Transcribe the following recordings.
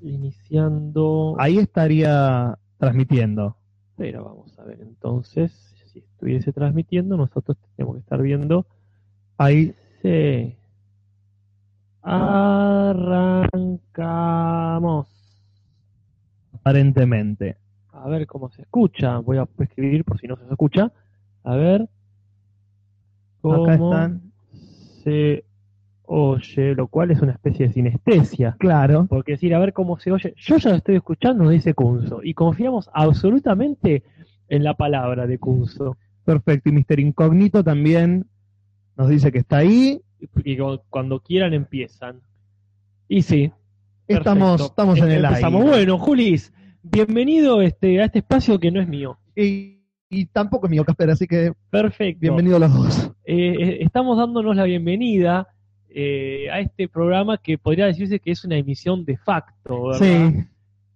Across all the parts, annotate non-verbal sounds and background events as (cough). Iniciando. Ahí estaría transmitiendo. Pero vamos a ver entonces. Si estuviese transmitiendo, nosotros tenemos que estar viendo. Ahí Sí. Arrancamos. aparentemente. A ver cómo se escucha. Voy a escribir por si no se escucha. A ver. Acá están. se oye, lo cual es una especie de sinestesia. Claro. Porque decir, a ver cómo se oye, yo ya lo estoy escuchando, dice Kunzo, y confiamos absolutamente en la palabra de Kunzo. Perfecto. Y Mister Incógnito también nos dice que está ahí. Y cu- cuando quieran empiezan. Y sí, perfecto. Estamos, estamos en el Empezamos. aire. Bueno, Julis, bienvenido este, a este espacio que no es mío. Y, y tampoco es mío, Casper, así que Perfecto. bienvenidos los dos. Eh, eh, estamos dándonos la bienvenida eh, a este programa que podría decirse que es una emisión de facto, ¿verdad? Sí.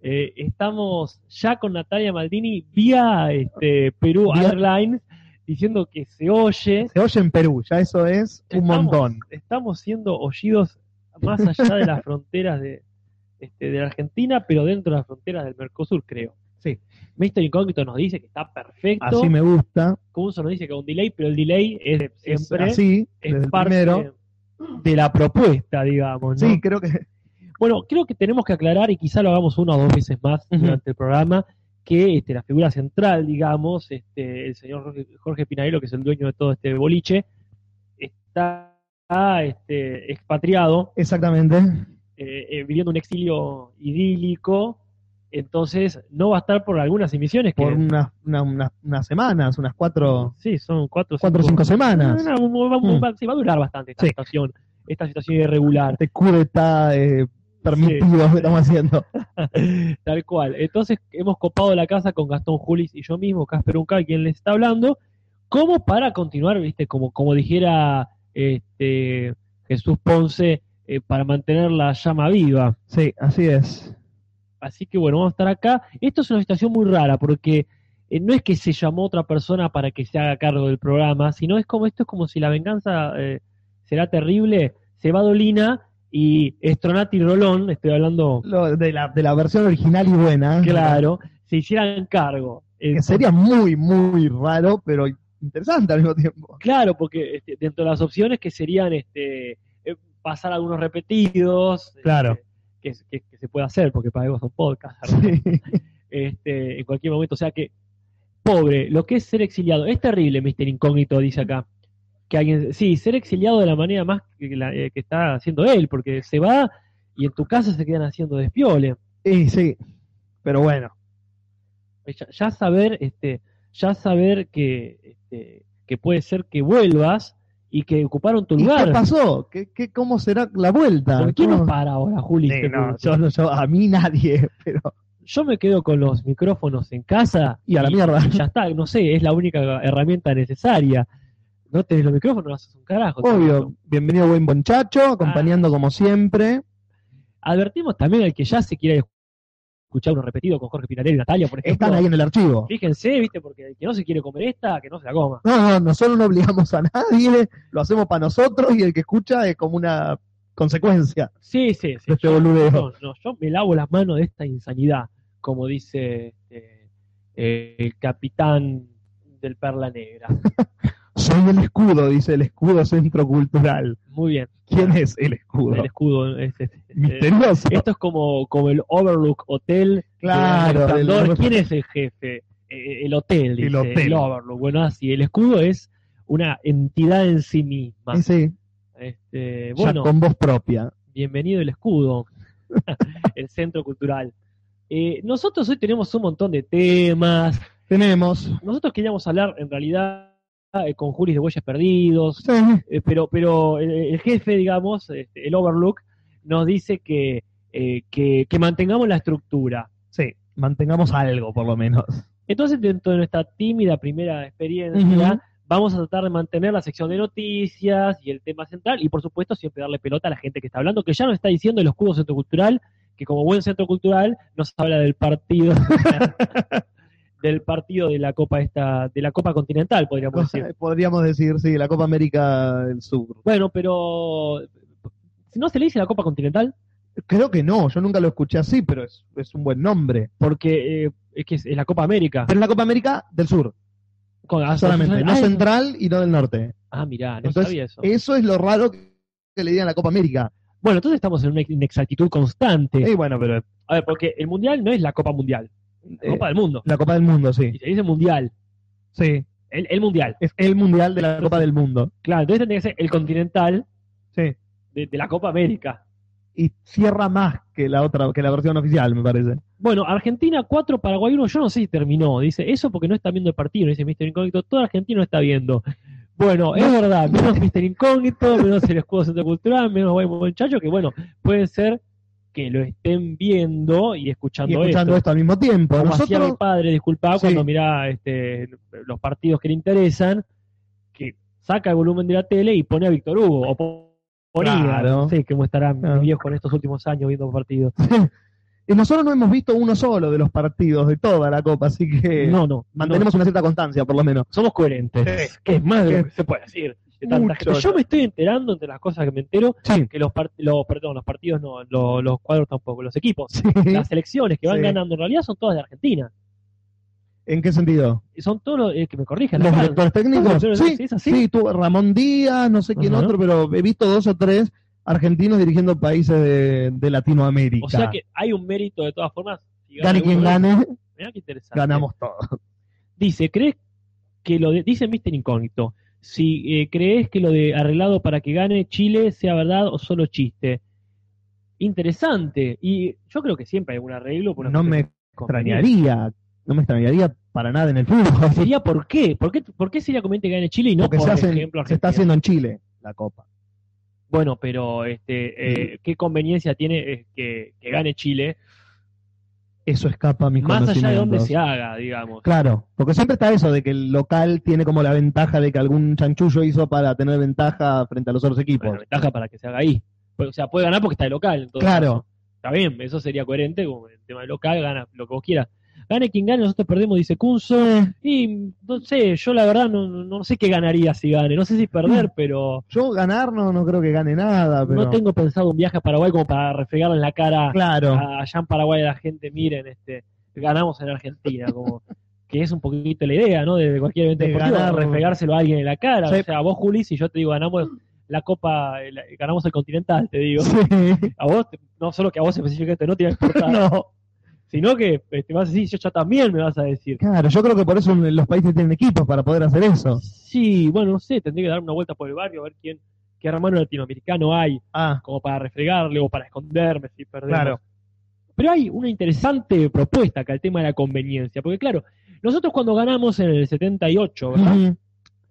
Eh, estamos ya con Natalia Maldini vía este, Perú Vía- Airlines diciendo que se oye. Se oye en Perú, ya eso es un Estamos- montón. Estamos siendo oídos más allá (laughs) de las fronteras de, este, de la Argentina, pero dentro de las fronteras del Mercosur, creo. Sí. Mr. Incógnito nos dice que está perfecto. Así me gusta. Kunzo nos dice que hay un delay, pero el delay es de Es siempre así, es desde el parte primero. de la propuesta, digamos. ¿no? Sí, creo que Bueno, creo que tenemos que aclarar, y quizá lo hagamos una o dos veces más Ujú. durante el programa, que este, la figura central, digamos, este, el señor Jorge- Jorge Pinarello, que es el dueño de todo este boliche, está este, expatriado, exactamente. eh, eh, viviendo un exilio idílico, entonces no va a estar por algunas emisiones que... Por unas una- una- unas semanas, unas cuatro, Sí, son cuatro o cuatro o cinco semanas. No, no, va, va- Mm. va- sí, va a durar bastante esta Sí. situación, esta situación irregular. Este cureta eh, permitido que (laughs) estamos haciendo. (laughs) Tal cual. Entonces hemos copado la casa con Gastón Julis y yo mismo, Casper Uncal, quien les está hablando, como para continuar, viste, como, como dijera este, Jesús Ponce, eh, para mantener la llama viva. Sí, así es. Así que bueno, vamos a estar acá. Esto es una situación muy rara porque eh, no es que se llamó otra persona para que se haga cargo del programa, sino es como esto es como si la venganza eh, será terrible, se va Dolina y Estronati Rolón, estoy hablando Lo de, la, de la versión original y buena. claro, se hicieran cargo. Eh, Que sería muy, muy raro, pero interesante al mismo tiempo. Claro, porque este, dentro de las opciones que serían este, eh, pasar algunos repetidos. Claro. este, que, que- que se puede hacer, porque para algo son podcasts. ¿verdad? Sí. Este, en cualquier momento. O sea que, pobre, lo que es ser exiliado. Es terrible, Mister Incógnito, dice acá. Que alguien, sí, ser exiliado de la manera más que, la- eh, que está haciendo él, porque se va y en tu casa se quedan haciendo despiole. Y sí, pero bueno, ya, ya saber este ya saber que este, que puede ser que vuelvas y que ocuparon tu ¿y lugar qué pasó? ¿Qué, qué, ¿Cómo será la vuelta? ¿Por qué no ¿Cómo- para ahora Juli Sí, Te no, pregunto. yo, yo, no- yo- a mí nadie, pero me quedo con los micrófonos en casa y a la mierda. ya está no sé es la única herramienta necesaria no tenés los micrófonos no haces un carajo Obvio, bienvenido buen bonchacho, Ah. acompañando como siempre. advertimos también al que ya se quiera escuchar uno repetido con Jorge Pinarelli y Natalia por ejemplo Están ahí en el archivo. fíjense viste porque el que no se quiere comer esta que no se la coma No, no, nosotros no obligamos a nadie, lo hacemos para nosotros y el que escucha es como una consecuencia. Sí, sí, sí. de este Yo- boludeo. No, no, yo me lavo las manos de esta insanidad, como dice eh, eh, el capitán del Perla Negra. Soy el escudo, dice el escudo centro cultural. Muy (laughs) bien. ¿Quién es el escudo? El escudo. es- es- es- Misterioso. esto es como, como el Overlook Hotel. Claro, El resplandor. del- ¿Quién es el jefe? Eh, El hotel, dice, El el, hotel. Overlook. Bueno, así, el escudo es una entidad en sí misma. Sí, sí, Este, ya bueno, con voz propia. bienvenido el escudo, (laughs) el centro cultural. Eh, nosotros hoy tenemos un montón de temas. Tenemos. Nosotros queríamos hablar, en realidad, eh, con Juris de Bueyes Perdidos, Sí, eh, pero, pero el, el jefe, digamos, este, el Overlook, nos dice que, eh, que, que mantengamos la estructura. sí, mantengamos algo por lo menos. Entonces, dentro de nuestra tímida primera experiencia, Ujú. vamos a tratar de mantener la sección de noticias y el tema central, y por supuesto, siempre darle pelota a la gente que está hablando, que ya nos está diciendo el escudo centro cultural, que como buen centro cultural nos habla del partido. (laughs) del partido de la copa esta de la copa continental podríamos (laughs) decir Podríamos decir, sí, la Copa América del Sur. bueno pero no se le dice la copa continental Creo que no, yo nunca lo escuché así, pero es, es un buen nombre. Porque eh, es que es, es la Copa América. Pero es la Copa América del sur, Con- ah, solamente, no ah, central y no del norte. Ah, mirá, no Entonces, eh, sabía eso. Eso es lo raro que que le digan la Copa América. Bueno, entonces estamos en una inexactitud constante. Y bueno, pero eh, A ver, porque el mundial no es la Copa Mundial, la Copa del Mundo. la Copa del Mundo, sí. Y se dice mundial, Sí, el, el mundial. es el mundial de la Copa del Mundo. Claro, entonces tendría que ser el continental Sí. de, de la Copa América. Y cierra más que la otra, que la versión oficial, me parece. Bueno, Argentina 4, Paraguay 1, yo no sé si terminó. Dice, eso porque no están viendo el partido, dice Mr. Incógnito, todo argentino está viendo. Bueno, es verdad, menos Mr. Incógnito, menos el escudo centrocultural, menos Guay Muchacho, que bueno, puede ser que lo estén viendo y escuchando, Y escuchando esto. esto al mismo tiempo. Como hacía mi Nosotros, padre, disculpa, Sí. cuando mirá este, los partidos que le interesan, que saca el volumen de la tele y pone a Víctor Hugo. O po- ponía, Claro. Ah. no sé cómo estará mi Claro. viejo en estos últimos años viendo partidos. y nosotros no hemos visto uno solo de los partidos de toda la Copa, así que no, no. mantenemos una cierta constancia, por lo menos. no. Somos coherentes. Que es más de lo que se puede decir. de tanta Mucho, gente. Yo ¿no? me estoy enterando entre las cosas que me entero Sí. que los, par- los perdón, los partidos no, lo- los cuadros tampoco, los equipos, Sí. las selecciones que van Sí. ganando en realidad son todas de Argentina. ¿En qué sentido? Y Son todos los eh, que me corrijan. ¿Los las- todas directores técnicos? las Sí, selecciones, ¿es así? sí, tú, Ramón Díaz, no sé quién Ajá. otro, pero he visto dos o tres argentinos dirigiendo países de, de Latinoamérica. O sea que hay un mérito de todas formas. Si gana gane quien uno de- gane, Mirá qué interesante. ganamos todos. Dice, ¿crees que lo de... Dice Mr. Incógnito, si eh, crees que lo de arreglado para que gane Chile sea verdad o solo chiste. Interesante. Y yo creo que siempre hay algún arreglo. por una No cuestión me de conveniencia. extrañaría, no me extrañaría para nada en el fútbol. Sería por qué. ¿Por qué, por qué sería conveniente que gane Chile y no, (laughs) Porque por se, hacen- ejemplo, se Argentina? está haciendo en Chile la Copa. Bueno, pero este, eh, ¿qué conveniencia tiene eh, que, que gane Chile? Eso escapa a mis Más allá de donde conocimientos. se haga, digamos. Claro, porque siempre está eso de que el local tiene como la ventaja de que algún chanchullo hizo para tener ventaja frente a los otros equipos. Bueno, ventaja para que se haga ahí. Pero, O sea, puede ganar porque está de local. entonces, claro, Está bien, eso sería coherente, como el tema de local, gana lo que vos quieras. Gane quien gane, nosotros perdemos, dice Kunzo. Y no sé, yo la verdad no, no sé qué ganaría si gane. No sé si perder, pero yo ganar no, no creo que gane nada, Mm. Ah, pero no tengo pensado un viaje a Paraguay como para refregarle en la cara claro, a- allá en Paraguay a la gente, miren, este ganamos en Argentina, (laughs) como que es un poquito la idea, ¿no? De cualquier evento De deportivo, ganar. refregárselo a alguien en la cara. Sí. O sea, vos, Juli, si yo te digo ganamos la Copa, el- ganamos el Continental, te digo. Sí, A vos, te- no solo que a vos específicamente (laughs) no te iba (laughs) a importar, no, sino que te vas a decir, yo ya también me vas a decir. claro, yo creo que por eso los países tienen equipos para poder hacer eso. Sí, bueno, no sé, tendría que dar una vuelta por el barrio a ver quién, qué hermano latinoamericano hay, Ah, como para refregarle o para esconderme si perdemos. Claro. Pero hay una interesante propuesta acá, el tema de la conveniencia, porque claro, nosotros cuando ganamos en el 78, ¿verdad? ujú.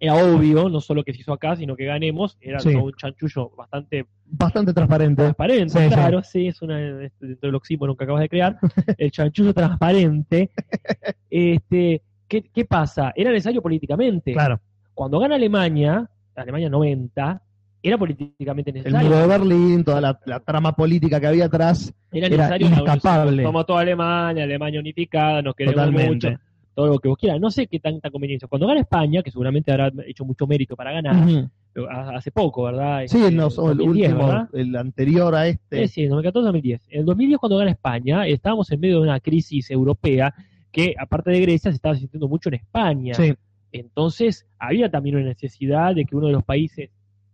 Era obvio, no solo que se hizo acá, sino que ganemos, era Sí. todo un chanchullo bastante bastante transparente. transparente, Sí, sí. claro, sí, es una es dentro del oxímono que acabas de (laughs) crear, el chanchullo transparente. Este, ¿qué, qué pasa? Era necesario políticamente. Claro, Cuando gana Alemania, Alemania 90, era políticamente el necesario. muro de Berlín, toda la, la trama política que había atrás, era era necesario la evolución. inescapable. Como toda Alemania, Alemania unificada, nos queremos totalmente. mucho, todo lo que vos quieras. No sé qué tanta conveniencia. Cuando gana España, que seguramente habrá hecho mucho mérito para ganar, Ujú. ha- hace poco, ¿verdad? Mm. Sí, Este, el, nos- el 2010, último, ¿verdad? el anterior a Sí, este. sí, 2014-2010. En el 2010, cuando gana España, estábamos en medio de una crisis europea que, aparte de Grecia, se estaba sintiendo mucho en España. Sí, Entonces, había también una necesidad de que uno de los países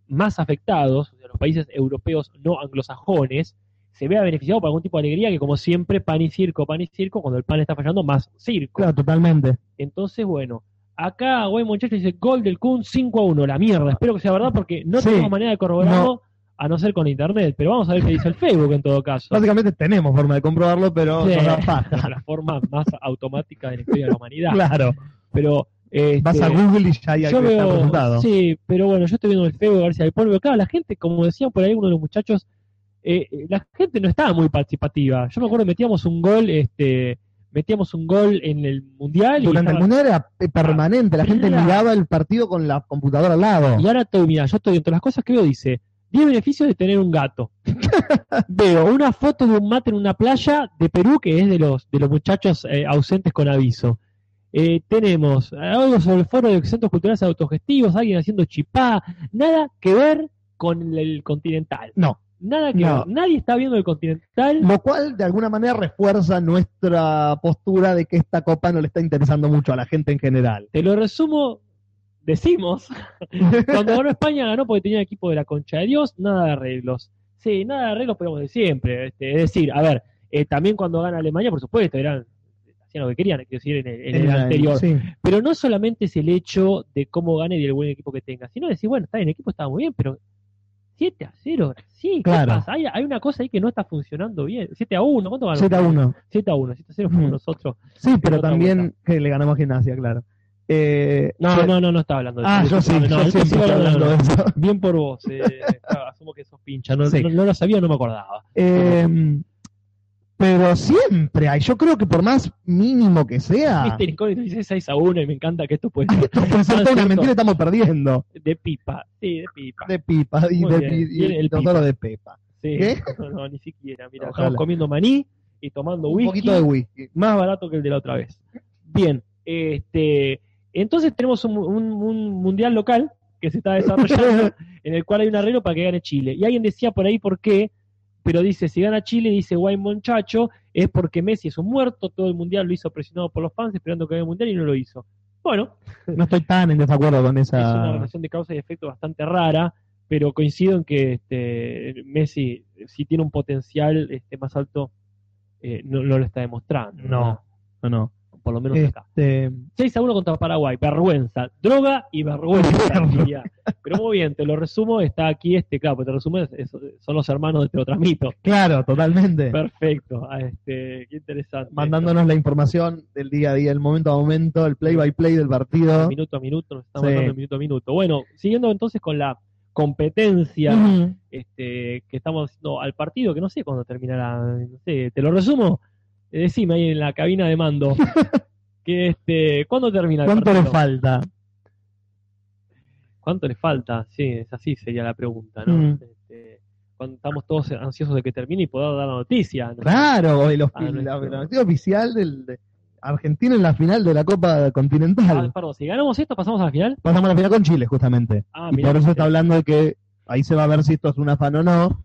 más afectados, o sea, los países europeos no anglosajones, se vea beneficiado por algún tipo de alegría que, como siempre, pan y circo, pan y circo, cuando el pan está fallando, más circo. claro, totalmente. Entonces, bueno, acá, güey, muchacho, dice gol del Kun 5 a 1, la mierda. Espero que sea verdad porque no Sí. tenemos manera de corroborarlo. A no ser con internet, pero vamos a ver qué dice el Facebook en todo caso. Básicamente tenemos forma de comprobarlo, pero Sí. nos da paja. (laughs) la forma más automática de la historia de la humanidad. Claro. Pero este, Vas a Google y ya hay yo algo que está veo, resultado. sí, pero bueno, yo estoy viendo el feo a ver si hay polvo. Claro, la gente, como decían por ahí uno de los muchachos, eh, eh, la gente no estaba muy participativa. Yo me acuerdo que metíamos un gol, este, metíamos un gol en el mundial y, Durante el estaba- mundial era eh, permanente, la gente Era- miraba el partido con la computadora al lado. y ahora estoy, mira, yo estoy entre las cosas que veo, dice 10 beneficios de tener un (laughs) gato. veo una foto de un mate en una playa de Perú que es de los de los muchachos eh, ausentes con aviso. Eh, tenemos algo sobre el foro de centros culturales autogestivos, alguien haciendo chipá, nada que ver con el, el continental. No, Nada que No. ver. Nadie está viendo el Continental. Lo cual de alguna manera refuerza nuestra postura de que esta copa no le está interesando mucho a la gente en general. Te lo resumo, (laughs) decimos, cuando ganó España ganó porque tenía equipo de la concha de Dios, nada de arreglos. Sí, nada de arreglos, pero como de siempre. este, es decir, a ver, eh, también cuando gana Alemania, por supuesto, eran hacían lo que querían, quiero decir, en el, en el Era el- anterior. sí. Pero no solamente es el hecho de cómo gane y el buen equipo que tenga, sino decir, bueno, está bien, el equipo estaba muy bien, pero 7 a 0, sí, ¿qué Claro. pasa? Hay, hay una cosa ahí que no está funcionando bien. 7 a 1, ¿cuánto ganó? 7 a 1. 7 a 1, 7 a 0 fuimos Mm. nosotros. Sí, pero otra también vuelta. que le ganamos a gimnasia, claro. Eh, No, yo- no, no, no estaba hablando de Ah, yo sí, No, no, yo no, no, siempre estoy no, no, hablando no. de eso. Bien por vos, (laughs) eh, claro, asumo que sos pincha, no, Sí. no- no lo sabía, no me acordaba. Eh, pero siempre hay, yo creo que por más mínimo que sea, Viste, Nicole dice 6 a 1 y me encanta que esto puede (laughs) ser esto puede ser Ah, toda una cierto. mentira, estamos perdiendo. de pipa, sí, de pipa. De pipa y, Muy de, bien, y- bien, y el nosotros de pepa. sí. ¿Qué? No, no, ni siquiera, mira, Ojalá. estamos comiendo maní y tomando Un whisky. poquito de whisky. más barato que el de la otra vez. Bien, este, entonces tenemos un, un- un mundial local que se está desarrollando, en el cual hay un arreglo para que gane Chile. Y alguien decía por ahí por qué, pero dice, si gana Chile, dice guay Monchacho, es porque Messi es un muerto, todo el mundial lo hizo presionado por los fans, esperando que gane el mundial y no lo hizo. Bueno, No estoy tan en desacuerdo con es una esa. relación de causa y efecto bastante rara, pero coincido en que este, Messi, si tiene un potencial este, más alto, eh, no, no lo está demostrando. No, no, no. ¿verdad? Por lo menos acá. Este, 6 a 1 contra Paraguay, vergüenza, droga y (laughs) vergüenza. diría. Pero muy bien, te lo resumo, está aquí este, claro, porque te resumo, es- es- son los hermanos de Te lo transmito. claro, totalmente. Perfecto, ah, este, qué interesante. Mandándonos la información del día a día, el momento a momento, el play by play del Esto, partido. Minuto a minuto, nos estamos Sí. mandando minuto a minuto. Bueno, siguiendo entonces con la competencia Ujú. este, que estamos haciendo al partido, que no sé cuándo terminará, no sé, te lo resumo, eh, decime ahí en la cabina de (laughs) mando. que este, ¿Cuándo termina el ¿Cuánto partido? le falta? ¿Cuánto le falta? Sí, es así sería la pregunta, ¿no? Mm. Este, cuando estamos todos ansiosos de que termine y poder dar la noticia. ¿no? Claro, el, Ah, el- la- nuestro- el objetivo oficial del de Argentina en la final de la Copa Ah, Continental. perdón, si ganamos esto, pasamos a la final. Pasamos a la final con Chile, justamente. Ah, y mirá, por eso eh, está hablando de que ahí se va a ver si esto es un afán o no,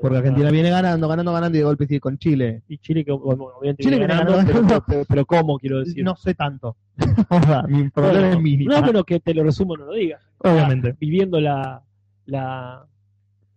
porque Argentina viene ganando, ganando, ganando y de golpe sigue con Chile. Y Chile, que bueno, obviamente Chile viene viene ganando, ganando, pero, pero- pero ¿cómo quiero decir? No sé tanto. (laughs) O sea, Mi problema Bueno, es mínimo. no, pero que te lo resumo, no lo digas. Obviamente. Viviendo la, la,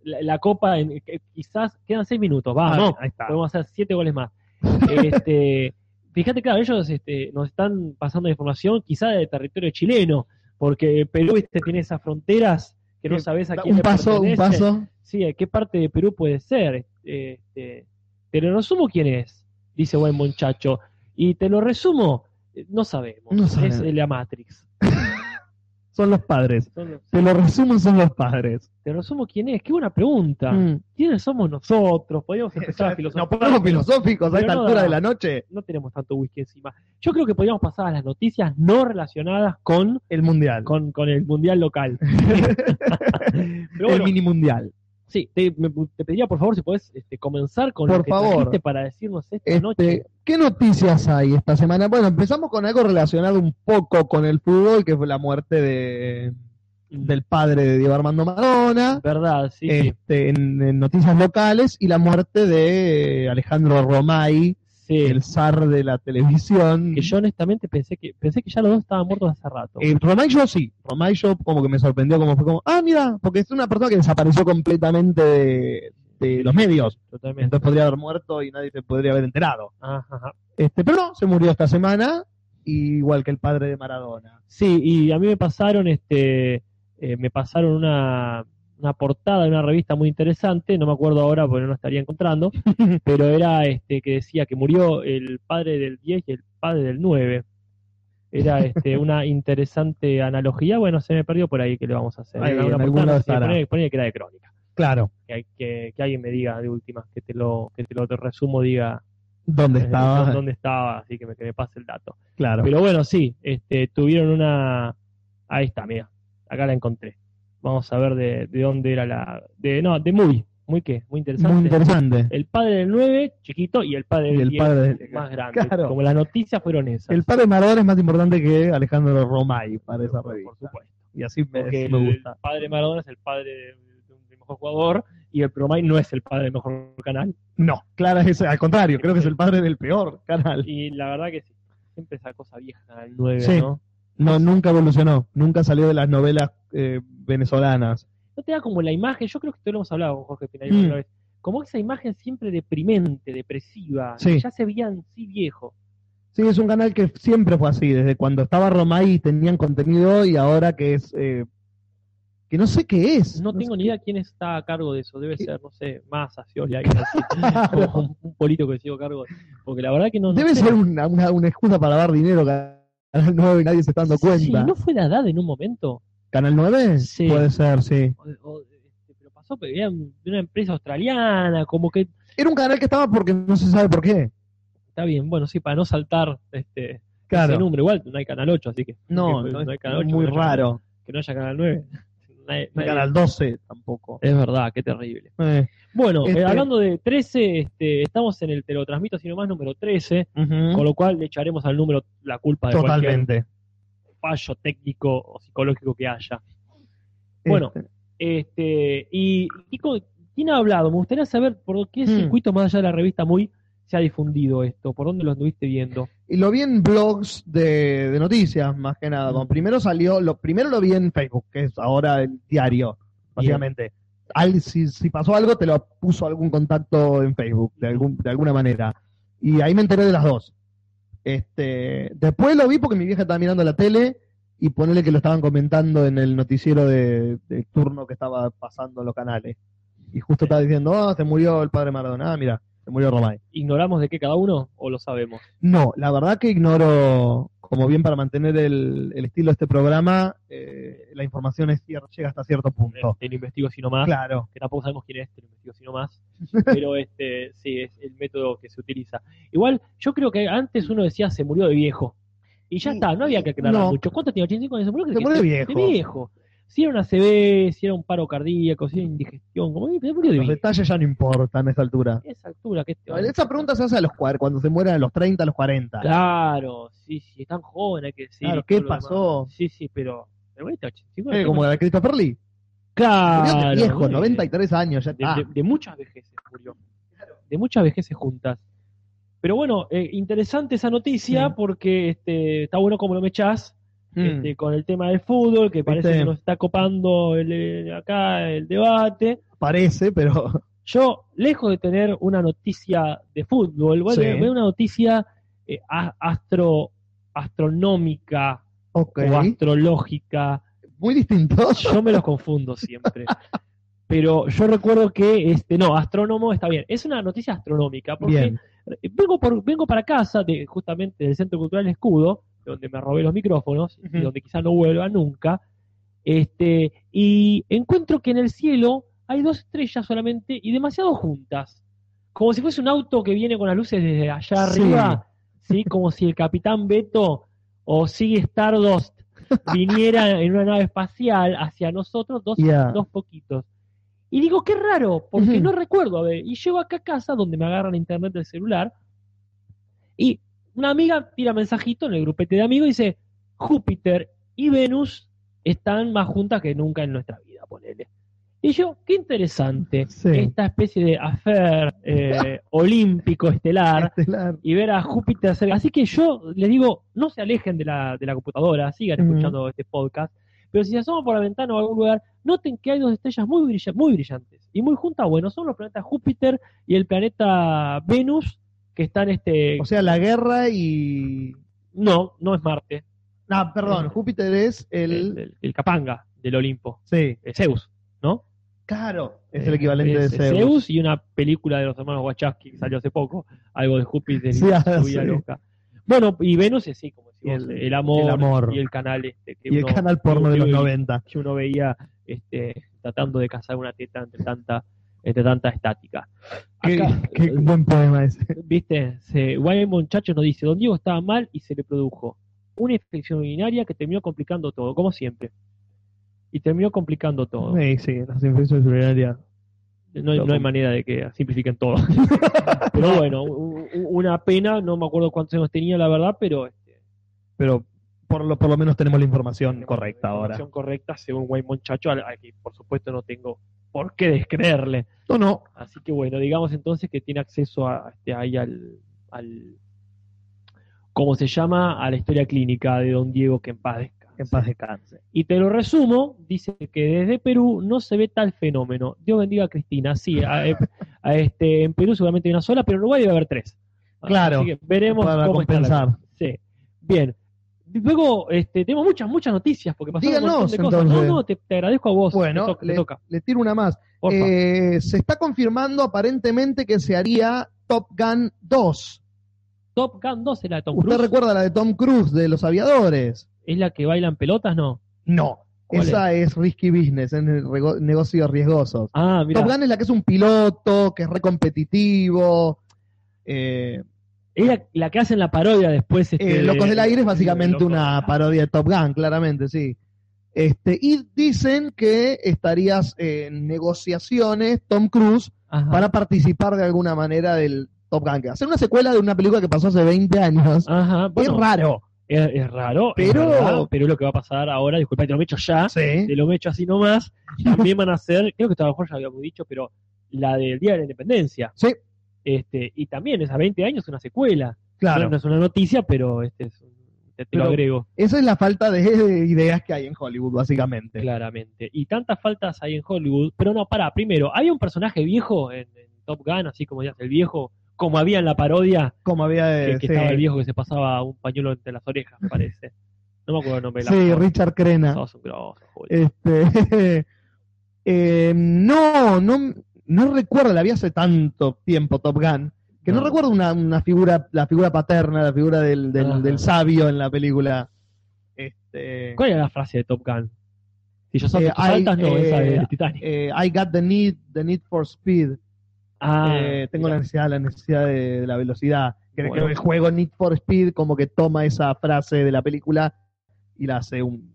la, la copa, en, que quizás quedan seis minutos, va, Ah, no, ahí está. podemos hacer siete goles más. (laughs) Este, fíjate, claro, ellos este, nos están pasando información quizá de territorio chileno, porque Perú este, tiene esas fronteras que no Sí, sabes a quién Eh, Un le paso, un pertenece. paso. Sí, ¿a qué parte de Perú puede ser? Este, te lo resumo quién es, dice buen muchacho. Y te lo resumo, eh, no sabemos. No sabemos. Es eh, la Matrix. Son los padres. Son- Te lo resumo, son los padres. Te resumo quién es, qué buena pregunta. Mm. ¿Quiénes somos nosotros? (laughs) Podríamos empezar a Nos filosofar. ponemos filosóficos a Pero esta no altura da. de la noche. no tenemos tanto whisky encima. Yo creo que podríamos pasar a las noticias no relacionadas con, El mundial. con, con el mundial local. Pero (laughs) El bueno, mini mundial. sí, te, me- te pediría por favor si podés este, comenzar con lo Por que favor. trajiste para decirnos esta Este, noche. ¿Qué noticias hay esta semana? Bueno, empezamos con algo relacionado un poco con el fútbol, que fue la muerte de, del padre de Diego Armando Maradona, ¿Verdad? Sí, sí. este, en, en noticias locales, y la muerte de Alejandro Romay, Sí. el zar de la televisión. Que yo honestamente pensé que pensé que ya los dos estaban muertos hace rato. Eh, Romay yo sí, Romay yo como que me sorprendió, como fue como, ah, mira, porque es una persona que desapareció completamente de, de los medios, Totalmente. entonces podría haber muerto y nadie se podría haber enterado. Ajá, ajá. Este, pero no, se murió esta semana, igual que el padre de Maradona. Sí, y a mí me pasaron este eh, me pasaron una, una portada de una revista muy interesante, no me acuerdo ahora porque no la estaría (laughs) encontrando, pero era este que decía que murió el padre del 10 y el padre del 9. Era (laughs) este una interesante analogía, bueno, se me perdió por ahí que le vamos a hacer. Ahí, Era una en portada, algún lado no sé, estará. ponele- ponele que era de crónica. Claro. Que, hay- que, que alguien me diga de última, que te lo, que te lo resumo, diga ¿Dónde eh, estaba? dónde estaba, así que me, que me pase el dato. Claro. Pero bueno, sí, este, tuvieron una. Ahí está, mira. Acá la encontré. Vamos a ver de, de dónde era la. De, no, de muy. Muy qué, muy interesante. Muy interesante. El padre del 9, chiquito, y el padre del Y el 10, padre del- más grande. (laughs) Claro. Como las noticias fueron esas. El padre de Maradona es más importante que Alejandro Romay para esa por, por revista. supuesto. Y así me, Porque me el, gusta. padre de Maradona es el padre de- de un- del mejor jugador y el Promay no es el padre del mejor canal. No, claro, es, al contrario, creo que es el padre del peor canal. Y la verdad que sí, siempre esa cosa vieja, Canal 9, Sí. ¿no? No, nunca evolucionó, nunca salió de las novelas eh, venezolanas. No te da como la imagen, yo creo que esto lo hemos hablado con Jorge Pinay Mm. otra vez, como esa imagen siempre deprimente, depresiva, Sí. que ya se veía en sí viejo. Sí, es un canal que siempre fue así, desde cuando estaba Romay y tenían contenido y ahora que es... eh, que no sé qué es. No tengo sé ni qué- idea quién está a cargo de eso, debe ¿Qué? ser, no sé, más Scioli, alguien (laughs) así, (laughs) o un, un político que sigo a cargo, porque la verdad que no... no Debe sé. ser una, una- una excusa para dar dinero, Canal 9, y nadie se está dando Sí, cuenta. ¿no fue Haddad en un momento? ¿Canal 9? Sí. Puede ser, sí. O- o- este, pero pasó pero era un- de una empresa australiana, como que Era un canal que estaba porque no se sabe por qué. está bien, bueno, sí, para no saltar este ese Claro. número, igual no hay Canal 8, así que No, que, no no hay Canal 8, muy que no haya- raro. que no haya Canal 9. (laughs) Nadie- No nadie- hay Canal 12 tampoco. Es verdad, qué terrible. Eh, Bueno, eh, Este- hablando de 13, este, estamos en el Te lo transmito, sino más número 13, ujú. con lo cual le echaremos al número la culpa de Totalmente. cualquier fallo técnico o psicológico que haya. Bueno, Este, Este, y Nico, ¿quién ha hablado? Me gustaría saber por qué Hmm. circuito más allá de la revista Muy se ha difundido esto, por dónde lo estuviste viendo. Y lo vi en blogs de, de noticias, más que nada. Como primero salió, lo primero lo vi en Facebook, que es ahora el diario, básicamente. Al- si, si pasó algo, te lo puso algún contacto en Facebook, de, algún, de alguna manera. Y ahí me enteré de las dos. Este, después lo vi porque mi vieja estaba mirando la tele y ponele que lo estaban comentando en el noticiero de, del turno que estaba pasando en los canales. Y justo estaba diciendo, ah, se murió el padre Maradona, ah, mira, se murió Romay. ¿Ignoramos de qué cada uno o lo sabemos? No, la verdad que ignoro, como bien para mantener el, el estilo de este programa, eh, la información es cier- llega hasta cierto Eh, punto. Te lo investigo sino más, Oh. Claro. que tampoco sabemos quién es, te lo investigo sino (laughs) más. Pero este, sí, es el método que se utiliza. Igual, yo creo que antes uno decía se murió de viejo. Y ya Y- está, no había que aclarar no. mucho. ¿Cuánto tenía? ¿85 años? Se murió, Se que- murió de De viejo. viejo. Si era una CB, si era un paro cardíaco, si era indigestión, como se murió de Los viejo. detalles ya no importan a esta altura. Esa altura que este Esa pregunta se hace a los cuar- cuando se mueran a los 30, a los 40. Claro, sí, sí, es tan joven, hay que decir. Claro, y todo ¿qué lo demás. pasó? Sí, sí, pero. pero este bueno, está ocho- sí, bueno, Eh, como la de Christopher Lee. claro, Este, Murió de viejo, eh, 93 años, ya de, está. de- de muchas vejeces murió. De muchas vejeces juntas. Pero bueno, eh, interesante esa noticia Sí. porque este, está bueno como lo mechás Mm. este, con el tema del fútbol, que parece Viste. que nos está copando el, eh, acá el debate. Parece, pero (laughs) Yo, lejos de tener una noticia de fútbol, voy a Sí. tener una noticia eh, a- astro, astronómica ok. o astrológica. Muy distinto. (laughs) Yo me los confundo siempre. Pero yo recuerdo que, este, no, astrónomo está bien. Es una noticia astronómica, porque Bien. Eh, vengo, por, vengo para casa, de, justamente del Centro Cultural Escudo, donde me robé los micrófonos, y Ujú. donde quizás no vuelva nunca, este, y encuentro que en el cielo hay dos estrellas solamente y demasiado juntas. Como si fuese un auto que viene con las luces desde allá Sí. arriba, ¿sí? como si el capitán Beto o Sig Stardust viniera en una nave espacial hacia nosotros, dos (laughs) Ya. dos poquitos. Y digo, qué raro, porque Ujú. no recuerdo. A ver, y llego acá a casa donde me agarran internet del celular. Y una amiga tira mensajito en el grupete de amigos y dice: Júpiter y Venus están más juntas que nunca en nuestra vida, ponele. Y yo, qué interesante. Sí. Esta especie de affair (laughs) eh, olímpico estelar Estelar. y ver a Júpiter hacer- Así que yo les digo, no se alejen de la, de la computadora, sigan Ujú. escuchando este podcast, pero si se asoman por la ventana o algún lugar, noten que hay dos estrellas muy, brilla- muy brillantes y muy juntas. Bueno, son los planetas Júpiter y el planeta Venus, que están este... O sea, la guerra y... no, no es Marte, No, perdón, Júpiter es el, el... el, el Capanga del Olimpo, Sí. es Zeus, ¿no? Claro, es el equivalente Eh, Es- de es Zeus. y una película de los hermanos Wachowski que salió hace poco, algo de Júpiter y (laughs) Sí, ah, su vida sí. loca. Bueno, y Venus es sí, como si Y vos, el- el, amor, el amor. y el canal este que Y el uno- canal porno de los que- 90. que uno veía este, tratando de cazar una teta entre tanta entre tanta estática. Qué, Acá, (laughs) qué eh, buen poema ese. viste, se, Guaymon Chacho nos dice, Don Diego estaba mal y se le produjo una infección urinaria que terminó complicando todo, como siempre. Y terminó complicando todo. (laughs) Sí, sí, las infecciones urinarias. No, hay- no hay manera de que simplifiquen (laughs) todo. pero bueno, u- u- una pena, no me acuerdo cuántos años tenía, la verdad, pero este, Pero por lo, por lo menos tenemos la información correcta ahora. información correcta según Guaymon Chacho, al, al que por supuesto no tengo por qué descreerle. No, no. Así que bueno, digamos entonces que tiene acceso a, este, ahí al, al, ¿cómo se llama? A la historia clínica de don Diego que en paz descanse. En paz descanse. Y te lo resumo, dice que desde Perú no se ve tal fenómeno. Dios bendiga a Cristina, sí, a, eh, a este, en Perú seguramente hay una sola, pero en Uruguay debe haber tres. Claro, Así que veremos para cómo está la compensar. cosa. Sí, bien. Luego este, tenemos muchas, muchas noticias, porque pasaron un montón de Díganos, cosas. No, entonces. no, te, te agradezco a vos. Bueno, te toca, te le- toca. Le tiro una más. Porfa. Eh, se está confirmando aparentemente que se haría Top Gun 2. Top Gun 2 es la de Tom ¿Usted Cruise. recuerda la de Tom Cruise de los aviadores? ¿Es la que bailan pelotas? No. No. ¿Cuál Esa es? risky business, es rego- negocios riesgosos. Ah, mira. Top Gun es la que es un piloto, que es recompetitivo. Eh, Es la, la que hacen la parodia después. Este, eh, Locos del Aire es básicamente Locos del una Aire. parodia de Top Gun, claramente, sí. Este, y dicen que estarías en negociaciones, Tom Cruise, Ajá. para participar de alguna manera del Top Gun. que Hacer una secuela de una película que pasó hace 20 años Ajá, (laughs) bueno, es raro. es, es raro, es Pero- verdad, pero lo que va a pasar ahora, disculpa, te lo he hecho ya, te Sí. lo he hecho así nomás, también van a hacer, creo que a lo mejor ya habíamos dicho, pero la del Día de la Independencia. Sí. Este, y también es a 20 años una secuela. Claro. No, no es una noticia, pero este es un- te, te lo Pero- agrego Esa es la falta de (laughs) ideas que hay en Hollywood, básicamente. claramente. Y tantas faltas hay en Hollywood, pero no, pará, primero, hay un personaje viejo en, en Top Gun, así como ya el viejo, como había en la parodia, Como había que, de. que Eh, sí. estaba el viejo que se pasaba un pañuelo entre las orejas, me parece. No me acuerdo el nombre de la Sí, Eh, actor. Richard Crenna. Sos un grosso, Julio. Este, (laughs) eh, no, no, no recuerdo, la vi hace tanto tiempo Top Gun, que no, No. recuerdo una, una figura, la figura paterna, la figura del, del, Ajá. del sabio en la película. Este, ¿Cuál era la frase de Top Gun? Si yo soy Eh, de tus hay, altas, no, esa de eh, Titanic. eh, I got the need, the need for speed. Ah, Eh, tengo mira. la necesidad, la necesidad de, de la velocidad. Que, que Bueno. el juego Need for Speed como que toma esa frase de la película y la hace un-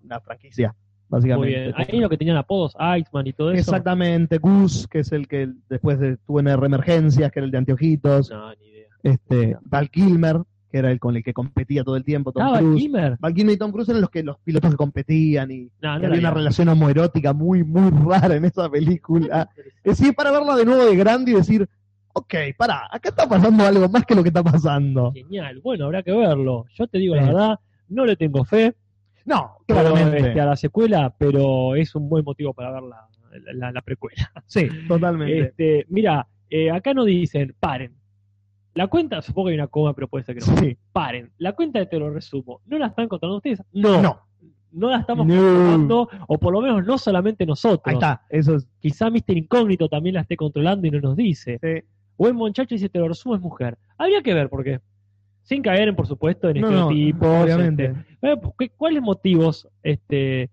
una franquicia, Muy básicamente. bien. Ahí lo que tenían apodos, Iceman y todo eso. Exactamente, Gus, que es el que después de, tuvo en Emergencias, que era el de Anteojitos, No, ni idea. este, Val Kilmer, que era el con el que competía todo el tiempo, Tom ¿Estaba Cruise. Kimmer? Val Kilmer y Tom Cruise eran los que los pilotos que competían y No, no había era una él. relación homoerótica muy, muy rara en (laughs) esa película. Es decir, para verla de nuevo de grande y decir, ok, pará, acá está pasando algo más que lo que está pasando. Genial. Bueno, habrá que verlo. Yo te digo la Sí. verdad, no le tengo fe No, pero, claramente. este, a la secuela, pero es un buen motivo para ver la, la- la precuela. (laughs) Sí, totalmente. Este, mira, eh, acá nos dicen, paren. La cuenta, supongo que hay una coma, pero puede ser que no. Sí, Paren. La cuenta de te lo resumo. ¿No la están contando ustedes? no, No la estamos No. controlando, o por lo menos no solamente nosotros. Ahí está, eso es. Quizá Mr. Incógnito también la esté controlando y no nos dice. sí. Buen muchacho dice, te lo resumo, es mujer. Habría que ver por qué. Sin caer, en, por supuesto, en No, no, estereotipos. obviamente. este, eh, ¿cu- ¿Cuáles motivos, este,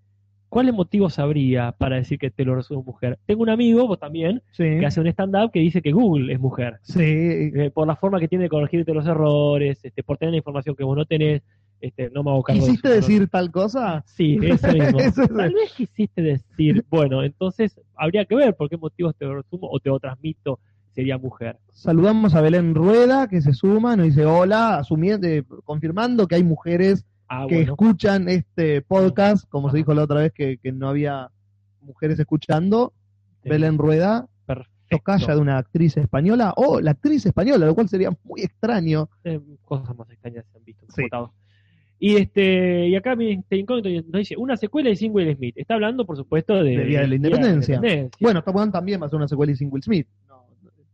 cuáles motivos habría para decir que te lo resumo, es mujer? Tengo un amigo, vos también, Sí. que hace un stand-up que dice que Google es mujer. Sí, Eh, por la forma que tiene de corregirte los errores, este, por tener la información que vos no tenés, este, no me hago cargo. de ¿Quisiste eso, decir tal cosa? ¿no? (laughs) Sí, eso mismo. Eso es- Tal vez quisiste decir, bueno, entonces habría que ver por qué motivos te lo resumo o te lo transmito, sería mujer. Saludamos a Belén Rueda, que se suma, nos dice hola, asumiendo, eh, confirmando que hay mujeres Ah, que bueno. escuchan este podcast, como Ajá. se dijo la otra vez que, que no había mujeres escuchando. sí, Belén Rueda, perfecto. tocaya de una actriz española, o la actriz española, lo cual sería muy extraño. Eh, cosas más extrañas se han visto. Sí. computados. Y este y acá miren, este incógnito nos dice una secuela de Sin Will Smith. Está hablando, por supuesto, de, Del Día de la Independencia. Independencia. Bueno, Top Gun también va a ser una secuela y sin Will Smith.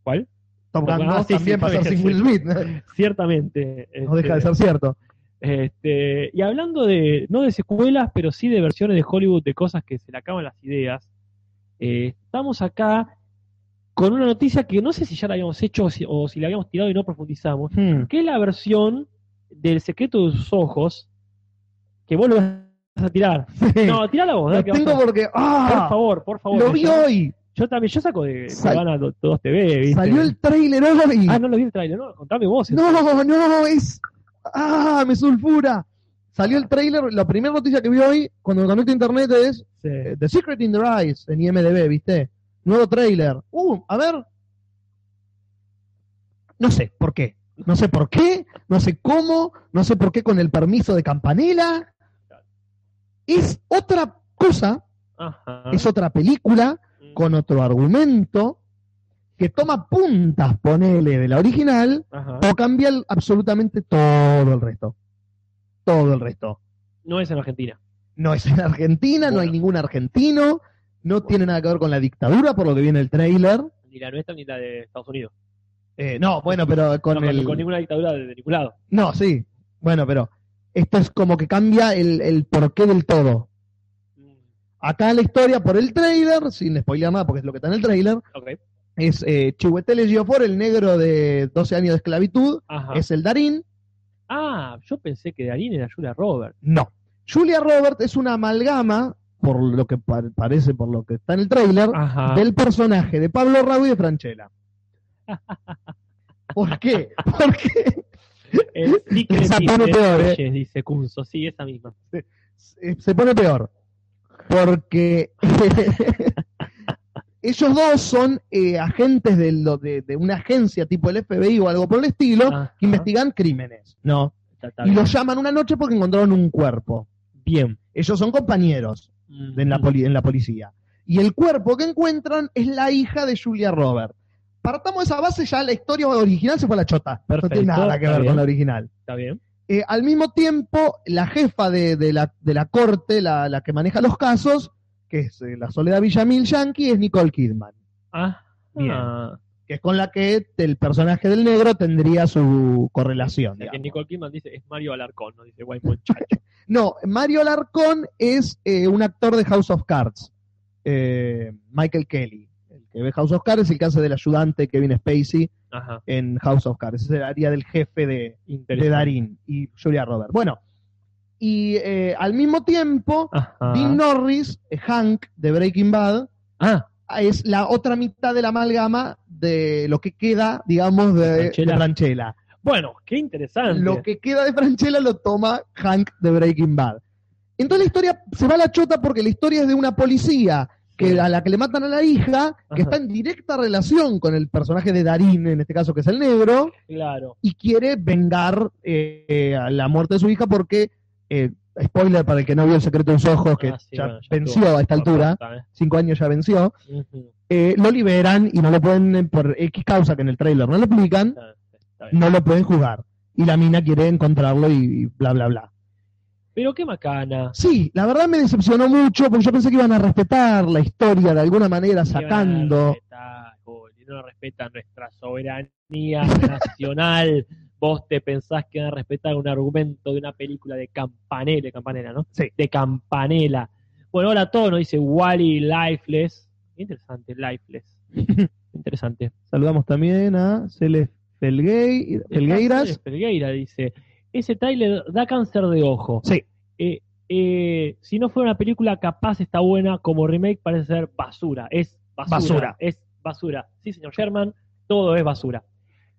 ¿cuál? Top Gun Ah, 2 sí, también sí, va a ser sí, sin sí. Will Smith. (laughs) Ciertamente. No deja de este, ser cierto. Este, y hablando de, no de secuelas, pero sí de versiones de Hollywood de cosas que se le acaban las ideas, eh, estamos acá con una noticia que no sé si ya la habíamos hecho o si, o si la habíamos tirado y no profundizamos, que es la versión del secreto de sus ojos, que vos lo vas a tirar. No, tirala vos, lo dale, que tengo vamos a- porque. por ¡Ah! favor, por favor. Lo vi yo, hoy. yo también, yo saco de Sal- Cubana 2 TV, ¿viste? Salió el trailer hoy. Ah, no lo vi el trailer, no, contame vos. No, no, es. ¡Ah! Me sulfura. Salió Ah. el trailer. La primera noticia que vi hoy, cuando me conecto a internet, es Sí. eh, The Secret in Their Eyes en IMDb, ¿viste? Nuevo trailer. Uh, a ver. No sé por qué. No sé por qué. No sé cómo. No sé por qué con el permiso de Campanella. Es otra cosa. Ajá. Ah. Es otra película. con otro argumento que toma puntas, ponele, de la original, Ajá. o cambia el- absolutamente todo el resto. Todo el resto. No es en Argentina. No es en Argentina, no hay Bueno. ningún argentino, no tiene nada que ver con la dictadura, por lo que viene el trailer. Ni la nuestra ni la de Estados Unidos. Eh, no, bueno, pero con No, con, el... con ninguna dictadura de, de ningún lado. No, sí. Bueno, pero esto es como que cambia el, el porqué del todo. Mm, Acá la historia por el trailer, sin spoiler nada porque es lo que está en el trailer, Ok. es eh, Chiwetel Ejiofor, el negro de 12 años de esclavitud, Ajá. es el Darín. Ah, yo pensé que Darín era Julia Robert. No. Julia Roberts es una amalgama, por lo que pa- parece, por lo que está en el trailer, Ajá. del personaje de Pablo Rago y (laughs) de Franchella. ¿Por qué? Porque Eh, (laughs) sí que Esa sí, pone de peor, ¿eh? Reyes, dice Cunzo. Sí, esa misma. se- se pone peor. Porque (laughs) ellos dos son eh, agentes de, lo- de- de una agencia tipo el FBI o algo por el estilo Ajá. que investigan crímenes. No. Está- está Y bien. los llaman una noche porque encontraron un cuerpo. Bien. Ellos son compañeros. Mm, de- en la, poli- en la policía. Y el cuerpo que encuentran es la hija de Julia Robert. Partamos de esa base, ya la historia original se fue a la chota. Perfecto, no tiene nada que está ver bien. con la original. Está bien. Eh, al mismo tiempo, la jefa de, de la, de la corte, la, la que maneja los casos, que es eh, la Soledad Villamil Yankee, es Nicole Kidman, Ah, Bien. ah. que es con la que el personaje del negro tendría su correlación. O sea, que digamos. Nicole Kidman dice es Mario Alarcón, no dice guay muchacho. No, Mario Alarcón es eh, un actor de House of Cards. Eh, Michael Kelly. El que ve House of Cards es el que hace del ayudante Kevin Spacey Ajá. en House of Cards. Ese área del jefe de, de Interesante. Darín y Julia Roberts. Bueno, y eh, al mismo tiempo, Ajá. Dean Norris, eh, Hank de Breaking Bad, Ah, es la otra mitad de la amalgama de lo que queda, digamos, de Franchella. de Franchella. bueno, qué interesante. Lo que queda de Franchella lo toma Hank de Breaking Bad. Entonces la historia se va a la chota porque la historia es de una policía que a la que le matan a la hija, Ajá. que está en directa relación con el personaje de Darín, en este caso que es el negro, Claro. y quiere vengar eh, eh, a la muerte de su hija porque, eh, spoiler para el que no vio El secreto de sus ojos, que Ah, sí, ya bueno, ya venció estuvo. a esta altura, Corta, eh. cinco años ya venció, Ujú. eh, lo liberan y no lo pueden, eh, por X causa que en el trailer no lo explican, Está bien, está bien. no lo pueden jugar. Y la mina quiere encontrarlo y, y bla, bla, bla. Pero qué macana. Sí, la verdad me decepcionó mucho porque yo pensé que iban a respetar la historia de alguna manera sacando. Y no respeta nuestra soberanía (laughs) nacional. Vos te pensás que van a respetar un argumento de una película de Campanella, de Campanella, ¿no? Sí. De Campanella. Bueno, ahora todo nos dice Wally Lifeless. Interesante, Lifeless. (laughs) Interesante. Saludamos también a Celeste Felguei- eh? Felgueiras. Pelgueira dice, ese trailer da cáncer de ojo. Sí, Eh, eh, si no fuera una película capaz está buena, como remake parece ser basura. Es basura. Basura. Es basura. Sí, señor Sherman, todo es basura.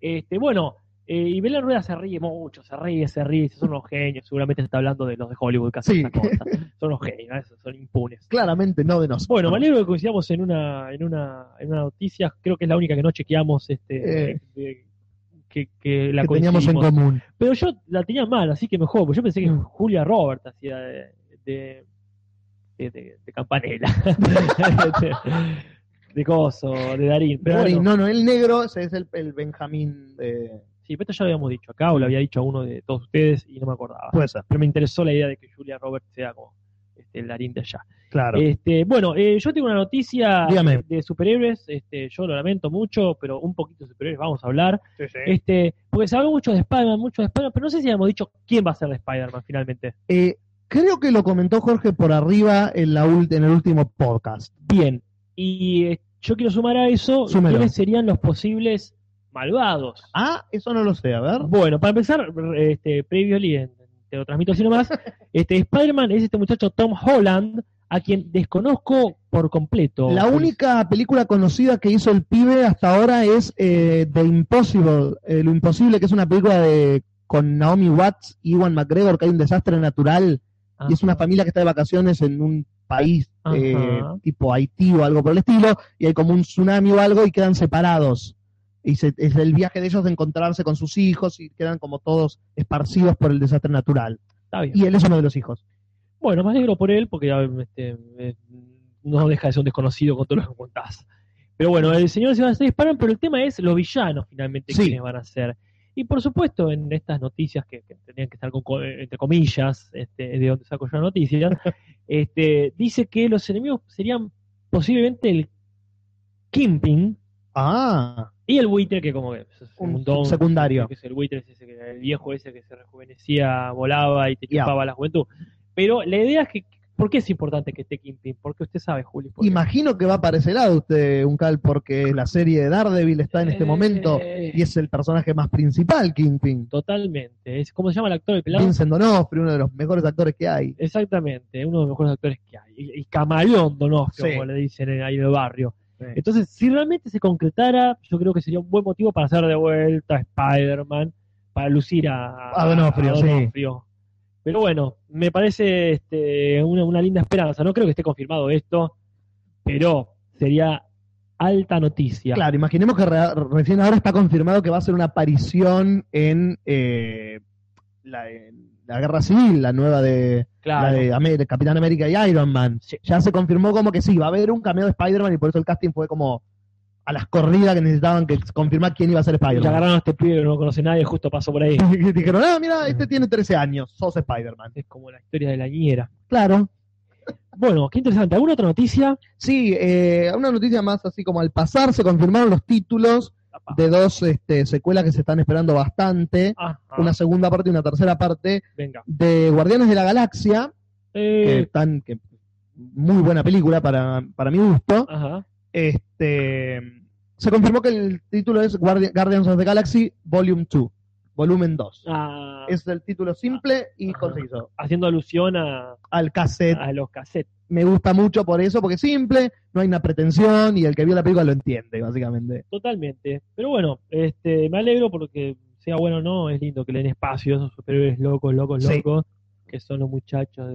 Este, bueno, eh, y Belén Rueda se ríe mucho, se ríe, se ríe, dice, son unos genios, seguramente se está hablando de los de Hollywood que hacen Sí. esas cosas. Son unos genios, esos son impunes. claramente no de nosotros. Bueno, me alegro que coincidamos en una, en una, en una noticia, creo que es la única que no chequeamos este Eh. de- que, que la que teníamos en coincidimos. común. Pero yo la tenía mal, así que mejor, porque yo pensé que Julia Roberts hacía de, de, de, de- de campanela, (laughs) de, de coso, de Darín. Pero Pero Ari, bueno, no, no, el negro ese es el, el Benjamín de. sí, pero esto ya lo habíamos dicho acá, o lo había dicho a uno de todos ustedes y no me acordaba. Puede ser, Pero me interesó la idea de que Julia Roberts sea como este, el Darín de allá. claro. Este, bueno, eh, yo tengo una noticia Dígame. de superhéroes, este, yo lo lamento mucho, pero un poquito de superhéroes vamos a hablar. Este, porque se habló mucho de Spider-Man, mucho de Spider-Man, pero no sé si habíamos dicho quién va a ser de Spider-Man finalmente. Eh, creo que lo comentó Jorge por arriba en, la ult- en el último podcast. Bien, y eh, yo quiero sumar a eso Súmelo. quiénes serían los posibles malvados. Ah, eso no lo sé, a ver. Bueno, para empezar, este, previously, en- te lo transmito así (laughs) nomás, este, Spider-Man es este muchacho Tom Holland, a quien desconozco por completo. La única película conocida que hizo el pibe hasta ahora es eh, The Impossible, eh, Lo Imposible, que es una película de con Naomi Watts y Iwan McGregor, que hay un desastre natural Ah, y es una familia que está de vacaciones en un país eh, Ajá. tipo Haití o algo por el estilo, y hay como un tsunami o algo y quedan separados. Y se- es el viaje de ellos de encontrarse con sus hijos y quedan como todos esparcidos por el desastre natural. Está bien. Y él es uno de los hijos. Bueno, me alegro por él, porque ah, este, eh, no deja de ser un desconocido con todo lo que contás. Pero bueno, el señor se va a hacer disparan, pero el tema es los villanos finalmente Sí. quiénes van a ser. Y por supuesto, en estas noticias que, que tenían que estar con co- eh, entre comillas, este, de donde saco yo la noticia, este, dice que los enemigos serían posiblemente el Kimping Ah, y el buitre, que como que es Un mundón, secundario. que es el buitre, es ese que- el viejo ese que se rejuvenecía, volaba y te Ya. chupaba la juventud. Pero la idea es que, ¿por qué es importante que esté Kimping? Porque usted sabe, Juli. por qué. imagino que va para ese lado usted, Uncal, porque la serie de Daredevil está en este Eh, momento y es el personaje más principal, Kingpin. Totalmente. Es, ¿Cómo se llama el actor? El pelado. Vincent D'Onofrio, uno de los mejores actores que hay. Exactamente, uno de los mejores actores que hay. Y, y camaleón Donofrio, Sí. como le dicen en- ahí en el barrio. Sí. Entonces, si realmente se concretara, yo creo que sería un buen motivo para hacer de vuelta a Spider-Man, para lucir a, A Donofrio, sí. Donofrio. Pero bueno, me parece este, una, una linda esperanza. No creo que esté confirmado esto, pero sería alta noticia. Claro, imaginemos que re- recién ahora está confirmado que va a ser una aparición en, eh, la, en la Guerra Civil, la nueva de, Claro. la de Amer- Capitán América y Iron Man. Ya se confirmó como que sí, va a haber un cameo de Spider-Man y por eso el casting fue como a las corridas que necesitaban que confirmar quién iba a Y ser Spider-Man. agarraron a este pibe que no conoce nadie, justo pasó por ahí. (laughs) Y Dijeron, ah, mira, este tiene 13 años, sos Spider-Man. Es como la historia de la niñera. Claro. Bueno, qué interesante. ¿Alguna otra noticia? Sí, eh, una noticia más así como al pasar se confirmaron los títulos de dos este, secuelas que se están esperando bastante. Ajá. Una segunda parte y una tercera parte Venga. de Guardianes de la Galaxia, que Eh, están, que muy buena película para, para mi gusto. ajá. Este, se confirmó que el título es Guardi- Guardians of the Galaxy Volume 2, volumen 2. Ah, Es el título simple y Ajá. conciso. haciendo alusión a, Al cassette a los cassettes. me gusta mucho por eso, porque es simple, no hay una pretensión y el que vio la película lo entiende, básicamente. Totalmente. Pero bueno, este, me alegro porque sea bueno o no, es lindo que le den espacio a esos superhéroes locos, locos, Sí. locos, que son los muchachos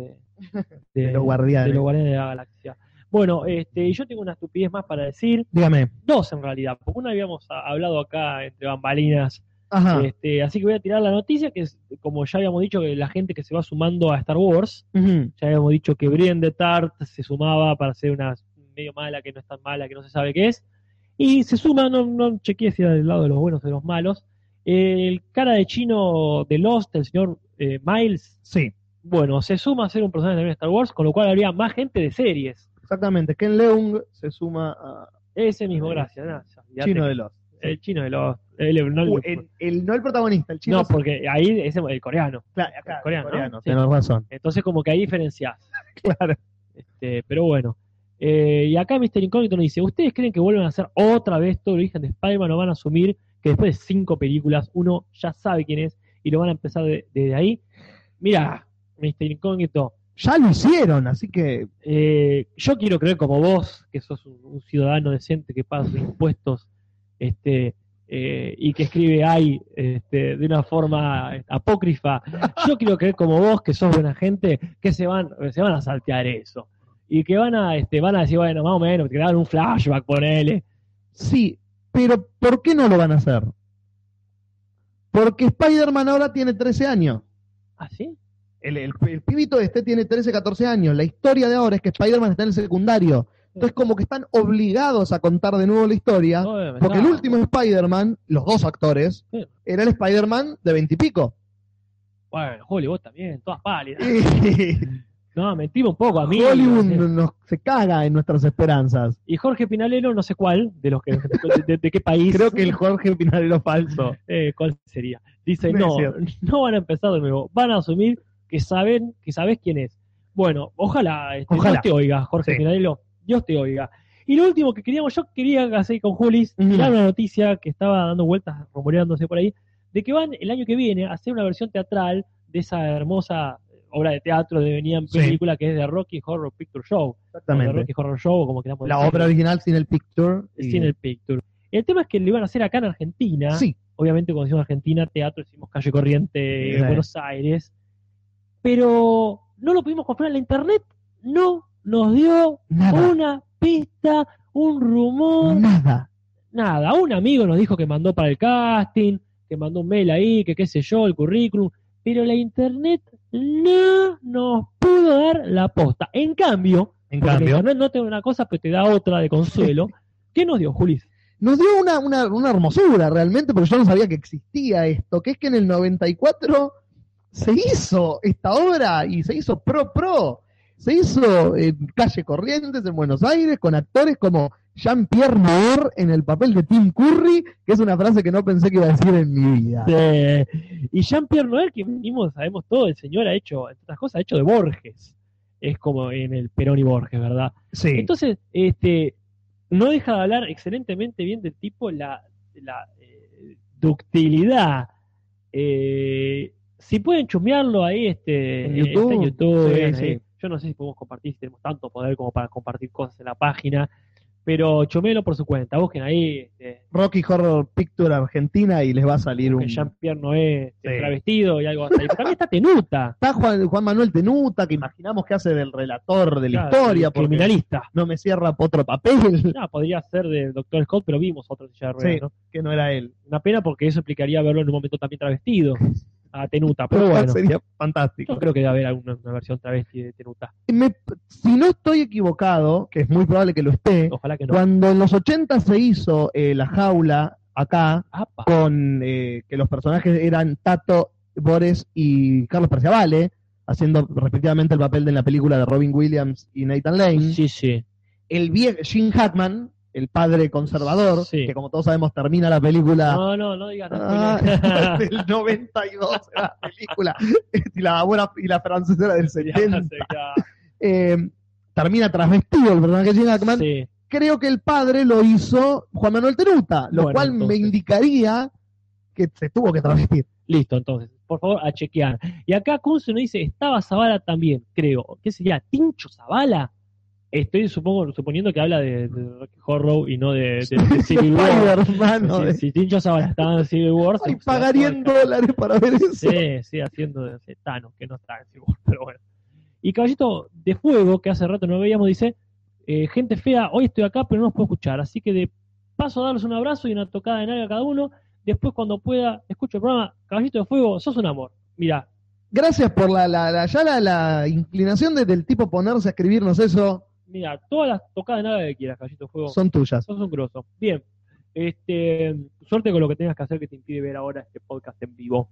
de, (laughs) de- De los guardianes. de los guardianes de la galaxia. Bueno, este, y yo tengo una estupidez más para decir, Dígame. dos en realidad, porque una habíamos a- hablado acá entre bambalinas Ajá. Este, así que voy a tirar la noticia, que es, como ya habíamos dicho, que la gente que se va sumando a Star Wars, Ujú. ya habíamos dicho que Brienne de Tart se sumaba para ser una medio mala, que no es tan mala, que no se sabe qué es, y se suma, no, no chequeé si era del lado de los buenos o de los malos, el cara de chino de Lost, el señor eh, Miles, Sí, bueno, se suma a ser un personaje también de Star Wars, con lo cual habría más gente de series. exactamente. Ken Leung se suma a Ese mismo, gracias. nada, ya, olvidate Chino que- de los. El chino de Lost. el- no, el- Uh, el, el- no el protagonista, el chino. no, es- porque ahí es el coreano. claro, acá, el coreano, coreano, ¿no? Sí. tenés (laughs) razón. Entonces como que ahí diferenciás. Claro. Este, pero bueno. Eh, y acá Mr. Incógnito nos dice, ¿ustedes creen que vuelvan a hacer otra vez todo el origen de Spider-Man o van a asumir que después de cinco películas uno ya sabe quién es y lo van a empezar de- desde ahí? Mira, Mr. Incógnito, Ya lo hicieron, así que eh, yo quiero creer como vos, que sos un, un ciudadano decente que paga sus impuestos este, eh, y que escribe ahí este, de una forma eh, apócrifa, yo quiero creer como vos, que sos buena gente, que se van, eh, se van a saltear eso. Y que van a, este, van a decir, bueno, más o menos, te dan un flashback, ponele. sí, pero ¿por qué no lo van a hacer? Porque Spider-Man ahora tiene 13 años. ¿Así? El, el- el pibito este tiene 13, 14 años. La historia de ahora es que Spider-Man está en el secundario. Entonces, como que están obligados a contar de nuevo la historia. Ah, Porque el último Spider-Man, los dos actores, Sí. era el Spider-Man de veintipico. Bueno, Holly, vos también, todas pálidas. (laughs) Hollywood No, mentimos un poco a mí. nos, se caga en nuestras esperanzas. Y Jorge Pinalero, no sé cuál, de los que, de- de- de qué país. Creo que el Jorge Pinarello falso. eh, ¿cuál sería? Dice, No no, es no van a empezar de nuevo, van a asumir que saben, que sabes quién es. Bueno, ojalá, este, Ojalá. Dios te oiga, Jorge Sí. Pinarello, Dios te oiga. Y lo último que queríamos, yo quería hacer con Julis, Ujú. era una noticia que estaba dando vueltas, rumoreándose por ahí, de que van el año que viene a hacer una versión teatral de esa hermosa obra de teatro de venía en Sí. película que es de Rocky Horror Picture Show. o de Rocky Horror Show, como queramos La decirlo, obra original sin el picture. y- sin el Picture. El tema es que lo iban a hacer acá en Argentina Sí, obviamente cuando decimos Argentina, teatro, decimos calle corriente, Sí. Buenos Aires, pero no lo pudimos comprar en la internet, no nos dio nada. una pista, un rumor, Nada. nada. Un amigo nos dijo que mandó para el casting, que mandó un mail ahí, que qué sé yo, el currículum, pero la internet no nos pudo dar la posta. En cambio, En Porque cambio, Internet no te da una cosa, pero te da otra de (laughs) consuelo. ¿Qué nos dio, Juli? Nos dio una, una, una hermosura realmente, porque yo no sabía que existía esto, que es que en el 94 se hizo esta obra y se hizo pro pro. Se hizo en Calle Corrientes, en Buenos Aires, con actores como Jean-Pierre Noir en el papel de Tim Curry, que es una frase que no pensé que iba a decir en mi vida. Eh, (laughs) y Jean-Pierre Noel, que venimos, sabemos todo, el señor ha hecho, entre otras cosas, ha hecho de Borges. Es como en el Perón y Borges, ¿verdad? Sí. Entonces, este, no deja de hablar excelentemente bien del tipo la, la, eh, ductilidad. Eh, si pueden chumearlo ahí, este, En eh, está YouTube. en YouTube, vean Sí, ahí. sí. Yo no sé si podemos compartir, si tenemos tanto poder como para compartir cosas en la página, pero chumelo por su cuenta, busquen ahí, este, Rocky Horror Picture Argentina y les va a salir un... que Jean-Pierre Noé este, Sí. travestido y algo así. Pero también está Tenuta, Está Juan, Juan Manuel Tenuta, que imaginamos que hace del relator de la claro, historia, el porque criminalista. no me cierra otro papel, (laughs) No, podría ser del Dr. Scott, pero vimos otro silla de ruedas, Sí. ¿no? que no era él. Una pena porque eso implicaría verlo en un momento también travestido a (laughs) Tenuta. Pero bueno, Ah, Sería yo fantástico. creo que debe haber alguna una versión travesti de Tenuta. Me- si no estoy equivocado, que es muy probable que lo esté, Ojalá que no. cuando en los 80 se hizo eh, La Jaula acá, Apa. con eh, que los personajes eran Tato, Boris y Carlos Perciavale, haciendo respectivamente el papel de en la película de Robin Williams y Nathan Lane, Sí, sí. el viejo Jim Hackman, el padre conservador, Sí. que como todos sabemos termina la película No, no, no digas. no, Ah, (laughs) spoiler. del 92 era la película y la, abuela- y la francesa era (laughs) del (laughs) Ya 70 sé, ya. Eh, termina transvestido el personaje de Gene Hackman Sí. creo que el padre lo hizo Juan Manuel Teruta lo Bueno, cual entonces. me indicaría que se tuvo que transvestir Listo, entonces. Por favor, a chequear. Y acá Kunze nos dice, estaba Zavala también, creo. ¿Qué sería? ¿Tincho Zavala? Estoy supongo, suponiendo que habla de, de Rocky Horror y no de, de, (laughs) de Civil Ay, War. hermano si, de- si Tincho Zavala estaba en Civil War... se- ay, se- pagaría en dólares para ver eso Sí, sí, haciendo de de Thanos, que no está en Civil War, pero bueno. Y Caballito de Fuego, que hace rato no veíamos, dice, eh, gente fea, hoy estoy acá, pero no los puedo escuchar. Así que de paso a darles un abrazo y una tocada de nalga a cada uno. Después, cuando pueda, escucho el programa Caballito de Fuego, sos un amor. Mira, gracias por la, la- la- ya la, la inclinación de- del tipo ponerse a escribirnos eso mira, todas las tocadas de nalga que quieras, Caballito de Fuego, son tuyas sos un grosso. Bien, este, suerte con lo que tengas que hacer que te impide ver ahora este podcast en vivo.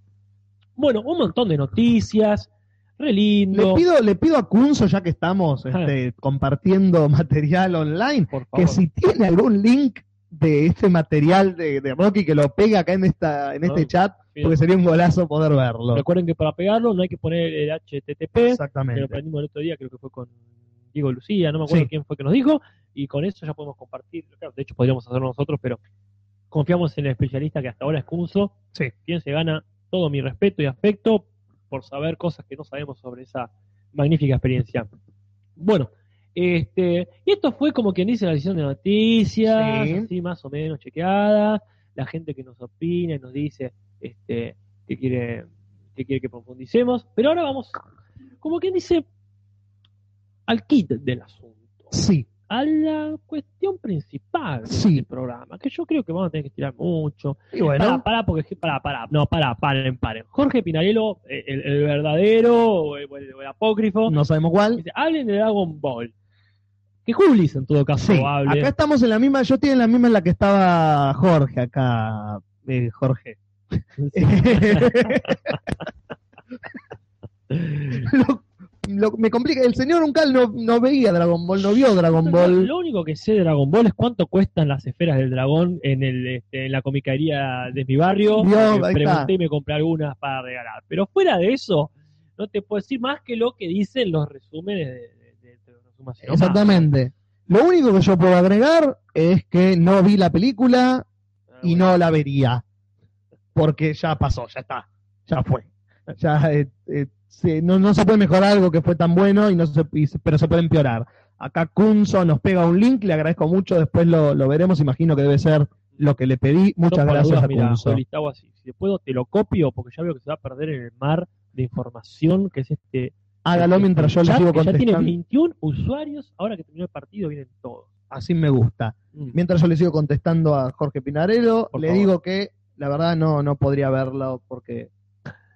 Bueno, un montón de noticias, re le lindo. pido, le pido a Kunzo, ya que estamos este, compartiendo (laughs) material online, por favor. que si tiene algún link de este material de, de Rocky que lo pegue acá en esta en este Ah, chat, bien. porque sería un golazo poder verlo. Recuerden que para pegarlo no hay que poner el ¿eh? HTTP, que lo Exactamente. aprendimos el otro día, creo que fue con Diego Lucía, no me acuerdo Sí. quién fue que nos dijo, y con eso ya podemos compartir. Claro, de hecho, podríamos hacerlo nosotros, pero confiamos en el especialista que hasta ahora es Cunzo, Sí. quien se gana todo mi respeto y afecto por saber cosas que no sabemos sobre esa magnífica experiencia. Bueno, este, y esto fue como quien dice la edición de noticias, Sí. así más o menos chequeadas, la gente que nos opina y nos dice este, que quiere que quiere que profundicemos, pero ahora vamos, como quien dice, al kit del asunto, Sí, a la cuestión principal Sí. del programa, que yo creo que vamos a tener que tirar mucho. y bueno, Pará, pará, porque pará, pará, no, pará, paren, paren. Jorge Pinarello, eh, el, el verdadero o el, o el- o el apócrifo, no sabemos cuál. dice, hablen de Dragon Ball. Que Julis en todo caso Sí, hable. acá estamos en la misma, yo estoy en la misma en la que estaba Jorge acá, eh, (laughs) Jorge. Lo- lo- me complica, el señor Uncal no, no veía Dragon Ball, no vio Dragon Ball. Lo único que sé de Dragon Ball es cuánto cuestan las esferas del dragón en, el, este, en la comicaría de mi barrio. Vio, Eh, ahí pregunté está. y me compré algunas para regalar. Pero fuera de eso, no te puedo decir más que lo que dicen los resúmenes de, de- de- de Onomásica. Exactamente. Lo único que yo puedo agregar es que no vi la película Ah, y bueno. no la vería. Porque ya pasó, ya está, ya fue. Ya, eh, eh, se- no, no se puede mejorar algo que fue tan bueno, y no se- y se- pero se puede empeorar. Acá Kunzo nos pega un link, le agradezco mucho, después lo, lo veremos, imagino que debe ser lo que le pedí. Yo Muchas por las gracias dudas, a mirá, Kunzo. Jolita, hago así. Si puedo, te lo copio porque ya veo que se va a perder en el mar de información que es este. este Hágalo Ah, mientras yo le chat, sigo que Ya tiene contestando. 21 usuarios. Ahora que terminó el partido, vienen todos. Así me gusta. Mm. Mientras yo le sigo contestando a Jorge Pinarello, Por le favor. digo que la verdad no, no podría verlo porque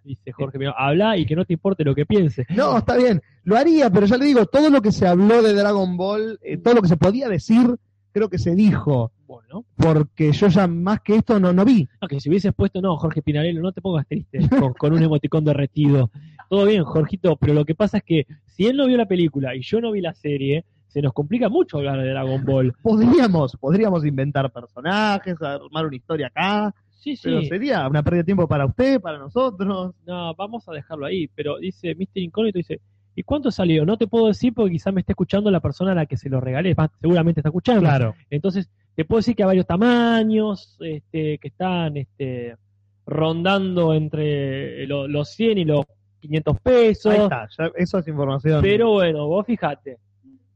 dice Jorge Miró. Habla y que no te importe lo que piense. No, está bien, lo haría, pero ya le digo, todo lo que se habló de Dragon Ball, eh, todo lo que se podía decir, creo que se dijo, Bueno, porque yo ya más que esto no, no vi. no, que si hubieses puesto, no, Jorge Pinarello, no te pongas (laughs) triste con, con un emoticón derretido. Todo bien, Jorgito, pero lo que pasa es que si él no vio la película y yo no vi la serie, se nos complica mucho hablar de Dragon Ball. Podríamos, podríamos inventar personajes, armar una historia acá, (laughs) Sí, sí. pero sería una pérdida de tiempo para usted, para nosotros. No, vamos a dejarlo ahí, pero dice Mr. Incógnito, dice, ¿y cuánto salió? No te puedo decir porque quizá me esté escuchando la persona a la que se lo regalé, Es más, seguramente está escuchando. Entonces, te puedo decir que hay varios tamaños, este, que están este, rondando entre lo- los 100 y los 500 pesos, Ahí está, ya- eso es información. pero bueno, vos fijate.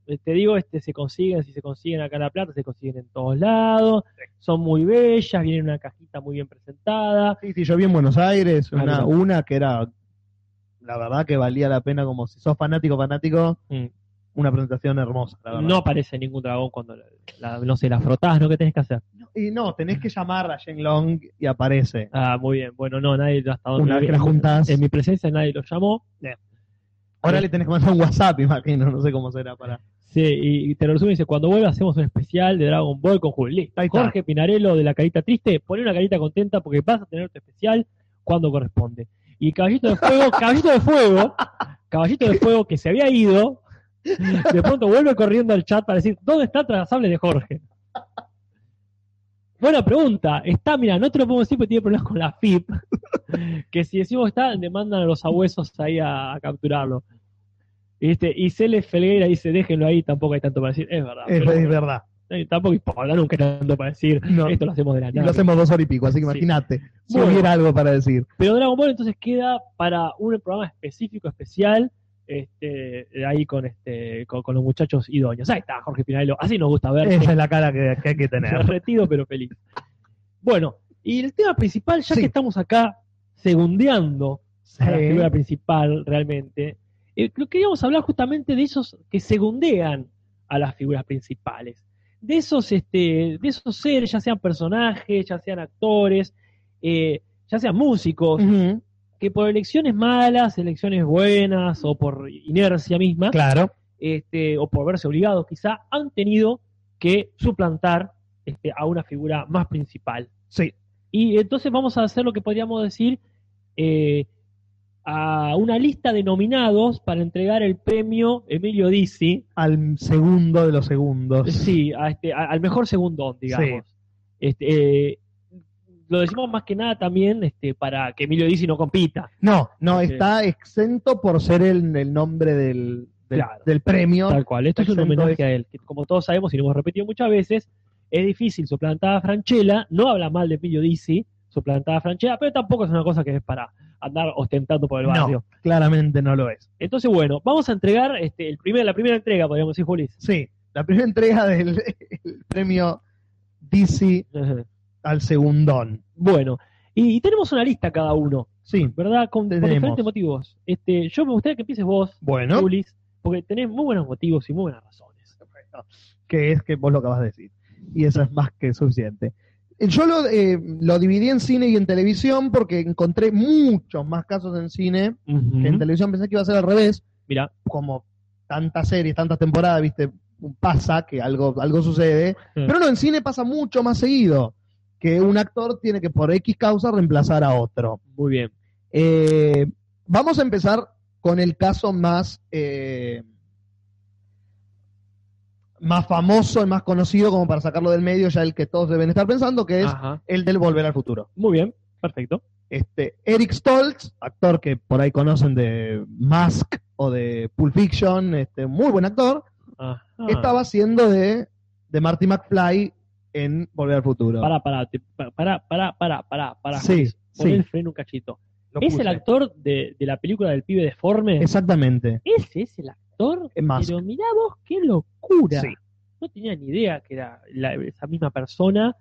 Eh, Te digo, este, se consiguen, si se consiguen acá en La Plata, se consiguen en todos lados, son muy bellas, vienen en una cajita muy bien presentada, Sí, sí, yo vi en Buenos Aires una, Claro. una que era, la verdad que valía la pena, como si sos fanático, fanático, Mm. una presentación hermosa, la verdad. No aparece ningún dragón cuando, la- la- no sé, la frotás, ¿no? ¿Qué tenés que hacer? Y no, tenés que llamar a Shen Long y aparece. Ah, muy bien. Bueno, no, nadie lo ha estado... Una vez que la juntás. En mi presencia nadie lo llamó. Ahora le tenés que mandar un WhatsApp, (laughs) imagino, no sé cómo será para... Sí, y, y te lo resumo y dice, cuando vuelva hacemos un especial de Dragon Ball con Juli. Listo. Ahí está. Jorge Pinarello de la carita triste, poné una carita contenta porque vas a tener tu especial cuando corresponde. Y Caballito de Fuego, Caballito de Fuego, Caballito de Fuego que se había ido, de pronto vuelve corriendo al chat para decir, ¿dónde está el trazable de Jorge? Buena pregunta. Está, mira, no te lo podemos decir porque tiene problemas con la FIP. Que si decimos está, le mandan a los abuesos ahí a, a capturarlo. Este, y Cele Felgueira dice, déjenlo ahí, tampoco hay tanto para decir. Es verdad. Es, pero es bueno. verdad. Eh, tampoco importa, nunca hay tanto para decir. No. Esto lo hacemos de la Y lo nada. hacemos dos horas y pico, así que Sí. imagínate. Si Bueno. hubiera algo para decir. Pero Dragon Ball entonces queda para un programa específico, especial, este, ahí con este, con, con los muchachos idóneos. Ahí está, Jorge Pinalelo. Así nos gusta ver. Esa es la cara que, que hay (laughs) que tener. Retiro, pero feliz. Bueno, y el tema principal, ya Sí. que estamos acá segundeando Sí. a la figura principal realmente, eh, lo queríamos hablar justamente de esos que segundean a las figuras principales. De esos, este, de esos seres, ya sean personajes, ya sean actores, eh, ya sean músicos, Ujú, que por elecciones malas, elecciones buenas o por inercia misma, Claro. este, o por verse obligados quizá, han tenido que suplantar este, a una figura más principal. Sí. Y entonces vamos a hacer lo que podríamos decir eh, a una lista de nominados para entregar el premio Emilio Dizzi, Al segundo de los segundos. sí, a este, a- al mejor segundón, digamos. Este, eh, lo decimos más que nada también este, para que Emilio Dizzi no compita. No, no, Sí. está exento por ser el, el nombre del, del, Claro. del premio. Tal cual, esto es un Exento homenaje de- a él, que como todos sabemos y lo hemos repetido muchas veces, es difícil suplantar a Franchella, no habla mal de Emilio Dizzi, suplantar a Franchella, pero tampoco es una cosa que es para andar ostentando por el No. barrio. Claramente no lo es. Entonces, bueno, vamos a entregar este, el primer, la primera entrega, podríamos decir, Julis. (laughs) Sí, la primera entrega del (laughs) el premio DC al segundón. bueno, y, y tenemos una lista cada uno, Sí, ¿verdad? Con, con Tenemos. diferentes motivos. Este, yo me gustaría que empieces vos, bueno, Julis, porque tenés muy buenos motivos y muy buenas razones. que es que vos lo acabas de decir. Y eso es más que suficiente. Yo lo, eh, lo dividí en cine y en televisión porque encontré muchos más casos en cine que en televisión. Pensé que iba a ser al revés, Mira, como tantas series, tantas temporadas, viste, pasa que algo, algo sucede. Pero no, en cine pasa mucho más seguido que un actor tiene que por X causa reemplazar a otro. muy bien. Eh, vamos a empezar con el caso más, eh, más famoso y más conocido, como para sacarlo del medio, ya el que todos deben estar pensando, que es Ajá. el del Volver al Futuro. Muy bien, perfecto. Este, Eric Stoltz, actor que por ahí conocen de Mask o de Pulp Fiction, este, muy buen actor, Ajá. estaba haciendo de, de Marty McFly en Volver al Futuro. Pará, pará, te- pa- pará, pará, pará, pará, pará. Sí, Julis. Poné sí. el freno un cachito. Lo ¿Es puse. el actor de, de la película del pibe deforme? Exactamente. Ese es el actor. En Mask. Pero mirá vos, qué locura. Sí. No tenía ni idea que era la- esa misma persona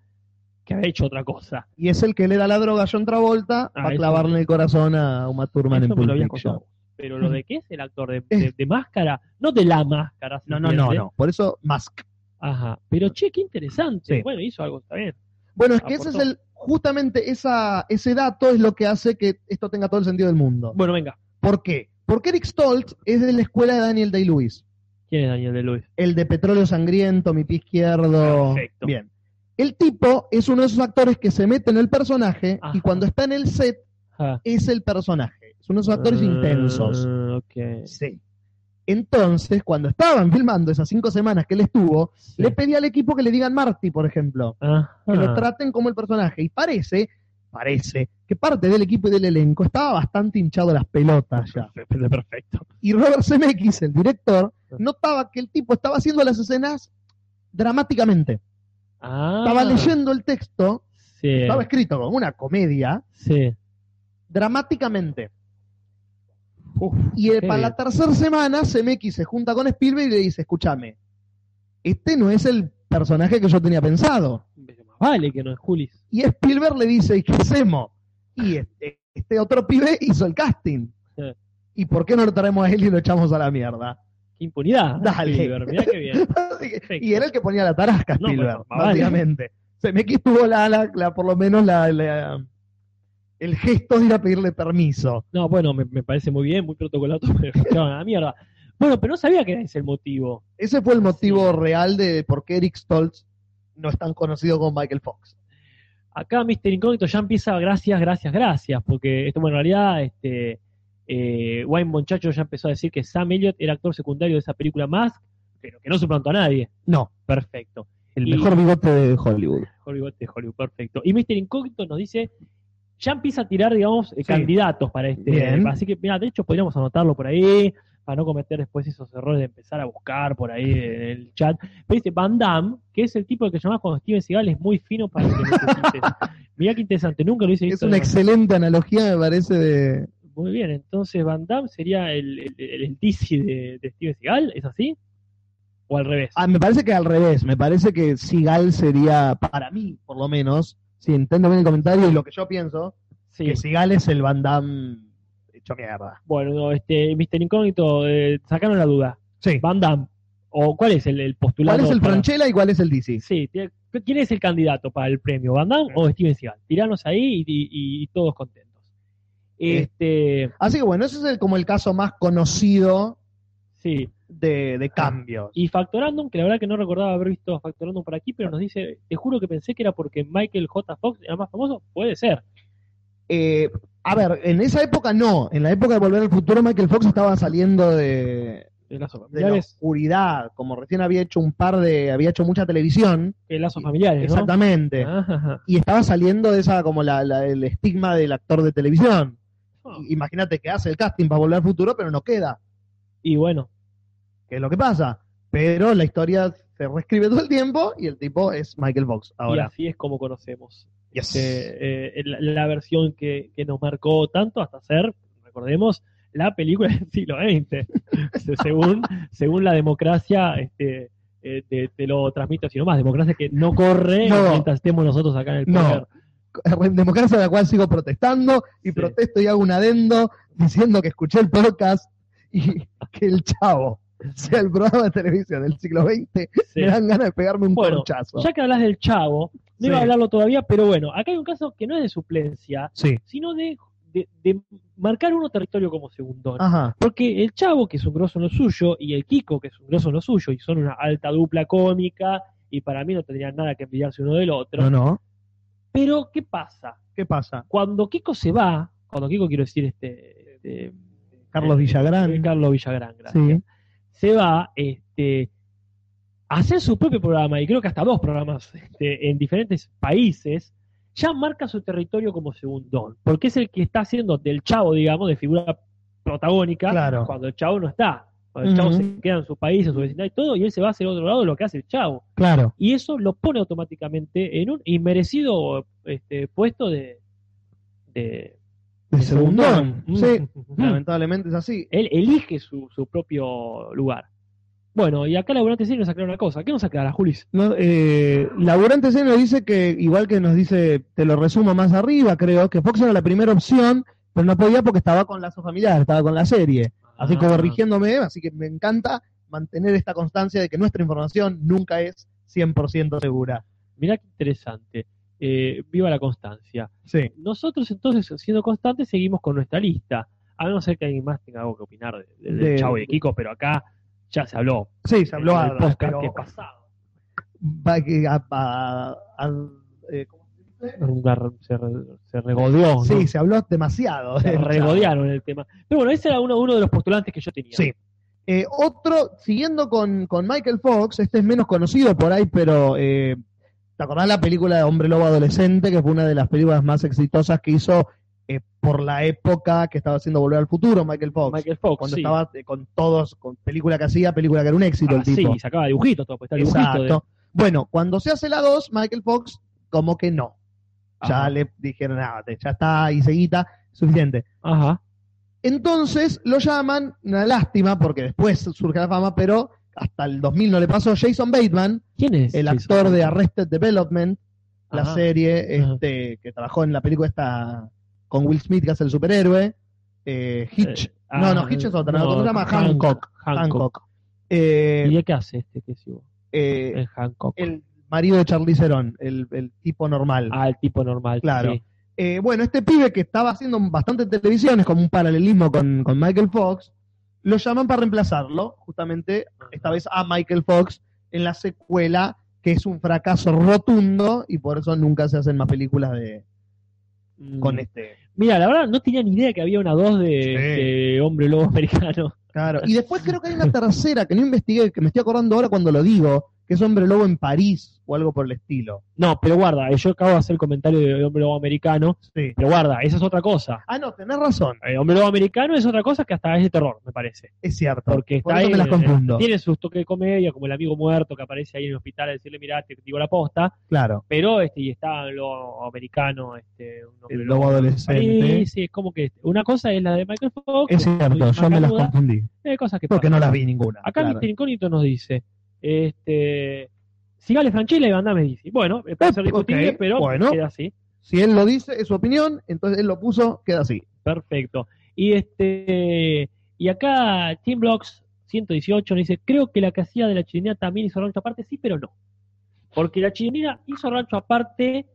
que había hecho otra cosa. Y es el que le da la droga a John Travolta Ah, para eso- clavarle el corazón a Uma Thurman Eso en me lo Pulp habías Fiction. contado. Pero lo de que es el actor de, Es- de- de máscara, no de la máscara. ¿se No, no, no, entiende? no. Por eso Mask. Ajá. Pero che, qué interesante. Sí. Bueno, hizo algo, está bien. Bueno, es que ese Aportó. es el, justamente esa, ese dato es lo que hace que esto tenga todo el sentido del mundo. Bueno, venga. ¿Por qué? Porque Eric Stoltz es de la escuela de Daniel Day-Lewis. ¿Quién es Daniel de Luis? El de Petróleo Sangriento, Mi Pie Izquierdo. Perfecto. Bien. El tipo es uno de esos actores que se mete en el personaje Ajá. y cuando está en el set Ah. es el personaje. Es uno de esos actores intensos. Ok. Sí. Entonces, cuando estaban filmando esas cinco semanas que él estuvo, Sí. Ah. le pedí al equipo que le digan Marty, por ejemplo Ajá. que lo traten como el personaje. Y parece, parece, que parte del equipo y del elenco estaba bastante hinchado las pelotas ya. Perfecto, Perfecto. Y Robert Zemeckis, el director, Ah. notaba que el tipo estaba haciendo las escenas dramáticamente. Ah, Estaba leyendo el texto, Sí. estaba escrito como una comedia, Sí. dramáticamente. Uf, Y eh, qué para la bien. tercera semana, Zemeckis se junta con Spielberg y le dice, escúchame, este no es el personaje que yo tenía pensado. Pero más Vale, que no es Julis. Y Spielberg le dice, ¿y qué hacemos? Y este, este otro pibe hizo el casting. Sí. ¿Y por qué no lo traemos a él y lo echamos a la mierda? Qué impunidad. Dale. Spielberg, Mirá qué bien. Así que- y era el que ponía la tarasca, No, pero Spielberg, vale. básicamente. Se me tuvo la, la- la- por lo menos la, la- el gesto de ir a pedirle permiso. No, bueno, me, me parece muy bien, muy protocolato, (laughs) pero me echaron a la mierda. Bueno, pero no sabía que era ese el motivo. Ese fue el motivo real de por qué Eric Stoltz no es tan conocido como Michael Fox. Acá Mr. Incógnito ya empieza gracias, gracias, gracias, porque esto, bueno, en realidad, este, eh, Wayne Monchacho ya empezó a decir que Sam Elliott era actor secundario de esa película más, pero que no suplantó a nadie. No, Perfecto. el Y- mejor bigote de Hollywood. Mejor bigote de Hollywood, perfecto. Y Mr. Incógnito nos dice, ya empieza a tirar, digamos, eh, candidatos para este. Bien. Así que, mira, de hecho podríamos anotarlo por ahí, para no cometer después esos errores de empezar a buscar por ahí en el chat. Pero dice Van Damme, que es el tipo de que llamás cuando Steven Seagal es muy fino para lo que (laughs) necesites. Mirá qué interesante, nunca lo hice. Es una excelente analogía, me parece, de... Muy bien, entonces Van Damme sería el, el, el- el DC de, de Steven Seagal, ¿es así? ¿O al revés? Ah, me parece que al revés, me parece que Sigal sería, para mí por lo menos, si entiendo bien el comentario y lo que yo pienso, sí. que Sigal es el Van Damme hecho mierda. Bueno, no, este, Mr. Incógnito, eh, sacaron la duda. Sí. Van Damme. ¿O cuál es el, el postulado? ¿Cuál es el para- Franchella y cuál es el DC? Sí, tiene- ¿quién es el candidato para el premio? ¿Van Damme o Steven Seagal? Tiranos ahí y, y- y todos contentos. Este, Así que bueno, ese es el- como el caso más conocido sí. de, de cambios. Y Factorandum, que la verdad que no recordaba haber visto a Factorandum por aquí, pero nos dice, te juro que pensé que era porque Michael J. Fox era más famoso. Puede ser. Eh, a ver, en esa época no, en la época de Volver al Futuro Michael Fox estaba saliendo de, El lazo de la familiar es oscuridad, como recién había hecho un par de, había hecho mucha televisión. el lazo familiar, ¿no? Ah. Exactamente. Ajá, ajá. y estaba saliendo de esa como la, la- el estigma del actor de televisión. Ah. Y- Imagínate que hace el casting para volver al futuro, pero no queda, Y bueno, que es lo que pasa. Pero la historia se reescribe todo el tiempo y el tipo es Michael Fox y ahora. así es como conocemos Yes. este, eh, la, la versión que, que nos marcó tanto hasta ser, recordemos, la película del siglo XX, Se- según, según la democracia, este, eh, te, te lo transmito así nomás, democracia que no corre No. mientras estemos nosotros acá en el No. poder. Democracia de la cual sigo protestando y Sí. protesto y hago un adendo diciendo que escuché el podcast y (laughs) que el chavo sea el programa de televisión del siglo XX. Sí. Me dan ganas de pegarme un Bueno, corchazo. Ya que hablas del chavo, no Sí. iba a hablarlo todavía, pero bueno, acá hay un caso que no es de suplencia, Sí. sino de, de- de marcar uno territorio como segundón. Ajá. Porque el Chavo, que es un grosso en lo suyo, y el Kiko, que es un grosso en lo suyo, y son una alta dupla cómica, y para mí no tendrían nada que envidiarse uno del otro. No, no. Pero, ¿qué pasa? ¿Qué pasa? Cuando Kiko se va, cuando Kiko quiero decir este. este, Carlos eh, Villagrán. eh, Carlos Villagrán, gracias. Sí. Se va, este. a Hacer su propio programa, y creo que hasta dos programas este, en diferentes países, ya marca su territorio como segundón, porque es el que está haciendo del chavo, digamos, de figura protagónica, Claro. cuando el chavo no está. Cuando el chavo Ujú. se queda en su país, en su vecindad y todo, y él se va hacia el otro lado lo que hace el chavo. Claro. Y eso lo pone automáticamente en un inmerecido este, puesto de. de De segundón. segundón. Sí. Mm. (laughs) Lamentablemente es así. Él elige su, su propio lugar. Bueno, y acá laburante sí nos aclara una cosa. ¿Qué nos aclara, Julis? No, eh, Laburante C nos dice que, igual que nos dice, te lo resumo más arriba, creo, que Fox era la primera opción, pero no podía porque estaba con lazo familiar, estaba con la serie. Así Ah, como corrigiéndome, así que me encanta mantener esta constancia de que nuestra información nunca es 100% segura. Mirá qué interesante. eh, viva la constancia. Sí. Nosotros entonces, siendo constantes, seguimos con nuestra lista. A no ser que alguien más tenga algo que opinar de- de- del De- Chavo y de Kiko, pero acá ya se habló. Sí, se habló en a, Eh, el podcast pero- que pasado. va que a- a- a- eh, ¿cómo se dice? Se, se regodeó. Oh, ¿no? Sí, se habló demasiado. Se (laughs) del regodearon el tema. Pero bueno, ese era uno, uno de los postulantes que yo tenía. Sí. Eh, otro, siguiendo con, con Michael Fox, este es menos conocido por ahí, pero eh, ¿te acordás la película de Hombre Lobo Adolescente, que fue una de las películas más exitosas que hizo eh, por la época que estaba haciendo Volver al Futuro Michael Fox? Michael Fox. cuando sí. estaba eh, con todos, con película que hacía, película que era un éxito Ah, el tipo. sí, sacaba dibujitos, todo, pues, está el dibujito de- Exacto. Bueno, cuando se hace la 2, Michael Fox, como que no. Ya Ajá. le dijeron, ah, te- ya está, y seguita, suficiente. Ajá. Entonces lo llaman, una lástima, porque después surge la fama, pero hasta el 2000 no le pasó. Jason Bateman, ¿Quién es? el Jason? actor de Arrested Development, la Ajá. serie Ajá. este, que trabajó en la película esta con Will Smith, que hace el superhéroe, eh, Hitch. Eh, no, no, ah, Hitch es otra, no, otra se llama Hank- Hancock. Hancock. Hancock. Eh, ¿Y de qué hace este que es Ivo? eh, El Hancock. el marido de Charlie Theron, el, el tipo normal. Ah, el tipo normal. Claro. sí. Eh, bueno, este pibe que estaba haciendo bastante televisiones, como un paralelismo con, con Michael Fox, lo llaman para reemplazarlo, justamente esta vez a Michael Fox, en la secuela, que es un fracaso rotundo y por eso nunca se hacen más películas de, Mm. con este. Mira, la verdad no tenía ni idea que había una 2 de, Sí. de Hombre Lobo (laughs) Americano. Claro. Y después creo que hay una tercera que no investigué, que me estoy acordando ahora cuando lo digo, que es Hombre Lobo en París o algo por el estilo. No, pero guarda, eh, yo acabo de hacer el comentario de Hombre Lobo Americano, Sí. pero guarda, esa es otra cosa. Ah, no, tenés razón, El Hombre Lobo Americano es otra cosa que hasta es de terror, me parece. es cierto. Porque está por eso ahí, me las eh, confundo. Tiene sus toques de comedia, como el amigo muerto que aparece ahí en el hospital a decirle, mirá, te digo la posta, Claro. pero este, y está lo americano, este, un hombre El lobo Sí, adolescente. sí, es como que una cosa es la de Michael Fox. Es cierto, yo me las Macanuda, confundí. Hay cosas que Porque pasan. no las vi ninguna. Acá claro. Mr. Incógnito nos dice, este, Sigale Franchella y Van Damme dice. Bueno, eh, puede ser Ok, discutible, pero bueno. queda así. Si él lo dice, es su opinión, entonces él lo puso, queda así. Perfecto. Y este, y acá Team Blocks 118 nos dice, creo que la que hacía de la chilenera también hizo rancho aparte, sí, pero no. Porque la chilenera hizo rancho aparte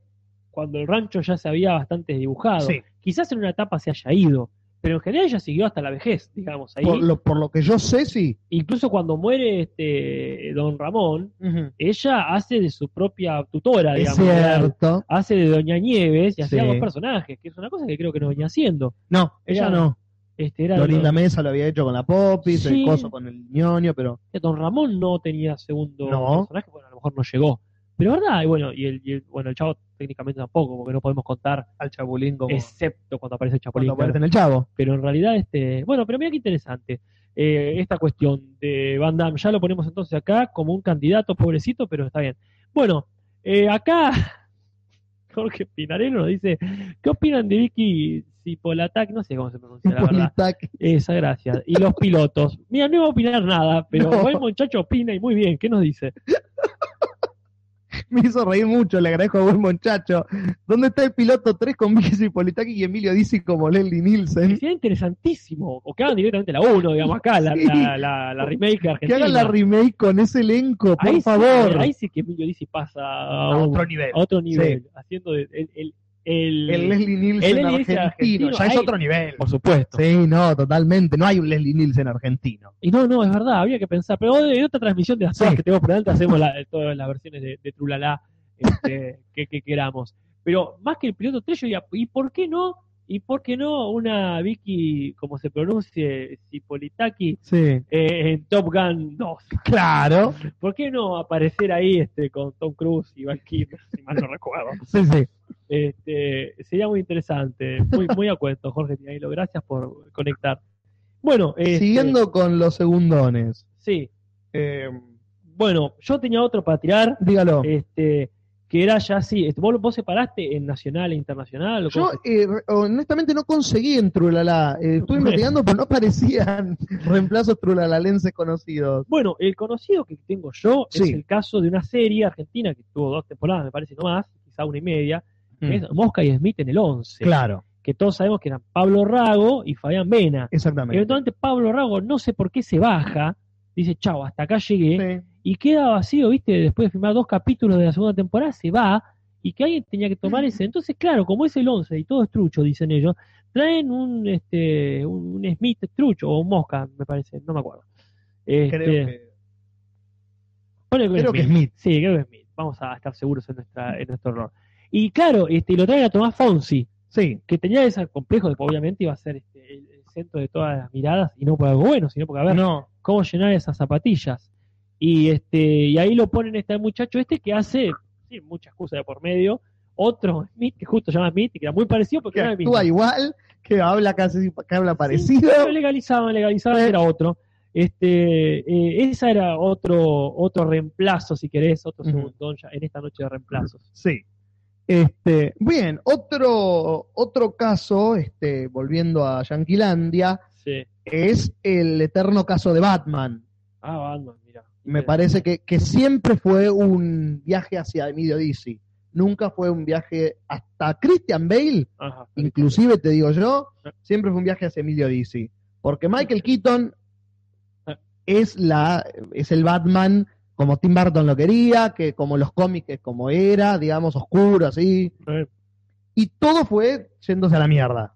cuando el rancho ya se había bastante dibujado. Quizás en una etapa se haya ido, pero en general ella siguió hasta la vejez, digamos, ahí. Por lo, por lo que yo sé, sí. Incluso cuando muere este Don Ramón, ella hace de su propia tutora, Es digamos. cierto. Hace de Doña Nieves y hacía Sí. dos personajes, que es una cosa que creo que no venía haciendo. No, ella Era- no. Este, era Lorinda Don, Mesa lo había hecho con la Popis, Sí. el coso con el ñoño, pero Don Ramón no tenía segundo No. personaje, bueno, a lo mejor no llegó. Pero es verdad, y bueno, y el, y el- bueno, el chavo técnicamente tampoco, porque no podemos contar, al Chapulín como excepto cuando aparece el Chapulín. cuando claro. aparece en el Chavo. Pero en realidad, este, bueno, pero mira qué interesante. eh, esta cuestión de Van Damme, ya lo ponemos entonces acá como un candidato, pobrecito, pero está bien. Bueno, eh, acá (laughs) Jorge Pinarello nos dice, ¿qué opinan de Vicky Cipolatac? No sé cómo se pronuncia, (laughs) la verdad. Politac. Esa, gracias. Y los pilotos. Mira, no iba a opinar nada, pero No. buen muchacho opina y muy bien. ¿Qué nos dice? Me hizo reír mucho, le agradezco a buen muchacho. ¿Dónde está el piloto 3 con Vicky Politac y Emilio Dizzi como Leslie Nielsen? Sería interesantísimo. O que hagan directamente la 1, digamos acá, la, Sí. la, la, la remake Que argentina. hagan la remake con ese elenco, por Ahí sí- favor. ahí sí que Emilio Dizzy pasa a A un- otro nivel. a otro nivel, haciendo el, el, el, el- El Leslie Nielsen Leslie Nielsen argentino, argentino, ya es ahí- otro nivel. por supuesto. Sí, no, totalmente. No hay un Leslie Nielsen argentino. Y no, no, es verdad, había que pensar, pero en otra transmisión de las Sí. horas que tenemos por delante hacemos la- todas las versiones de, de Trulalá este, (laughs) que, que queramos. Pero más que el piloto 3, yo diría, ¿y por qué no? ¿Y por qué no una Vicky, como se pronuncie, Cipolitaki, Sí. eh, en Top Gun 2? Claro. ¿Por qué no aparecer ahí este con Tom Cruise y Van Kilmer, si mal no (laughs) recuerdo? Sí, sí. Este, sería muy interesante, muy, muy a cuento, Jorge Tinello. Gracias por conectar. Bueno, este, Siguiendo con los segundones. Sí, Eh, bueno, yo tenía otro para tirar, dígalo. este, que era ya así. este, ¿Vos, vos separaste en nacional e internacional? o Yo cómo eh, re- honestamente no conseguí en Trulalá. Eh, estuve investigando, pero no (laughs) parecían reemplazos trulalalenses conocidos. se- Bueno, el conocido que tengo yo es Sí. el caso de una serie argentina que tuvo dos temporadas, me parece, no más, quizá una y media, que es Mosca y Smith en el 11, Mm. Claro, que todos sabemos que eran Pablo Rago y Fabián Mena. exactamente. Eventualmente Pablo Rago, no sé por qué se baja, dice, chao, hasta acá llegué, Sí. y queda vacío, ¿viste? Después de filmar dos capítulos de la segunda temporada, se va y que alguien tenía que tomar ese. Entonces, claro, como es el 11 y todo es trucho, dicen ellos, traen un, este, un, un Smith trucho o un Mosca, me parece, no me acuerdo. Este, Creo que. ponele Creo que Smith. Sí, creo que Smith. Vamos a estar seguros en, nuestra, en nuestro error. Y claro, este, y lo traen a Tomás Fonsi, Sí, que tenía ese complejo de que obviamente iba a ser este, el, el centro de todas las miradas, y no por algo bueno, sino porque a ver no. cómo llenar esas zapatillas. Y este, y ahí lo ponen este muchacho este que hace, sí, muchas cosas de por medio, otro Smith, que justo se llama Smith, y que era muy parecido porque Que era el mismo. actúa igual, que habla casi que habla Sí, parecido. Eh. pero legalizaban, legalizaban, era otro. Este, eh, esa era otro, otro reemplazo, si querés, otro Ujú. segundón ya en esta noche de reemplazos. Sí. Este, bien, otro, otro caso, este, volviendo a Yanquilandia, Sí. es el eterno caso de Batman. Ah, Batman, mira. Me parece que, que siempre fue un viaje hacia Emilio Dizzy. Nunca fue un viaje hasta Christian Bale, Ajá. inclusive te digo yo, siempre fue un viaje hacia Emilio Dizzy. Porque Michael Keaton es la, es el Batman como Tim Burton lo quería, que como los cómics que como era, digamos, oscuro, así. Eh, Y todo fue yéndose a la mierda.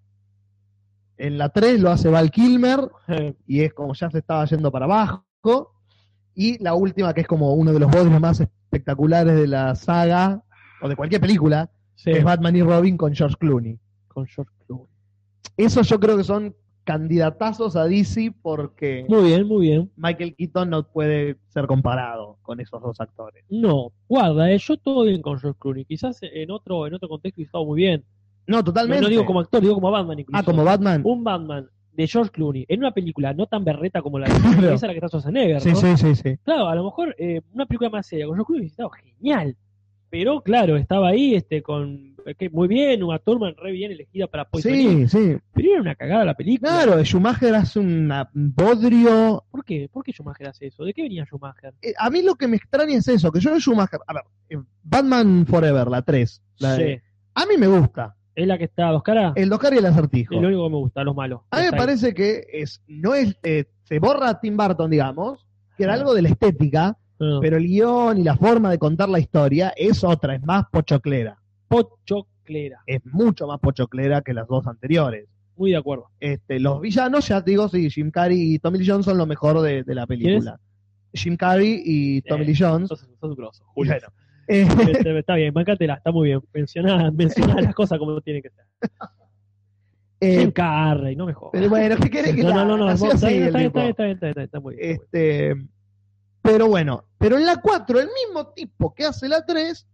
En la 3 lo hace Val Kilmer eh, y es como ya se estaba yendo para abajo. Y la última, que es como uno de los bodrios más espectaculares de la saga o de cualquier película, sí, es Batman y Robin con George Clooney. con George Clooney. Esos yo creo que son candidatazos a DC porque Muy bien, muy bien. Michael Keaton no puede ser comparado con esos dos actores. No, guarda, eh, yo todo bien con George Clooney. Quizás en otro, en otro contexto estaba muy bien. No, No, totalmente. no digo como Uh, actor, digo como Batman incluso. ah, como Batman. Un Batman de George Clooney en una película no tan berreta como (laughs) la Claro. esa es la que está Schwarzenegger, sí, ¿no? sí, sí, sí. Claro, a lo mejor eh, una película más seria con George Clooney hubiese estado genial. Pero claro, estaba ahí este con que muy bien, una Thurman re bien elegida para Poison Ivy, Sí, sí. Pero era una cagada la película. Claro, Schumacher hace una- un bodrio ¿Por qué? ¿Por qué Schumacher hace eso? ¿De qué venía Schumacher? eh, a mí lo que me extraña es eso, que yo Schumacher, a ver, eh, Batman Forever, la 3, la de- Sí, a mí me gusta, es la que está dos caras. el Oscar y el Es acertijo. lo único que me gusta, los malos. A mí me Está ahí. parece que es, no es, eh, se borra a Tim Burton, digamos, que era algo de la estética, Ah. pero el guión y la forma de contar la historia es otra, es más pochoclera, Pochoclera. es mucho más pochoclera que las dos anteriores. Muy de acuerdo. Este, los villanos, ya te digo, sí, Jim Carrey y Tommy Lee Jones son lo mejor de, de la película. Jim Carrey y Tommy Eh, Lee Jones. Sos, sos grosso, Julio. Bueno. Eh, Este, está bien, bancátela, está muy bien. Mencioná, mencioná las cosas como tienen que ser. eh, Jim Carrey, no me jodas. Pero bueno, ¿qué querés que no, la- no, no, no, así vos- está, así bien, el está, bien, tipo. está, bien, está bien, está bien, está muy bien. Este, pero bueno, pero en la 4, el mismo tipo que hace la 3,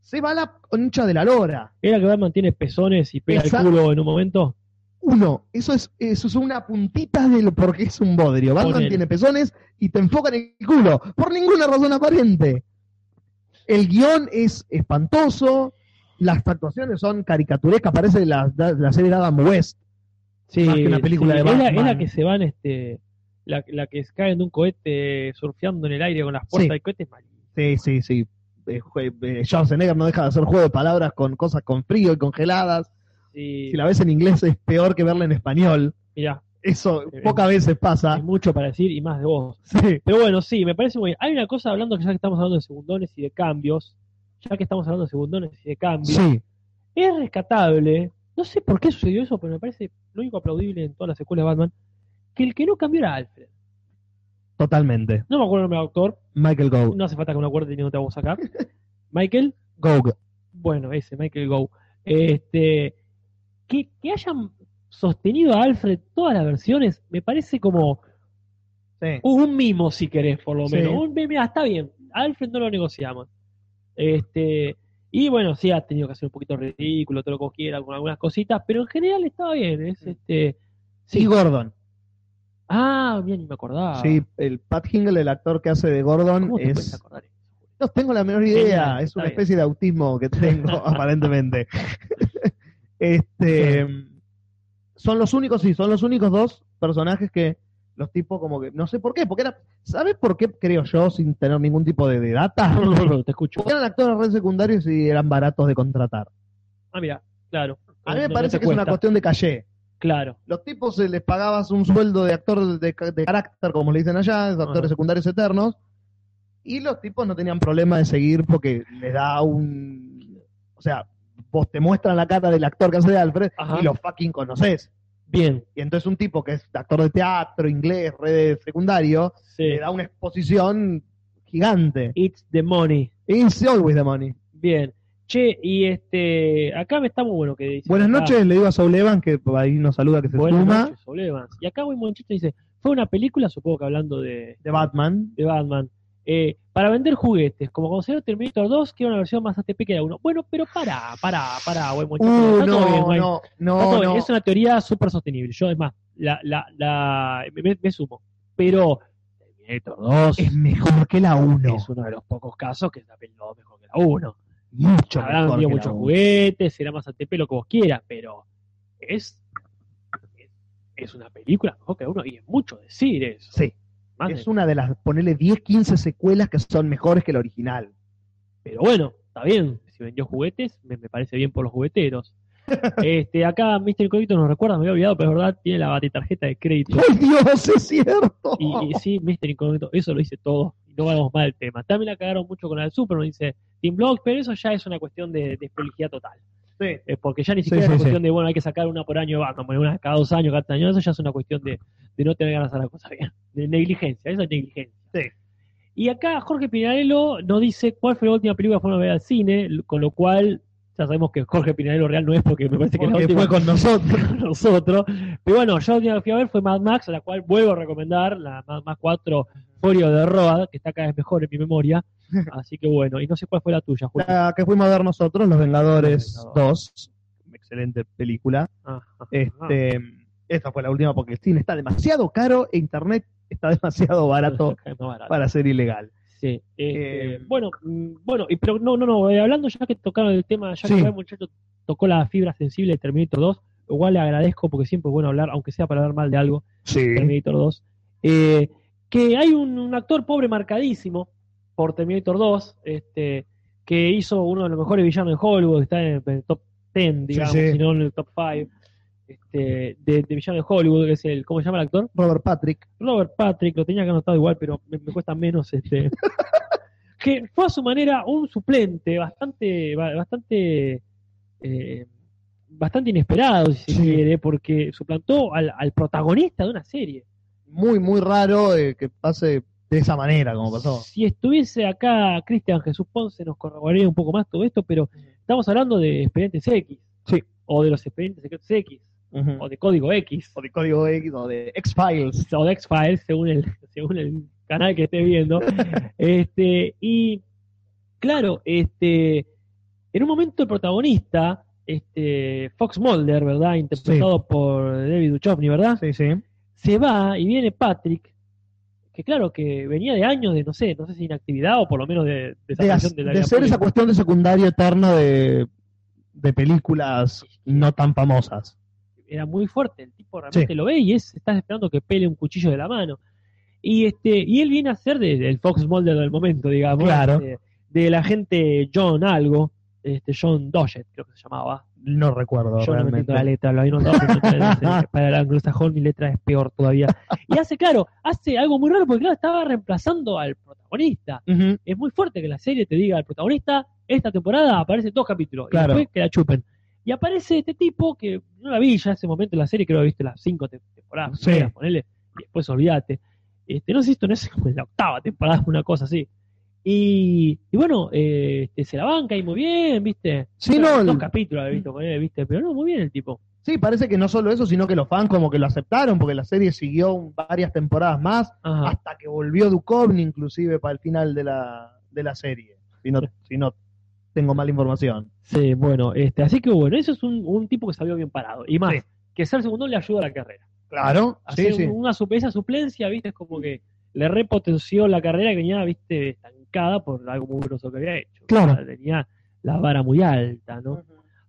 se va a la concha de la lora. ¿Era que Batman tiene pezones y pega Exacto. el culo en un momento? Uno, eso es, eso es una puntita de lo porque es un bodrio. Batman Ponele. tiene pezones y te enfocan en el culo, por ninguna razón aparente. El guión es espantoso, las actuaciones son caricaturescas, parece la, la serie de Adam West. Sí, Más que una película de es la- Es la, Batman. que se van, este, la, la que se caen de un cohete surfeando en el aire con las puertas Sí. del cohete es malísimo. Sí, sí, sí. Eh, jue- eh, Schwarzenegger no deja de hacer juego de palabras con cosas con frío y congeladas. Sí, Si la ves en inglés es peor que verla en español. mirá, Eso Eh, pocas veces pasa. hay mucho para decir y más de vos. Sí, Pero bueno, sí, me parece muy bien. Hay una cosa hablando que ya que estamos hablando de segundones y de cambios, ya que estamos hablando de segundones y de cambios, sí. es rescatable. No sé por qué sucedió eso, pero me parece lo único aplaudible en todas las secuelas de Batman, que el que no cambió era Alfred. Totalmente. No me acuerdo el nombre del actor, Michael Go. no hace falta que me acuerde y no te vamos a sacar. Michael, Go. bueno, ese, Michael Go. Este, que, que hayan sostenido a Alfred todas las versiones, me parece como Sí. un mimo, si querés, por lo Sí. menos. Un mira, está bien, Alfred no lo negociamos. Este, y bueno, sí ha tenido que hacer un poquito ridículo, todo lo que quiera, con algunas cositas, pero en general estaba bien. Es, este, Sí, Gordon. Ah, bien, ni me acordaba. Sí, el Pat Hingle, el actor que hace de Gordon, ¿Cómo te puedes es. acordar? No tengo la menor Genial, idea. está Es una bien. especie de autismo que (laughs) tengo, aparentemente. este. Son los únicos, sí, son los únicos dos personajes que los tipos, como que. No sé por qué, porque era. ¿Sabes por qué creo yo, sin tener ningún tipo de, (laughs) de data? Te escucho. Porque eran actores red secundarios y eran baratos de contratar. Ah, mira, claro. A mí No- me no parece te que es una cuesta. cuestión de calle. Claro. Los tipos se les pagabas un sueldo de actor de, ca- de carácter, como le dicen allá, de actores Ajá. secundarios eternos, y los tipos no tenían problema de seguir porque les da un O sea, vos te muestran la cara del actor que hace de Alfred Ajá. y lo fucking conoces. Bien, Y entonces un tipo que es actor de teatro, inglés, red secundario, sí. le da una exposición gigante. It's the money. It's always the money. Bien. Che, y este, acá me está muy bueno que dice. Buenas acá, noches, le digo a Saul Evan, que ahí nos saluda, que se Ah. Buenas suma, noches, Saul Evans. Y acá voy muchachito dice, fue una película, supongo que hablando de, de Batman. de Batman, eh, para vender juguetes, como cuando salió Terminator 2, que era una versión más ATP que la 1. Bueno, pero pará, pará, pará, buen muchacho. Uh, Está todo bien, no, Mike. no, Está todo no, bien. no. Es una teoría súper sostenible. Yo, es más, la, la, la, me, me sumo. Pero Terminator 2 Es mejor que la 1. es uno de los pocos casos que está pegado mejor que la 1. Mucho Habrán mejor. vendido que la muchos uno. juguetes, será más ATP, lo que vos quieras, pero es, es una película mejor que la 1 y es mucho decir eso. Sí, Más es de- una de las, ponele 10, 15 secuelas que son mejores que la original. Pero bueno, está bien. Si vendió juguetes, me, me parece bien por los (laughs) jugueteros. este, acá Mr. Codito nos recuerda, me había olvidado, pero es verdad, tiene la batitarjeta de (laughs) crédito. ¡Ay, Dios, es cierto! Y, y sí, Mr. Incógnito, eso lo hice todo. Y no vamos mal el tema. También la cagaron mucho con el Super, nos dice Team Blog, pero eso ya es una cuestión de desprolijidad total. Sí. Eh, porque ya ni Sí, siquiera sí, es una sí. cuestión de, bueno, hay que sacar una por año de Batman, bueno, una cada dos años, cada año, eso ya es una cuestión de, de no tener ganas de hacer la cosa bien. De negligencia, eso es negligencia. Sí. Y acá Jorge Pinarello nos dice cuál fue la última película que fueron a ver al cine, con lo cual ya sabemos que Jorge Pinarello real no es porque me parece que es la Porque última fue (laughs) con nosotros. nosotros. Pero bueno, yo la última que fui a ver fue Mad Max, a la cual vuelvo a recomendar, la Mad Max 4 Forio de Road, que está cada vez mejor en mi (laughs) memoria. Así que bueno, y no sé cuál fue la tuya, Julio. La que fuimos a ver nosotros, Los Vengadores Los Vengadores. 2. Excelente película. Ah, ah, Este, Esta fue la última porque el cine está demasiado caro e internet está (laughs) demasiado barato ah, no, barato. para ser ilegal. Sí, este, Eh, bueno, mm, bueno, y pero no, no, no, eh, hablando ya que tocaron el tema, ya Sí. que el muchacho tocó la fibra sensible de Terminator 2, igual le agradezco porque siempre es bueno hablar, aunque sea para hablar mal de algo, Sí. Terminator 2. eh, que hay un, un actor pobre marcadísimo por Terminator 2, este, que hizo uno de los mejores villanos de Hollywood, que está en, el top 10, digamos, sí. si no en el top 5, este, de, de villanos de Hollywood, que es el, ¿cómo se llama el actor? Robert Patrick. Robert Patrick, lo tenía que anotado igual, pero me, me cuesta menos (laughs) este. que fue a su manera un suplente bastante, ba- bastante, eh, bastante inesperado, si se Sí. quiere, porque suplantó al, al protagonista de una serie. Muy, muy raro eh, que pase de esa manera como pasó. Si estuviese acá Cristian Jesús Ponce, nos corroboraría un poco más todo esto, pero estamos hablando de expedientes X. Sí. O de los expedientes secretos X, o de código X, O de Código X o de X-Files. o de X-Files, según el, (laughs) según el canal que esté viendo. este, y claro, este, en un momento el protagonista, este, Fox Mulder, ¿verdad? Interpretado por David Duchovny, ¿verdad? Sí, sí. Se va y viene Patrick, que claro, que venía de años de, no sé, no sé si inactividad o por lo menos de, de, de, desaparición as- de la de vida ser esa pública. cuestión de secundaria eterna de, de películas no tan famosas. Era muy fuerte, el tipo realmente lo ve y es, estás esperando que pele un cuchillo de la mano. Y este, y él viene a ser de- del Fox Mulder del momento, digamos. Claro. este, del agente John algo, este John Dodgett, creo que se llamaba. No recuerdo Yo no me entiendo la realmente. letra, lo había notado, pero no tenía (laughs) letra. para el anglosajón mi letra es peor todavía. Y hace, claro, hace algo muy raro porque claro, estaba reemplazando al protagonista. Ujú. Es muy fuerte que la serie te diga al protagonista, esta temporada aparece dos capítulos, Claro. y después que la chupen. Y aparece este tipo que no la vi ya en ese momento en la serie, creo que viste las cinco te- temporadas, Sí. primeras, ponele, y después olvídate. Este, no sé si esto no es como en la octava temporada, (laughs) una cosa así. Y, y bueno, eh, este, se la banca y muy bien, ¿viste? Sí, Creo no, que el- Dos capítulos he visto con él, ¿viste? Pero no, muy bien el tipo. Sí, parece que no solo eso, sino que los fans como que lo aceptaron, porque la serie siguió un- varias temporadas más, Ajá. hasta que volvió Duchovny inclusive para el final de la, de la serie. Si (laughs) no, si no tengo mala información. Sí, bueno, este, así que bueno, eso es un, un tipo que salió bien parado. Y más, Sí. que ser segundo le ayuda a la carrera. Claro, sí, Hacer sí. una suple- esa suplencia, viste, es como que le repotenció la carrera que venía, viste, estancada por algo muy groso que había hecho. Claro. O sea, Tenía la vara muy alta, ¿no?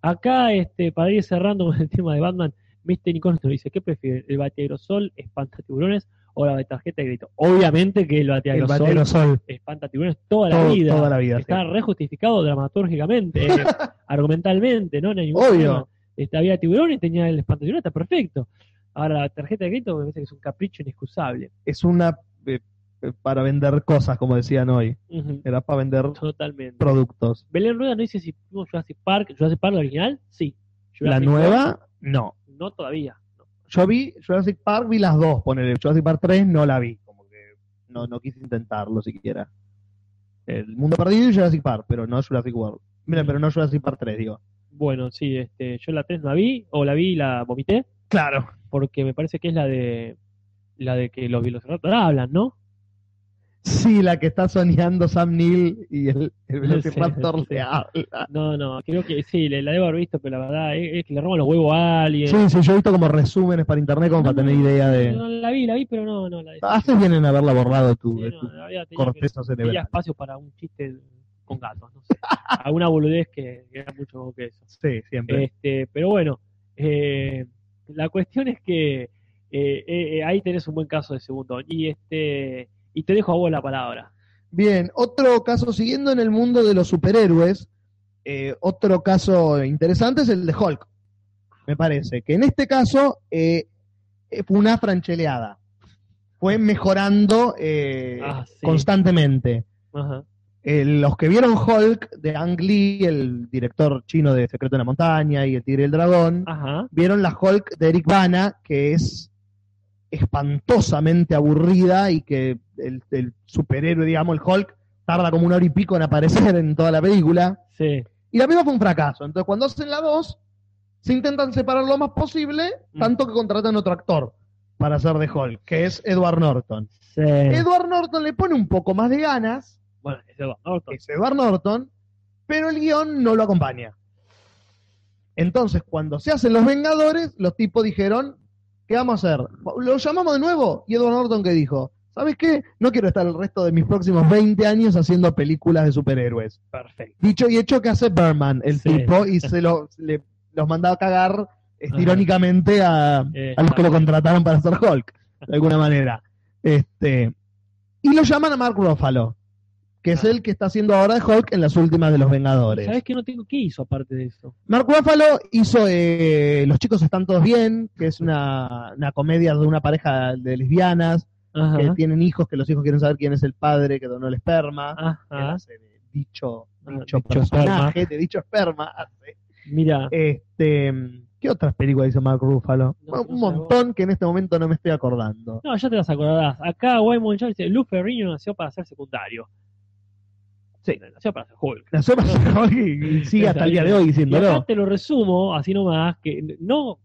Acá, este, para ir cerrando con el tema de Batman, Mr. Nicolas nos dice, ¿qué prefiere? ¿El bateaerosol espanta tiburones o la tarjeta de grito? Obviamente que el El bateaerosol batero sol. espanta tiburones toda la Todo- vida. toda la vida. Está sí. rejustificado dramatúrgicamente, (laughs) eh, argumentalmente, ¿no? No hay ningún Obvio. problema. Este, había tiburones, tenía el espantatiburón, está perfecto. Ahora la tarjeta de crédito me parece que es un capricho inexcusable. Es una eh, eh, para vender cosas, como decían hoy. Ujú, Era para vender Totalmente. productos. Belén Rueda no dice si vimos Jurassic Park. ¿Jurassic Park la original? Sí. La Jurassic nueva, no. World, No todavía. No. Yo vi Jurassic Park, vi las dos, ponele. Jurassic Park 3 no la vi, como que no, no quise intentarlo siquiera. El Mundo Perdido y Jurassic Park, pero no Jurassic World. Mm. Mira, pero no Jurassic Park 3, digo. Bueno, sí, este, yo la 3 no la vi, o la vi y la vomité, Claro. porque me parece que es la de la de que los velociraptor hablan, ¿no? Sí, la que está soñando Sam Neill y el, el Velociraptor Sí. le habla. No, no, creo que sí, le- la debo haber visto, pero la verdad es, es que le roban los huevos a alguien. Sí, sí, yo he visto como resúmenes para internet como para tener idea de... No, la vi, la vi, pero no, no, la de... Haces bien en haberla borrado tú, Sí, de no, tu la había tenido que- corteza tenía cerebral. espacio para un chiste con gatos, no sé. Alguna boludez que que era mucho mejor que eso. Sí, siempre. Este, pero bueno, eh, la cuestión es que eh, eh, eh, ahí tenés un buen caso de segundo. Y este y te dejo a vos la palabra. Bien, otro caso, siguiendo en el mundo de los superhéroes, eh, otro caso interesante es el de Hulk, me parece, que en este caso eh, eh, fue una francheleada, fue mejorando eh, Ah, sí. constantemente. Ajá. Eh, los que vieron Hulk de Ang Lee, el director chino de Secreto en la Montaña y El Tigre y el Dragón, Ajá. vieron la Hulk de Eric Bana, que es espantosamente aburrida y que el, el superhéroe, digamos, el Hulk, tarda como una hora y pico en aparecer en toda la película. Sí. Y la misma fue un fracaso. Entonces, cuando hacen la 2, se intentan separar lo más posible, Mm. tanto que contratan otro actor para hacer de Hulk, que es Edward Norton. Sí. Edward Norton le pone un poco más de ganas, Bueno, es Edward Norton. es Edward Norton, pero el guión no lo acompaña. Entonces, cuando se hacen los Vengadores, los tipos dijeron, ¿qué vamos a hacer? Lo llamamos de nuevo y Edward Norton que dijo, ¿sabes qué? No quiero estar el resto de mis próximos 20 años haciendo películas de superhéroes. Perfecto. Dicho y hecho que hace Berman, el Sí. tipo, y se lo, le- los mandaba a cagar este, Ajá. irónicamente a, Eh, a los que lo contrataron para hacer Hulk, de alguna manera. Este, y lo llaman a Mark Ruffalo, que es Ah. el que está haciendo ahora de Hulk en las últimas de los Vengadores. ¿Sabes que no tengo qué hizo aparte de eso? Mark Ruffalo hizo eh, Los chicos están todos bien, que es una, una comedia de una pareja de lesbianas Ajá. que tienen hijos, que los hijos quieren saber quién es el padre que donó el esperma. Él Ajá. hace de dicho, Ah, dicho dicho personaje, de dicho esperma. hace. Mira. Este, ¿Qué otras películas hizo Mark Ruffalo? No, Bueno, no un sé, montón que en este momento no me estoy acordando. No, ya te las acordarás. Acá Wyman Jones dice, Lou Ferrigno nació para ser secundario. Sí. Nació para ser Hulk. Nació para ser Hulk y y sigue hasta el día de hoy Y acá diciéndolo. te lo resumo, así nomás, que no,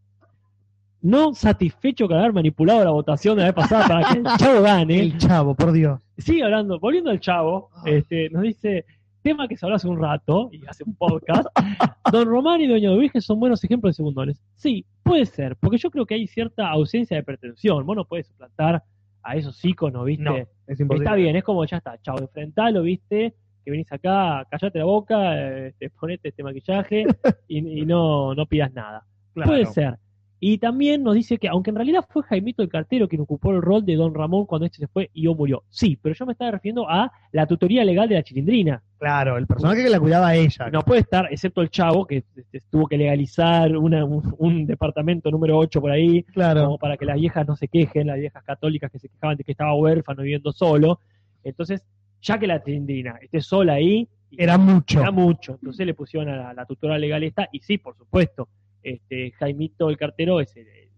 no satisfecho con haber manipulado la votación de la vez pasada para (laughs) que el chavo gane. El chavo, por Dios. Sigue hablando, volviendo al chavo, Ah. este, nos dice, tema que se habló hace un rato y hace un podcast, (laughs) Don Román y Doña Virgen son buenos ejemplos de segundones. Sí, puede ser, porque yo creo que hay cierta ausencia de pretensión. Vos no puedes suplantar a esos íconos, ¿viste? No, es Porque imposible. está bien, es como ya está, chao, enfrentalo, viste, que venís acá, callate la boca, eh, te ponete este maquillaje y, y no, no pidas nada. Claro. Puede ser. Y también nos dice que, aunque en realidad fue Jaimito el cartero quien ocupó el rol de Don Ramón cuando este se fue y yo murió. Sí, pero yo me estaba refiriendo a la tutoría legal de la chilindrina. Claro, el personaje que la cuidaba a ella. No puede estar, excepto el chavo, que este, tuvo que legalizar una- un, un departamento número 8 por ahí, claro. como para que las viejas no se quejen, las viejas católicas que se quejaban de que estaba huérfano viviendo solo. Entonces, ya que la Trindina esté sola ahí, y Era mucho. era mucho. Entonces le pusieron a la, la tutora legal esta, y sí, por supuesto, este Jaimito el cartero es el, el-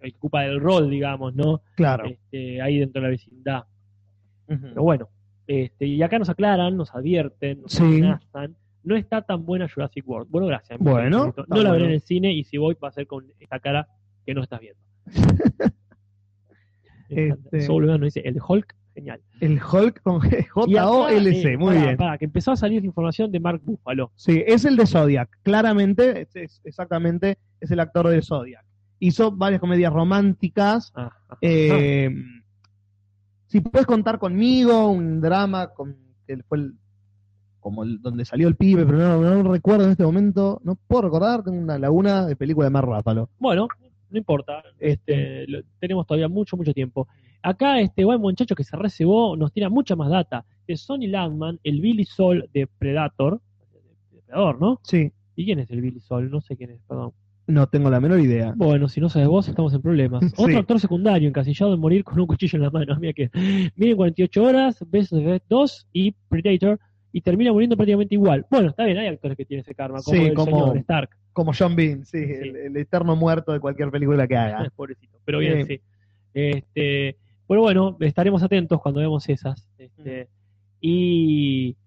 el que ocupa del rol, digamos, ¿no? Claro. Este, ahí dentro de la vecindad. Pero Ujú. bueno, este, y acá nos aclaran, nos advierten, nos Sí. amenazan. No está tan buena Jurassic World. Bueno, gracias. Bueno, No está la veré bueno. en el cine y si voy va a ser con esta cara que no estás (laughs) viendo. Me encanta. Este- Saul Goodman nos dice, el de Hulk, genial. El Hulk con Y acá, J-O-L-C. eh, Muy pará, bien. pará, que empezó a salir información de Mark Buffalo. Sí, es el de Zodiac. Claramente, es- es- exactamente, es el actor de Zodiac. Hizo varias comedias románticas. Eh, Si puedes contar conmigo, un drama con que fue el- como el- donde salió el pibe, pero no, no recuerdo en este momento, no puedo recordar, tengo una laguna de película de Mar Rápalo. Bueno, no importa. Este, lo- tenemos todavía mucho, mucho tiempo. Acá este buen muchacho que se recebó nos tira mucha más data. De Sonny Landman, el Billy Sol de Predator. Depredador, ¿no? Sí, ¿Y quién es el Billy Sol? No sé quién es, perdón. No tengo la menor idea. Bueno, si no sabes vos, estamos en problemas. Sí. Otro actor secundario encasillado en morir con un cuchillo en la mano. (laughs) Mira que. Miren 48 horas, Best of Us 2 y Predator. Y termina muriendo prácticamente igual. Bueno, está bien, hay actores que tienen ese karma, como Sí, el como- señor Stark. Como John Bean, sí, El, el eterno muerto de cualquier película (laughs) que haga. Pobrecito. Pero bien, Sí. sí. Este, pero bueno, estaremos atentos cuando veamos esas. Este, y,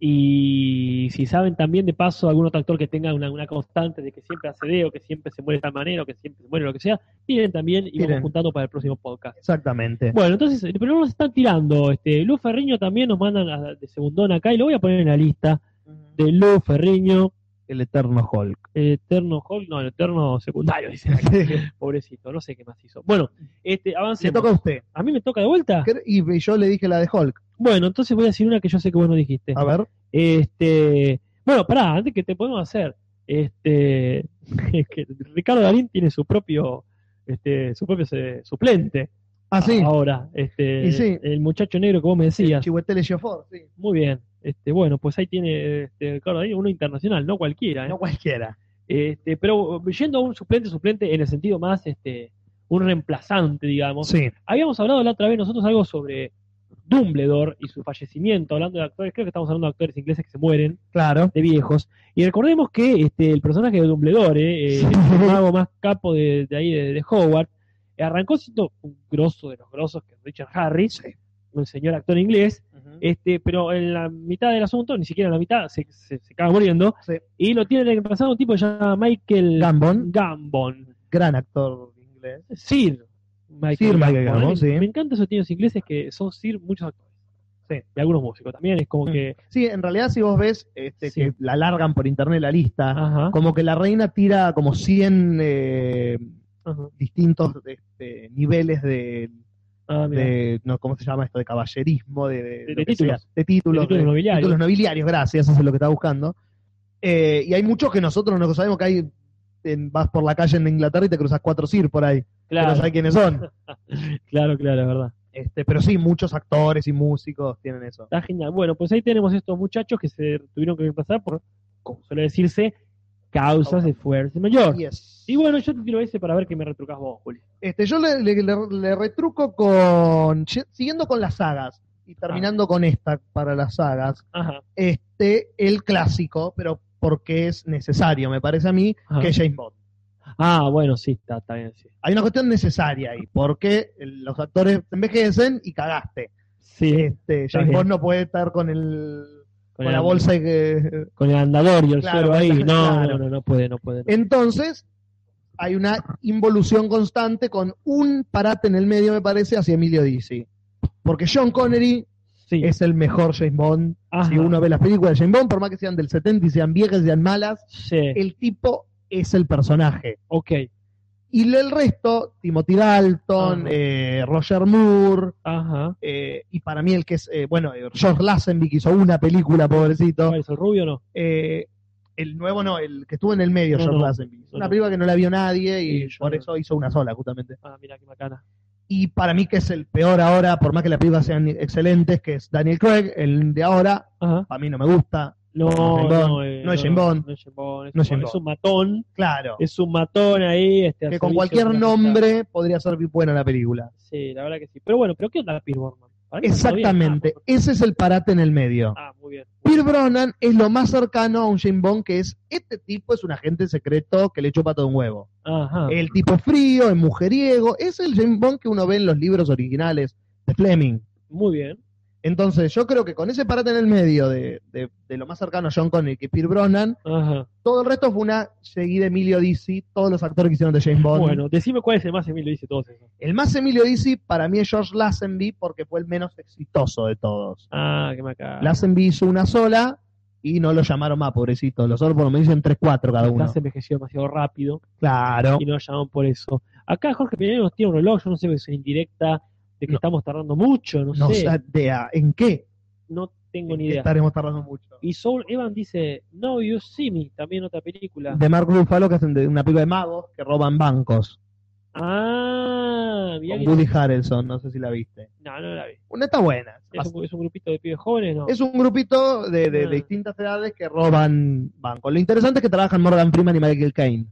y si saben también de paso algún otro actor que tenga una, una constante de que siempre hace de o que siempre se muere de tal manera o que siempre se muere lo que sea, tienen también y vamos Tiren. juntando para el próximo podcast. Exactamente. Bueno, entonces, eh, pero no nos están tirando. Este, Luz Ferriño también nos mandan a- de segundón acá y lo voy a poner en la lista de Luz Ferriño, El eterno Hulk. Eterno Hulk, no, el Eterno Secundario, dice acá. Pobrecito, no sé qué más hizo. Bueno, este, Se avance. toca a usted. ¿A mí me toca de vuelta? Y yo le dije la de Hulk. Bueno, entonces voy a decir una que yo sé que vos no dijiste. A ver. Este, bueno, pará, antes que te podemos hacer, este, (laughs) que Ricardo Darín tiene su propio, este, su propio eh, suplente Ah, sí. ahora, este, Y sí. el muchacho negro que vos me El decías. Chihuetele Giofor, sí. Muy bien, este, bueno, pues ahí tiene este, Ricardo Darín, uno internacional, no cualquiera. ¿eh? No cualquiera. Este, pero yendo a un suplente, suplente en el sentido más, este, un reemplazante, digamos. Sí. Habíamos hablado la otra vez nosotros algo sobre Dumbledore y su fallecimiento, hablando de actores, creo que estamos hablando de actores ingleses que se mueren, Claro. de viejos. Y recordemos que este, el personaje de Dumbledore, eh, el mago más capo de, de ahí de, de Howard, eh, arrancó siendo un grosso de los grosos que es Richard Harris, un señor actor inglés, este, pero en la mitad del asunto, ni siquiera en la mitad, se, se, se acaba muriendo, Sí. y lo tiene reemplazado un tipo que se llama Michael Gambon, Gambon. gran actor inglés. Sir Michael Sir Michael Gambon. Gambon, sí. Me encantan esos tíos ingleses que son Sir muchos actores. Sí. Y algunos músicos también. Es como Mm. que. Sí, en realidad si vos ves este, Sí. Ah. que la largan por internet la lista, Ajá. como que la reina tira como 100 eh, ajá. distintos este, niveles de, Ah, mirá. de- no, ¿cómo se llama esto? De caballerismo, de, de- De- lo de que títulos. sea, de títulos, De títulos de- nobiliarios. títulos nobiliarios, gracias, eso es lo que está buscando. Eh, y hay muchos que nosotros no sabemos que hay, en- vas por la calle en Inglaterra y te cruzas cuatro Sir por ahí, que no claro, sabes quiénes son. (laughs) claro, claro, es verdad. Este, pero sí, muchos actores y músicos tienen eso. Está genial. Bueno, pues ahí tenemos estos muchachos que se tuvieron que reemplazar por, como suele decirse, causas de fuerza mayor. Yes. Y bueno, yo te tiro ese para ver que me retrucas vos, Juli. Este, yo le, le- le- le retruco con. ye- Siguiendo con las sagas y terminando Ah. con esta para las sagas. Ajá. Este, el clásico, pero porque es necesario, me parece a mí, ajá. que es James Bond. Ah, bueno, sí, está, está bien, sí. Hay una cuestión necesaria ahí, porque los actores envejecen y cagaste. Sí, Este, James bien. Bond no puede estar con el con, el- la bolsa y que. Con el andador y el Claro, suero con ahí. No, esa- (laughs) claro. no, no, no puede, no puede. no. Entonces, hay una involución constante con un parate en el medio, me parece, hacia Emilio Dizzy. Porque John Connery Sí. es el mejor James Bond. Ajá. Si uno ve las películas de James Bond, por más que sean del 70 y sean viejas y sean malas, Sí, el tipo es el personaje. ok. Y el resto, Timothy Dalton, Ajá. eh, Roger Moore, Ajá. eh, y para mí el que es, eh, bueno, eh, George Lazenby, que hizo una película, pobrecito. ¿Cuál es el rubio o no? Eh, el nuevo no, el que estuvo en el medio, No, George no. Lazenby. Es No, una no. película que no la vio nadie y Sí, yo por no. eso hizo una sola, justamente. Ah, mira qué macana. Y para mí que es el peor ahora, por más que las películas sean excelentes, que es Daniel Craig, el de ahora, Ajá. a mí no me gusta, No, No es Jane no, Bond, eh, no es Jane Bond. No es Jane Bond, es No es un- Jane es un matón. claro. Es un matón ahí. Este, al que servicio con de cualquier la nombre podría ser buena la película. gente. Sí, la verdad que sí. Pero bueno, ¿pero qué onda Pierce Borman? Para mí está bien. Exactamente, ese es el parate en el medio. Ah, muy bien. Pierre Brosnan es lo más cercano a un James Bond que es este tipo es un agente secreto que le chupa todo un huevo. Ajá. El tipo frío, es mujeriego, es el James Bond que uno ve en los libros originales de Fleming. Muy bien. Entonces, yo creo que con ese parate en el medio de, de- de lo más cercano a John Connery que Pierre Brosnan, Ajá. todo el resto fue una seguida de Emilio Dizzy, todos los actores que hicieron de James Bond. Bueno, decime cuál es el más Emilio dice todo eso. El más Emilio Dizzy para mí es George Lazenby porque fue el menos exitoso de todos. Ah, qué macana. Lazenby hizo una sola y no lo llamaron más, pobrecito. Los otros por lo menos dicen 3-4 cada uno. Las envejeció demasiado rápido Claro. y no lo llamaban por eso. Acá Jorge Pinero nos tiene un reloj, yo no sé si es una indirecta de que No. estamos tardando mucho, no, No sé, sé de a- en qué no tengo en ni qué idea. estaremos tardando mucho. Y Soul Evan dice, No You See Me, también otra película. De Mark Ruffalo que hacen de una película de magos que roban bancos. Ah, mirá Con que- Woody Harrelson, no sé si la viste. No, no la vi. Una está buena. Es un, es un grupito de pibes jóvenes, ¿no? Es un grupito de, de- de Ah. distintas edades que roban bancos. Lo interesante es que trabajan Morgan Freeman y Michael Caine.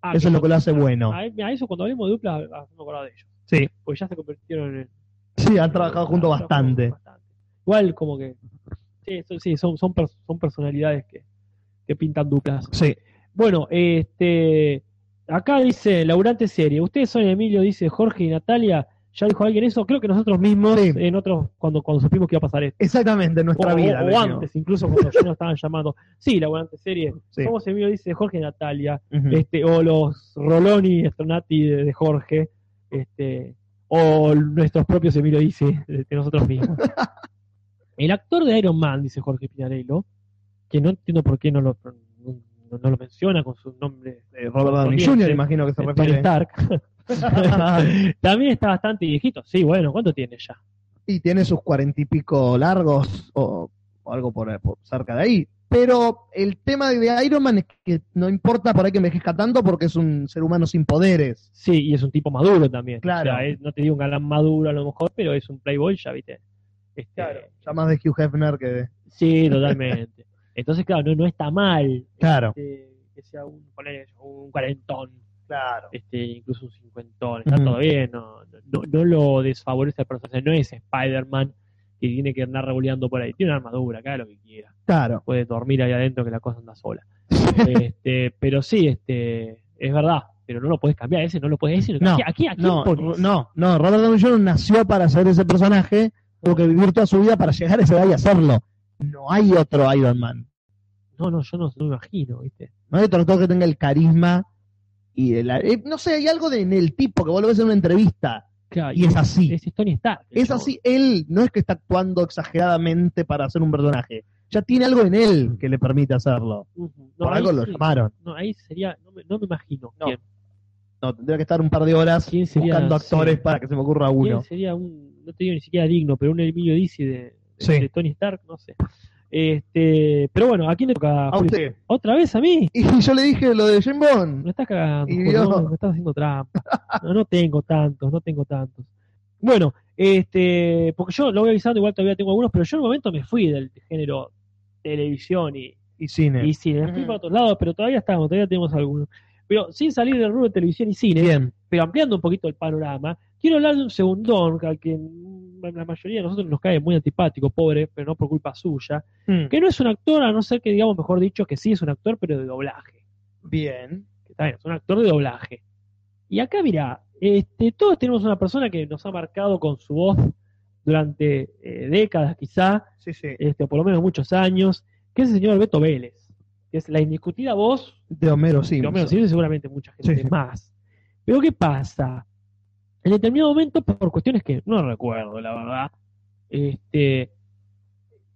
Ah, Eso es lo que lo hace bueno. A, a eso cuando hablemos de duplas, ah, me acordaba de ellos. Sí. Porque ya se convirtieron en. Sí, han trabajado juntos han trabajado bastante. bastante. Igual, como que. Sí, son, sí, son, son, pers- son personalidades que, que pintan duplas. Sí. Bueno, este. Acá dice, laburante serie. Ustedes son Emilio, dice Jorge y Natalia. ¿Ya dijo alguien eso? Creo que nosotros mismos, Sí. en otros, cuando, cuando supimos que iba a pasar esto. Exactamente, nuestra O, vida. o le digo. antes, incluso cuando ya nos estaban llamando. Sí, laburante serie. Sí. Mm. Somos Emilio, dice Jorge y Natalia Ujú. este, o los Roloni y Astronati de, de Jorge, este, o nuestros propios Emilio dice, de de nosotros (laughs) mismos. El actor de Iron Man, dice Jorge Pinarello, que no entiendo por qué no lo, no, no lo menciona con su nombre Eh, Robert Downey Corriente. Jr., imagino que se de refiere. Stark. (laughs) (laughs) También Este, está bastante viejito. Sí, bueno, ¿cuánto tiene ya? y tiene sus cuarenta y pico largos o, o algo por, por cerca de ahí. Pero el tema de Iron Man es que no importa por ahí que envejezca tanto porque es un ser humano sin poderes. Sí, y es un tipo maduro también. Claro. O sea, es- no te digo un galán maduro a lo mejor, pero es un playboy ya, ¿viste? Este, Ya más de Hugh Hefner que de... Sí, totalmente. (laughs) Entonces, claro, no, no está mal Claro, este, que sea un, ponele, un cuarentón, claro. este, incluso un cincuentón, está Ujú. todo bien, no, no, no lo desfavorece al personaje, no es Spider-Man que tiene que andar revoleando por ahí, tiene una armadura, cada lo que quiera, Claro. puede dormir ahí adentro que la cosa anda sola. (laughs) este, pero sí, este, es verdad, pero no lo puedes cambiar, ese no lo puedes decir, No, aquí, aquí, aquí No, pones? no, no, Robert Downey Jr. nació para ser ese personaje, tuvo que vivir toda su vida para llegar a esa edad y hacerlo. No hay otro Iron Man. no, no, yo no, no me imagino, ¿viste? No hay otro actor que tenga el carisma y el... eh, no sé, hay algo de- en el tipo que vos lo ves en una entrevista Claro, y es así. es Tony Stark. el Es chabón. así, él no es que está actuando exageradamente para hacer un personaje. Ya tiene algo en él que le permite hacerlo. Ujú. No, Por ahí algo lo sí. llamaron. No, ahí sería, no me, no me imagino No. quién. No, tendría que estar un par de horas ¿Quién sería? buscando Sí. actores para que se me ocurra ¿Quién uno. sería un, no te digo ni siquiera digno, pero un Emilio Dizzy de, de- Sí. de Tony Stark, no sé. Este, pero bueno, ¿a quién le toca? A Julio? usted. ¿Otra vez a mí? Y yo le dije lo de Jim Bond. Me estás cagando, Y Julio, yo- me estás haciendo trampa. No, no tengo tantos, no tengo tantos. Bueno, este, porque yo lo voy avisando, igual todavía tengo algunos, pero yo en un momento me fui del género televisión y, Y cine. y cine. Me fui Ujú. para otros lados, pero todavía estamos, todavía tenemos algunos. Pero sin salir del rubro de televisión y cine, Bien. pero ampliando un poquito el panorama, quiero hablar de un segundón al que mm, la mayoría de nosotros nos cae muy antipático, pobre, pero no por culpa suya, Mm. que no es un actor, a no ser que digamos, mejor dicho, que sí es un actor, pero de doblaje. Bien. Que está bien, es un actor de doblaje. Y acá, mirá, este, todos tenemos una persona que nos ha marcado con su voz durante eh, décadas, quizá, Sí, sí. este, o por lo menos muchos años, que es el señor Beto Vélez, que es la indiscutida voz De Homero lo Simpson. menos sirve seguramente mucha gente Sí, sí. más. Pero ¿qué pasa? En determinado momento, por cuestiones que no recuerdo, la verdad, este,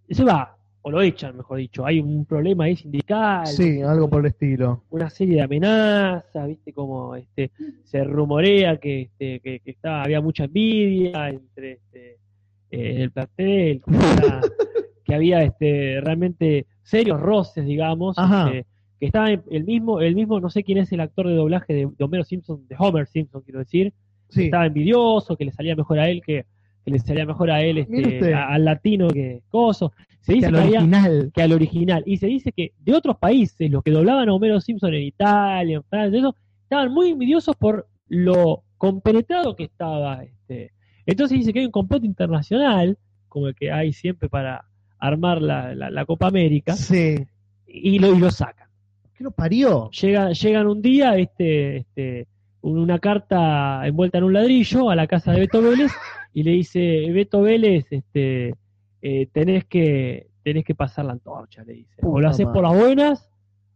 se va, o lo echan, mejor dicho. Hay un problema ahí sindical, Sí, algo por el estilo. una serie de amenazas, viste como este, se rumorea que, este, que, que estaba, había mucha envidia entre este, eh, el plantel, (laughs) que, era- que había este, realmente serios roces, digamos, Ajá. este, que estaba en- el mismo, el mismo, no sé quién es el actor de doblaje de, de Homero Simpson, de Homer Simpson, quiero decir, que Sí. estaba envidioso, que le salía mejor a él que, que le salía mejor a él Mire Ah, usted. este, a- al latino que coso. Se Que dice al que había original. que al original. Y se dice que de otros países, los que doblaban a Homero Simpson en Italia, en Francia, eso, estaban muy envidiosos por lo compenetrado que estaba. Este. Entonces dice que hay un complot internacional, como el que hay siempre para armar la, la- la Copa América, Sí. y lo, y lo sacan. ¿Qué lo parió? Llega, llegan un día este, este, un- una carta envuelta en un ladrillo a la casa de Beto Vélez y le dice, Beto Vélez, este, eh, tenés, que, tenés que pasar la antorcha, le dice. o Puta lo haces madre. por las buenas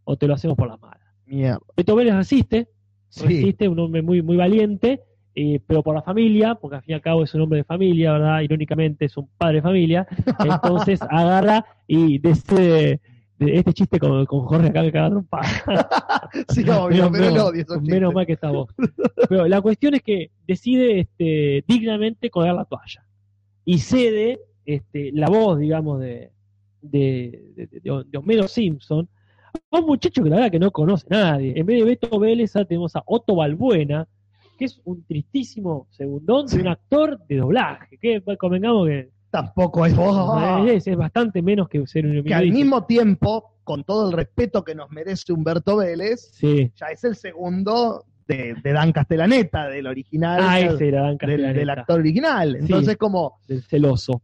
o te lo hacemos por las malas. Mierda. Beto Vélez resiste, Sí. resiste, un hombre muy, muy valiente, eh, pero por la familia, porque al fin y al cabo es un hombre de familia, ¿verdad? Irónicamente es un padre de (laughs) familia. Entonces agarra y de este, de este chiste con, con Jorge acá me caga trompada. (laughs) Sí, Menos- obvio, pero el menos- odio. esos Menos chistes. mal que está vos. Pero la cuestión es que decide este, dignamente colgar la toalla. Y cede este, la voz, digamos, de, de, de- de- de Homero Simpson a un muchacho que la verdad que no conoce nadie. En vez de Beto Vélez, ahora tenemos a Otto Balbuena, que es un tristísimo segundón Sí. de un actor de doblaje. Que bueno, pues, convengamos que tampoco es. ¡Oh! Es, es bastante menos que ser un que al periodista. mismo tiempo, con todo el respeto que nos merece Humberto Vélez, Sí. ya es el segundo de, de Dan Castellaneta, del original, Ah, del- ese era Dan del, Castellaneta, actor original. Entonces, como, del celoso.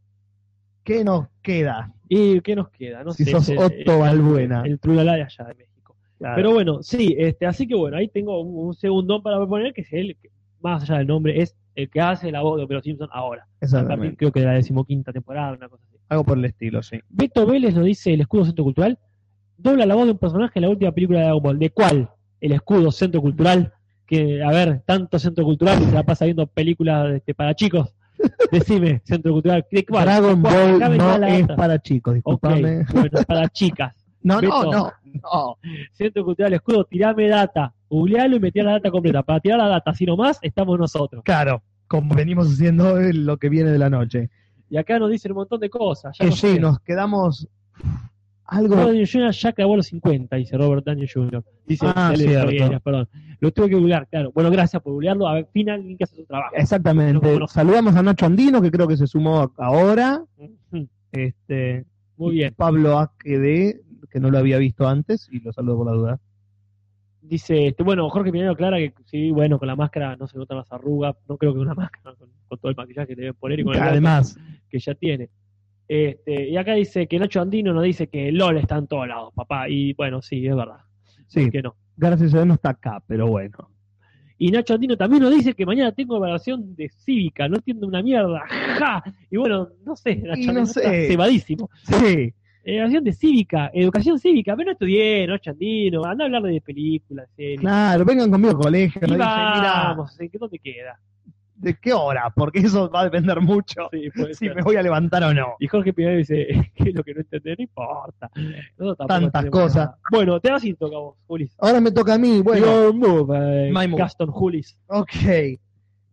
¿qué nos queda? ¿Y qué nos queda? No si sé, sos ese- Otto Balbuena. El Trulalá de allá de México. Pero bueno, sí, este, así que bueno, ahí tengo un, un segundón para proponer, que es el, que, más allá del nombre, es el que hace la voz de Homero Simpson ahora. A partir, Exactamente. creo que de la decimoquinta temporada, una cosa así. Algo por el estilo, sí. Beto Vélez lo dice el escudo centro cultural, dobla la voz de un personaje en la última película de Dragon Ball. ¿De cuál? El escudo centro cultural, que, a ver, tanto centro cultural que se la pasa viendo películas este, para (laughs) chicos. Decime, centro cultural, ¿de cuál? Dragon ¿Cuál? Ball Sacame toda no la es data. para chicos, Ok, discúlpame. bueno, para chicas. No, no, Beto. no, no. Centro Cultural Escudo, tirame data. Googlealo y metí la data completa. Para tirar la data, si no más, estamos nosotros. Claro, como venimos haciendo eh, lo que viene de la noche. Y acá nos dicen un montón de cosas. Ya Que no sé. Eh, sí, nos quedamos algo. Robert Downey Jr. ya clavó los 50, dice Robert Downey Jr. Dice Ah, Alex cierto. Rodríguez, perdón. Lo tuve que googlear, claro. Bueno, gracias por googlearlo. A ver, Fina, alguien que hace su trabajo. Exactamente. Bueno. Saludamos a Nacho Andino, que creo que se sumó ahora. Ujú. Este, Muy bien. Pablo Aquede, que no lo había visto antes, y lo saludo por la duda. Dice, este, bueno, Jorge Pinero aclara que sí, bueno, con la máscara no se notan las arrugas. No creo que una (laughs) máscara con, con todo el maquillaje que le deben poner y con el Además, que ya tiene. Este, y acá dice que Nacho Andino nos dice que LOL está en todos lados, papá. Y bueno, sí, es verdad. sí, Que no. gracias a Dios no está acá, pero bueno. Y Nacho Andino también nos dice que mañana tengo evaluación de cívica, no entiendo una mierda. ¡Ja! Y bueno, no sé, Nacho Y no Andino está sé. cebadísimo. Sí, Evaluación de cívica, educación cívica, pero no estudié, Nacho Andino, anda a hablar de películas, series. claro, vengan conmigo al colegio. Y nos dicen, "Mirá, vamos, ¿en qué- ¿dónde queda? ¿de qué hora? Porque eso va a depender mucho Sí, (laughs) puede si ser. me voy a levantar o no. Y Jorge Pinero dice, (laughs) ¿qué es lo que no entendés? No importa. Nosotros tampoco Tantas entendemos cosas. nada. Bueno, te vas y toca vos, Julis. Ahora me toca a mí. Bueno, Your move, eh, My move. Gaston Julis. Ok.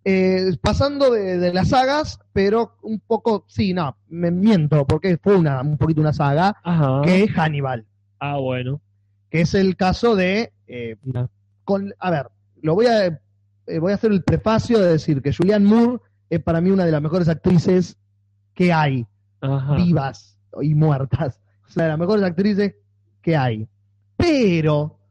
Eh, pasando de, de las sagas, pero un poco, sí, no, me miento, porque fue una, un poquito una saga, Ajá. que es Hannibal, Ah, bueno. que es el caso de... eh, Mira. con, a ver, lo voy a, eh, voy a hacer el prefacio de decir que Julianne Moore es para mí una de las mejores actrices que hay, Ajá. vivas y muertas. Es una de las mejores actrices que hay. Pero,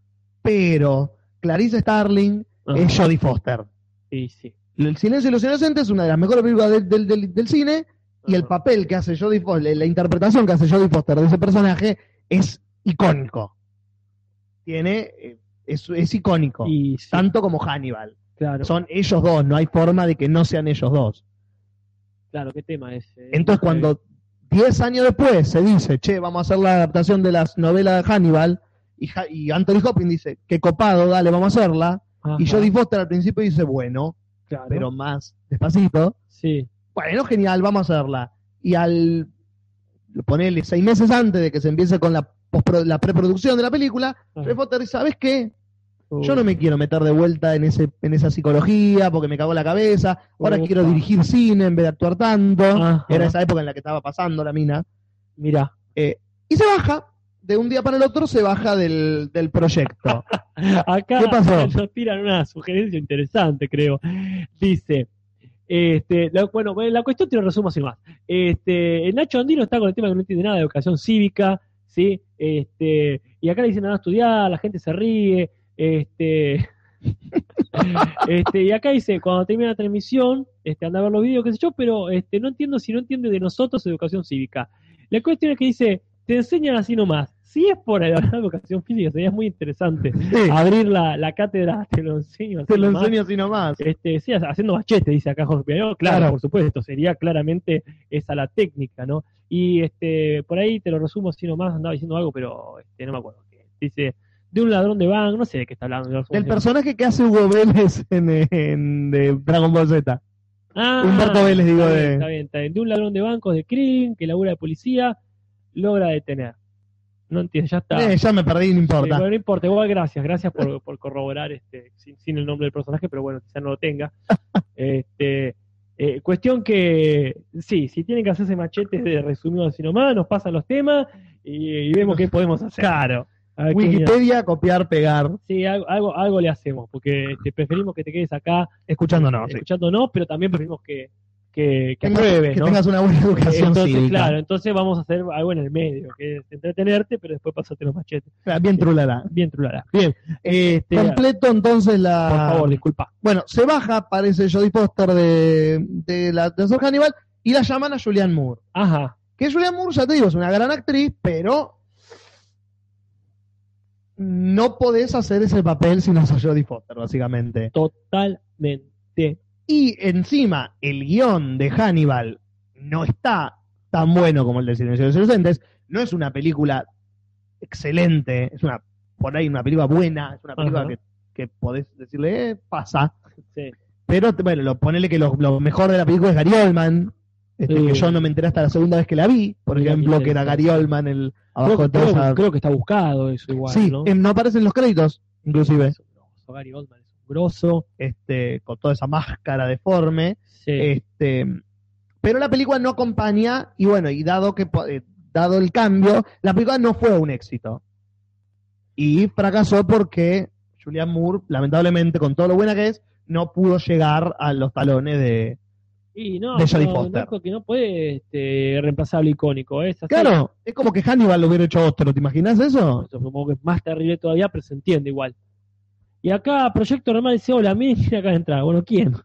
pero, Clarice Starling Ajá. es Jodie Foster. Sí, sí. El silencio de los inocentes es una de las mejores películas del, del- del- del cine y el Ajá. papel que hace Jodie Foster, la interpretación que hace Jodie Foster de ese personaje es icónico. Tiene eh, es, es icónico, Y sí, tanto como Hannibal. claro, Son ellos dos, no hay forma de que no sean ellos dos. claro, qué tema es. eh? Entonces cuando 10 años después se dice, che, vamos a hacer la adaptación de las novelas de Hannibal, y, Ja- y Anthony Hopkins dice, qué copado, dale, vamos a hacerla. Ajá, Y Jodie Foster al principio dice, bueno, claro, pero más despacito. sí, bueno, genial, vamos a hacerla. Y al ponerle seis meses antes de que se empiece con la, postpro- la preproducción de la película, Ajá. Ray Potter, ¿sabes qué? Uh, Yo no me quiero meter de vuelta en, ese, en esa psicología porque me cagó la cabeza. Ahora Opa. quiero dirigir cine en vez de actuar tanto. Ajá. Era esa época en la que estaba pasando la mina. Mira, Y se baja, de un día para el otro, se baja del, (laughs) del proyecto. acá ¿Qué pasó? (laughs) nos tiran una sugerencia interesante, creo. Dice, este, la- bueno, la cuestión te lo resumo así más. Este, Nacho Andino está con el tema que no entiende nada de educación cívica, ¿sí? Este, y acá le dicen a no estudiar, la gente se ríe, este. (laughs) este, y acá dice, cuando termina la transmisión, este, anda a ver los videos, qué sé yo, pero este, no entiendo si no entiende de nosotros educación cívica. La cuestión es que dice, te enseñan así nomás. Si es por la (laughs) educación física, sería muy interesante Sí, abrir la, la cátedra, te Ah, lo enseño. así te lo nomás. enseño así nomás. Este, sí, haciendo bachete, dice acá Jorge Piñero. Claro, Claro. por supuesto, sería claramente esa la técnica, ¿no? Y este, por ahí te lo resumo así nomás, andaba diciendo algo, pero este, no me acuerdo. qué. Dice, de un ladrón de banco, no sé de qué está hablando. no sé cómo Del se llama. personaje que hace Hugo Vélez en, en- de Dragon Ball Z. Ah, Humberto Vélez, digo, Está bien, de- está bien, está bien. De un ladrón de bancos de crimen que labura de policía, logra detener. No entiendo, ya está. Eh, ya me perdí, no Eh, importa. bueno, no importa, igual gracias, gracias por, por corroborar este, sin, sin el nombre del personaje, pero bueno, quizá no lo (laughs) tenga. Este, eh, cuestión que, sí, si tienen que hacerse machetes de resumido así nomás, nos pasan los temas y, y vemos qué podemos hacer. Claro. A ver qué- Wikipedia, copiar, pegar, sí, algo, algo, algo le hacemos, porque este, preferimos que te quedes acá escuchándonos. Ah, sí. escuchándonos, pero también preferimos que, que, que Tengas- apruebe, que ¿no? tengas una buena educación entonces, cívica. claro, entonces vamos a hacer algo en el medio, que es entretenerte, pero después pasarte los machetes. Claro, Bien trulará. Bien, Trulara. Bien. Este, Completo entonces la... por favor, disculpa. Bueno, se baja, parece Jodie Foster de, de la de Sor Hannibal y la llaman a Julianne Moore. Ajá. Que Julianne Moore, ya te digo, es una gran actriz, pero no podés hacer ese papel si no sos Jodie Foster, básicamente. Totalmente. Y encima, el guión de Hannibal no está tan bueno como el de Silencio de los Inocentes. No es una película excelente, es una por ahí una película buena, es una película Ajá. que, que podés decirle, eh, pasa. Sí. Pero t- bueno, lo, ponele que lo, lo mejor de la película es Gary Oldman, este, Sí. que yo no me enteré hasta la segunda vez que la vi, por Mira, ejemplo, qué que era Gary Oldman el abajo Creo, de toda creo- esa- creo que está buscado eso igual, Sí, ¿no? em, no aparecen los créditos, inclusive, Es un grosso, Gary Oldman es un grosso. este, con toda esa máscara deforme. Sí. Este, pero la película no acompaña, y bueno, y dado que po- eh, dado el cambio, la película no fue un éxito. Y fracasó porque Julianne Moore, lamentablemente, con todo lo buena que es, no pudo llegar a los talones de. y no, de Jodie no, Foster. loco, que no puede este, reemplazar al icónico. Es así. Claro, es como que Hannibal lo hubiera hecho otro, ¿te imaginas eso? Esto supongo que es más terrible todavía, pero se entiende igual. Y acá Proyecto Normal dice, hola, miren quién acaba de entrar. Bueno, ¿quién? (laughs)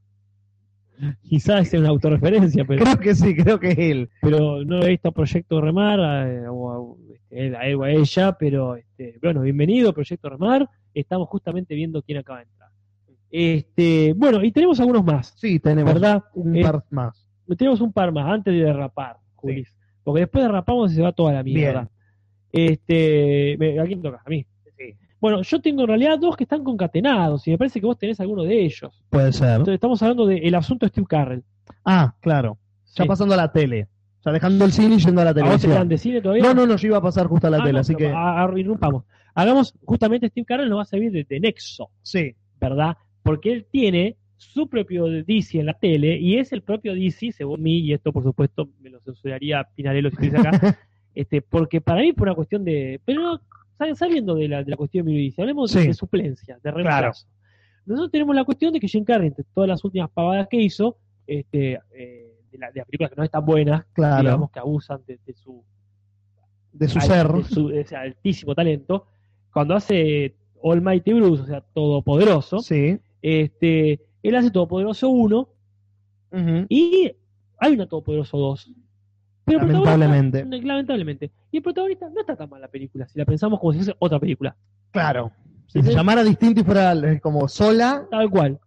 Quizás sea una autorreferencia, pero, Creo que sí, creo que es él. pero no he visto a Proyecto Remar, a- o a, este, él- a él o a ella, pero este, bueno, bienvenido Proyecto Remar. Estamos justamente viendo quién acaba de entrar. Este, bueno, y tenemos algunos más, Sí, tenemos ¿verdad? un Eh, par más. tenemos un par más antes de derrapar, Julis. Porque después derrapamos y se va toda la mierda. Este, me- ¿A quién toca? A mí. Bueno, yo tengo en realidad dos que están concatenados y me parece que vos tenés alguno de ellos. Puede ser. Entonces estamos hablando del asunto Steve Carrell. Ah, claro. Ya Sí. pasando a la tele. O sea, dejando el cine y yendo a la ¿A vos te dan televisión. de cine todavía? No, no, no, yo iba a pasar justo a la Ah, tele, no, así pero que. a- a- irrumpamos. Hagamos, justamente Steve Carrell nos va a servir de, de nexo, Sí, ¿verdad? Porque él tiene su propio DC en la tele y es el propio DC, según mí, y esto por supuesto me lo censuraría Pinarello si estuviese (laughs) acá, este, porque para mí por una cuestión de... Pero no, sal- saliendo de la, de la cuestión de mi DC, hablemos de, Sí. de suplencia, de reemplazo. Nosotros tenemos la cuestión de que Jim Carrey, entre todas las últimas pavadas que hizo, este, eh, de, la- de las películas que no están buenas, claro. digamos que abusan de- de su de su al- ser. de su- de ese altísimo talento, cuando hace Almighty Bruce, o sea, Todopoderoso, Sí. este, él hace Todopoderoso 1 y hay una Todopoderoso 2. Pero el protagonista- Lamentablemente. no, lamentablemente. Y el protagonista no está tan mal la película, si la pensamos como si fuese otra película. Claro. Si Sí, se sí. llamara distinto y fuera eh, como sola, Tal cual.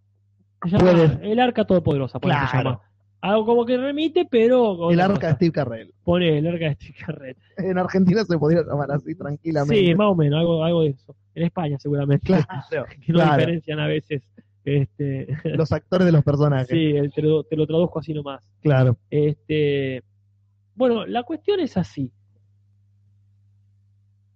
Se llama Puede- El arca todopoderosa, por se Claro. llama. Algo como que remite, pero... con el otra arca de cosa. Steve Carrell. Pone el arca de Steve Carrell. En Argentina se podría llamar así Sí, tranquilamente. más o menos, algo, algo de eso. En España seguramente. (laughs) claro. que no Claro. diferencian a veces. Este, (laughs) Los actores de los personajes. sí, el- te lo, te lo traduzco así nomás. Claro. Este, bueno, la cuestión es así.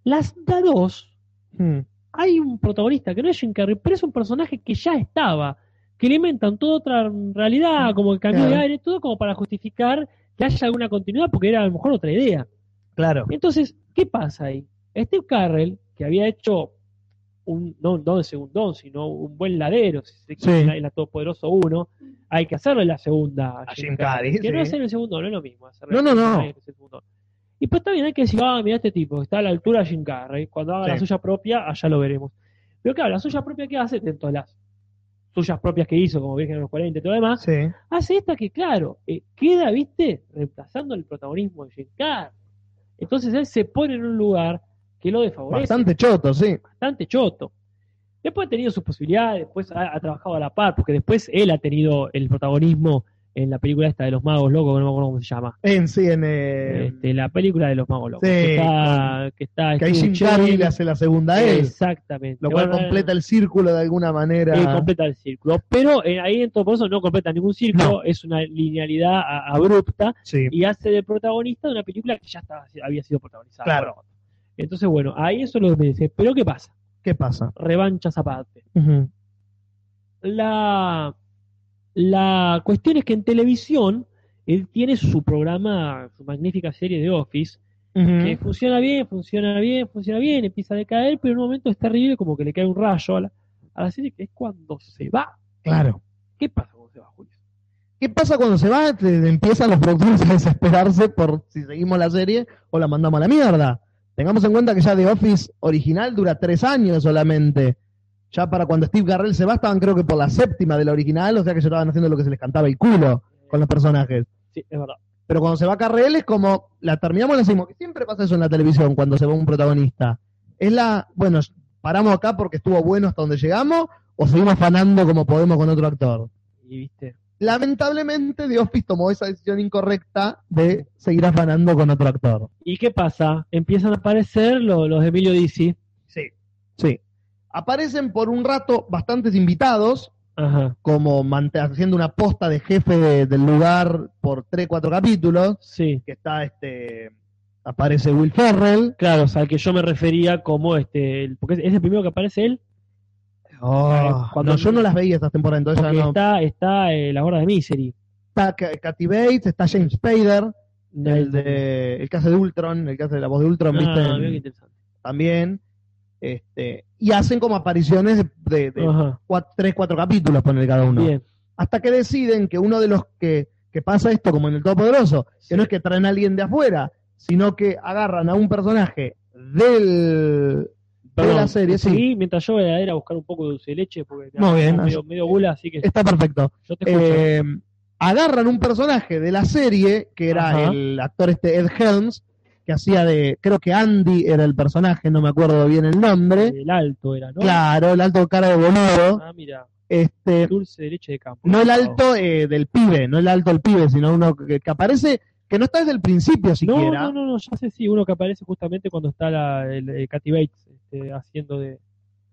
Las da dos, Mm. hay un protagonista que no es Jim Carrey, pero es un personaje que ya estaba, que le inventan toda otra realidad, como que cambió de Claro. aire, todo como para justificar que haya alguna continuidad, porque era a lo mejor otra idea. Claro. Entonces, ¿qué pasa ahí? Steve Carrell, que había hecho un, no un don de segundón, sino un buen ladero, si se quiere, Sí. en la- en la Todopoderoso 1, hay que hacerlo en la segunda. A Jim Carrey, Que no sí. es en el segundo, no es lo mismo. hacerlo No, no, en no. el segundo. Y pues está bien, hay que decir, ah, mira este tipo, está a la altura de Jim Carrey, cuando haga Sí. la suya propia, allá lo veremos. Pero claro, la suya propia que hace, dentro de las suyas propias que hizo, como Virgen de los 40 y todo lo demás, Sí. hace esta que, claro, eh, queda, viste, reemplazando el protagonismo de Jim Carrey. Entonces él se pone en un lugar que lo desfavorece, bastante, Bastante choto, sí. choto. Después ha tenido sus posibilidades, después ha, ha trabajado a la par, porque después él ha tenido el protagonismo en la película esta de los magos locos, que no me acuerdo cómo se llama. En sí, en. eh, Este, la película de los magos locos. sí, que está, que está que ahí Steve Jim Carrey Chen. le hace la segunda a él. Exactamente. Lo cual Bueno, completa el círculo de alguna manera. eh, completa el círculo. Pero eh, ahí en todo por eso no completa ningún círculo, es una linealidad a- abrupta Sí. y hace de protagonista de una película que ya estaba, había sido protagonizada. Claro. Entonces, bueno, ahí eso lo merece. Pero ¿qué pasa? ¿Qué pasa? Revanchas aparte. La, la cuestión es que en televisión él tiene su programa, su magnífica serie de Office, Ujú. que funciona bien, funciona bien, funciona bien, empieza a decaer, pero en un momento es terrible, como que le cae un rayo a la, a la serie, que es cuando se va. Claro. ¿Qué pasa cuando se va, Julio? ¿Qué pasa cuando se va? Te- te empiezan los productores a desesperarse por si seguimos la serie o la mandamos a la mierda. Tengamos en cuenta que ya The Office original dura tres años solamente. Ya para cuando Steve Garrell se va, estaban creo que por la séptima de la original, o sea que ya estaban haciendo lo que se les cantaba el culo con los personajes. Sí, es verdad. Pero cuando se va Carrell es como, la terminamos y la seguimos. Que Siempre pasa eso en la televisión cuando se va un protagonista. Es la, bueno, paramos acá porque estuvo bueno hasta donde llegamos, o seguimos fanando como podemos con otro actor. Y viste. Lamentablemente The Office tomó esa decisión incorrecta de seguir afanando con otro actor. ¿Y qué pasa? Empiezan a aparecer lo- los de Emilio Dizzy. Sí. Sí. Aparecen por un rato bastantes invitados, Ajá, como mant- haciendo una posta de jefe de- del lugar por tres, cuatro capítulos, sí. que está este, aparece Will Ferrell, Claro, o sea, al que yo me refería como este. el- Porque es el primero que aparece él. Oh, Cuando- no, yo no las veía estas temporadas, entonces ya Porque no. está, está eh, la gorda de Misery. Está Ca- Kathy Bates, está James Spader, el de el que hace de Ultron, el que hace la voz de Ultron, ¿viste? Ah, mira qué interesante. También. Este, y hacen como apariciones de, de- de Ajá, cuat- tres, cuatro capítulos, poner cada uno. Ah. bien. Hasta que deciden que uno de los que, que pasa esto, como en el Todopoderoso, que no es que traen a alguien de afuera, sino que agarran a un personaje del, de Perdón, la serie. Sí, seguí mientras yo voy a ir a buscar un poco de dulce de leche porque Muy bien, tengo medio, medio gula, así que está perfecto. yo te escucho. eh, agarran un personaje de la serie, que era Ajá. el actor este Ed Helms, que hacía de, creo que Andy era el personaje, no me acuerdo bien el nombre. el alto era, ¿no? Claro, el alto cara de boludo. Ah, mira, Este, dulce de leche de campo. no el alto eh, del pibe, no el alto del pibe, sino uno que, que aparece, que no está desde el principio No, siquiera. no, no, no, ya sé, sí, uno que aparece justamente cuando está la, el, el Katy Bates este, haciendo de,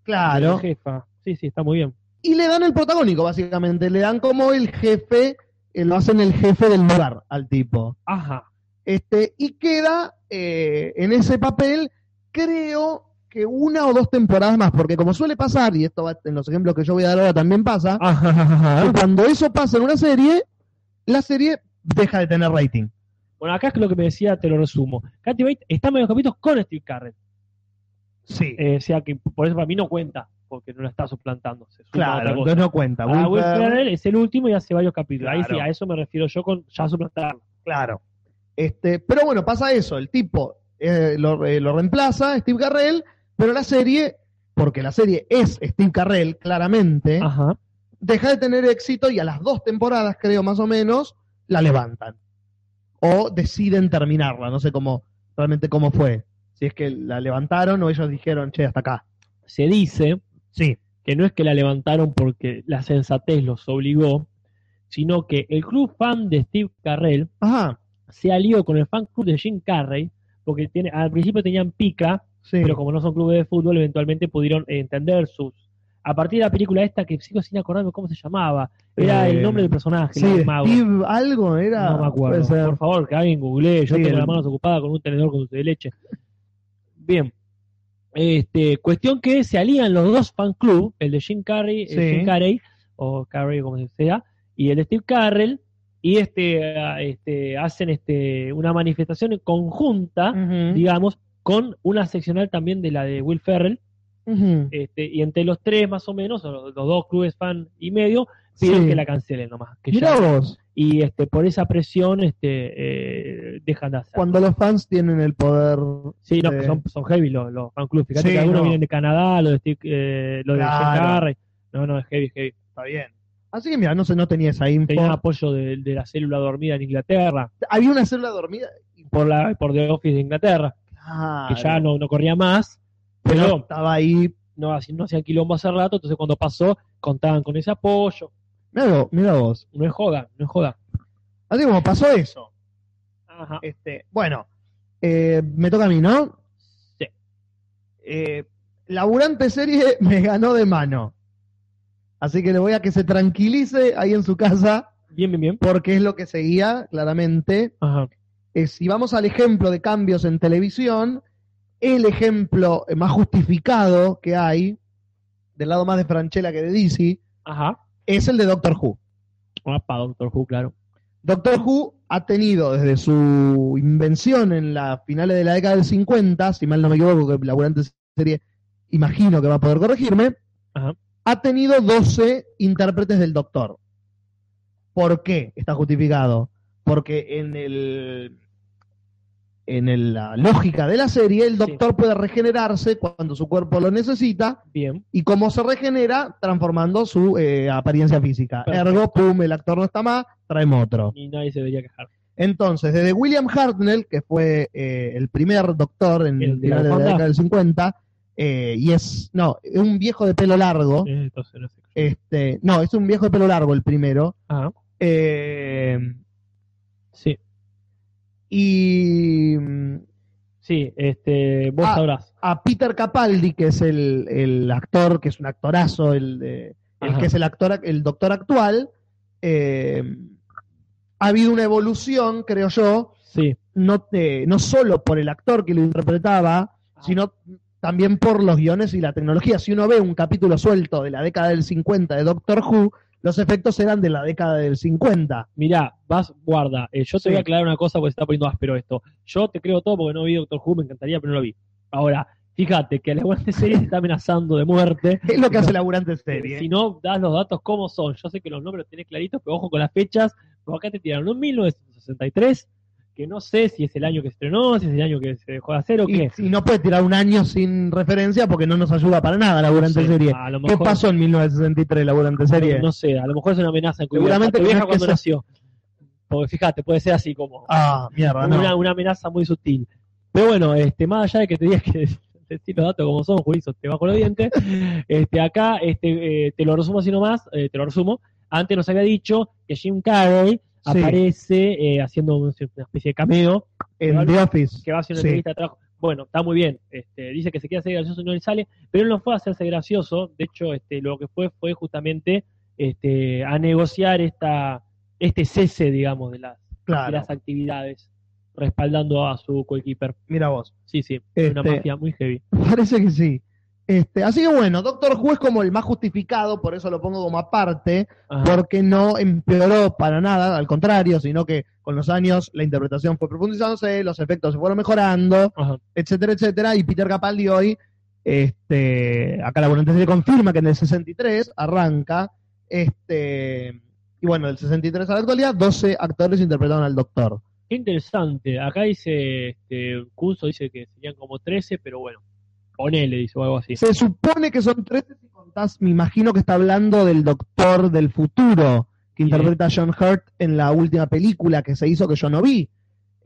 Claro. de jefa. Sí, sí, está muy bien. Y le dan el protagónico, básicamente. Le dan como el jefe, eh, lo hacen el jefe del lugar al tipo. (laughs) Ajá. este, y queda eh, en ese papel, creo que una o dos temporadas más, porque como suele pasar, y esto va- en los ejemplos que yo voy a dar ahora también pasa, Ah. que cuando eso pasa en una serie, la serie deja de tener rating. Bueno, acá es lo que me decía, te lo resumo. Katy Bates está en varios capítulos con Steve Carrell. Sí, Eh, o sea que por eso para mí no cuenta, porque no la está suplantando. se suma a claro, otra cosa. entonces no cuenta. Ah, Will Wilfer- Ferrell es el último y hace varios capítulos. Ahí Claro. sí, a eso me refiero yo con ya suplantarlo. Claro. Este, pero bueno, pasa eso, el tipo eh, lo, eh, lo reemplaza, Steve Carrell, pero la serie, porque la serie es Steve Carrell, claramente, Ajá. deja de tener éxito y a las dos temporadas, creo más o menos, la levantan. O deciden terminarla, no sé cómo realmente cómo fue. Si es que la levantaron o ellos dijeron, che, hasta acá. Se dice Sí. que no es que la levantaron porque la sensatez los obligó, sino que el club fan de Steve Carrell Ajá, se alió con el fan club de Jim Carrey, porque tiene, al principio tenían pica, sí. pero como no son clubes de fútbol, eventualmente pudieron eh, entender sus... A partir de la película esta, que sigo sin acordarme cómo se llamaba, era Eh, el nombre del personaje, Sí, la del de mago. Steve algo era. No me acuerdo. puede ser. Por favor, que alguien google. Yo Sí, tengo el- las manos ocupadas con un tenedor con dulce de (laughs) leche. Bien. Este, cuestión que se alían los dos fan club, el de Jim Carrey, el Sí. Jim Carrey, o Carrey como se sea, y el de Steve Carrell, y este, ah, este hacen este una manifestación en conjunta, Ujú, digamos, con una seccional también de la de Will Ferrell, ujú. este, y entre los tres más o menos, o los, los dos clubes fan y medio, Sí. piden que la cancelen nomás, que ya Mirá vos, y este por esa presión este eh, dejan de hacer. cuando los fans tienen el poder. sí, no, eh, son, son heavy los, los fan clubs. Fíjate Sí, que algunos no. vienen de Canadá, los de, Steve, eh, los de Jim Claro. Carrey. No, no, es heavy, heavy. Está bien. Así que mira, no sé, no tenía esa info. Tenían apoyo de, de la célula dormida en Inglaterra, Había una célula dormida. por la por The Office de Inglaterra, Claro. que ya no, no corría más, Pero pero estaba ahí. no, hacían- no hacían quilombo hace rato, entonces cuando pasó contaban con ese apoyo. Mirá vos, mirá vos. No es joda, no es joda. Así como pasó eso. Ajá. Este, bueno, eh, me toca a mí, ¿no? Sí. Eh, laburante serie (laughs) me ganó de mano. Así que le voy a que se tranquilice ahí en su casa, Bien, bien, bien. porque es lo que seguía, claramente. Ajá. Eh, si vamos al ejemplo de cambios en televisión, el ejemplo más justificado que hay, del lado más de Franchella que de DC, Ajá. es el de Doctor Who. Opa, Ah, Doctor Who, claro. Doctor Who ha tenido desde su invención en las finales de la década del 50, si mal no me equivoco, que laburante serie, imagino que va a poder corregirme, Ajá. ha tenido 12 intérpretes del Doctor. ¿Por qué está justificado? Porque en el en el- la lógica de la serie, el doctor puede regenerarse cuando su cuerpo lo necesita Bien. y cómo se regenera transformando su eh, apariencia física. Perfecto. Ergo, pum, el actor no está más, traemos otro. Y nadie se debería quejar. Entonces, desde William Hartnell, que fue eh, el primer doctor en El de la finales de la Fonda. década del 50, eh, y es, no, es un viejo de pelo largo, Eh, Entonces, no sé. este, no, es un viejo de pelo largo el primero, Ah, eh, sí. y mm, Sí, este, vos Ah. sabrás. a Peter Capaldi, que es el, el actor, que es un actorazo, el, de- el Ajá. que es el actor, el doctor actual, eh, ha habido una evolución, creo yo, Sí. no, te- no solo por el actor que lo interpretaba, Ah. sino también por los guiones y la tecnología. Si uno ve un capítulo suelto de la década del 50 de Doctor Who, los efectos eran de la década del 50. Mirá, vas, guarda. Eh, yo te Sí. voy a aclarar una cosa porque se está poniendo áspero esto. Yo te creo todo porque no vi Doctor Who, me encantaría, pero no lo vi. Ahora, fíjate que la buena serie se está amenazando de muerte. Es lo que hace laburante serie. Eh, Si no das los datos como son, yo sé que los nombres los tenés claritos, pero ojo con las fechas, porque acá te tiraron un 1963, que no sé si es el año que se estrenó, si es el año que se dejó de hacer o qué. Y, y no puede tirar un año sin referencia porque no nos ayuda para nada laburante No sé, serie. a lo ¿Qué mejor- pasó en 1963 laburante serie? No sé, a lo mejor es una amenaza en tu Seguramente que vieja no es cuando que nació. Porque fíjate, puede ser así como Ah, mierda, no. una, una amenaza muy sutil. Pero bueno, este, más allá de que te digas que (laughs) decir los datos como son, juicio, te bajo los (laughs) dientes, este, acá este, eh, te lo resumo así nomás, eh, te lo resumo. Antes nos había dicho que Jim Carrey Sí. aparece eh, haciendo un- una especie de cameo, En The Office. que va a hacer una Sí. entrevista de trabajo. Bueno, está muy bien. Este, dice que se quiere hacer gracioso y no le sale, pero él no fue a hacerse gracioso. De hecho, este, lo que fue fue justamente este, a negociar esta, este cese, digamos, de las, de Claro, las actividades, respaldando a su coequiper. mira vos. (laughs) Sí, sí, una Este- mafia muy heavy. Parece que sí. Este, así que bueno, Doctor Who es como el más justificado, por eso lo pongo como aparte, Ajá. porque no empeoró para nada, al contrario, sino que con los años la interpretación fue profundizándose, los efectos se fueron mejorando, Ajá. etcétera, etcétera, y Peter Capaldi hoy, este, acá la volante se confirma que en el 63 arranca, este, y bueno, del 63 a la actualidad, 12 actores interpretaron al Doctor. Qué interesante. Acá dice, este, Curso dice que serían como 13, pero bueno, ponele, dice o algo así. Se supone que son 13 si contás, me imagino que está hablando del Doctor del futuro, que Bien. interpreta a John Hurt en la última película que se hizo que yo no vi.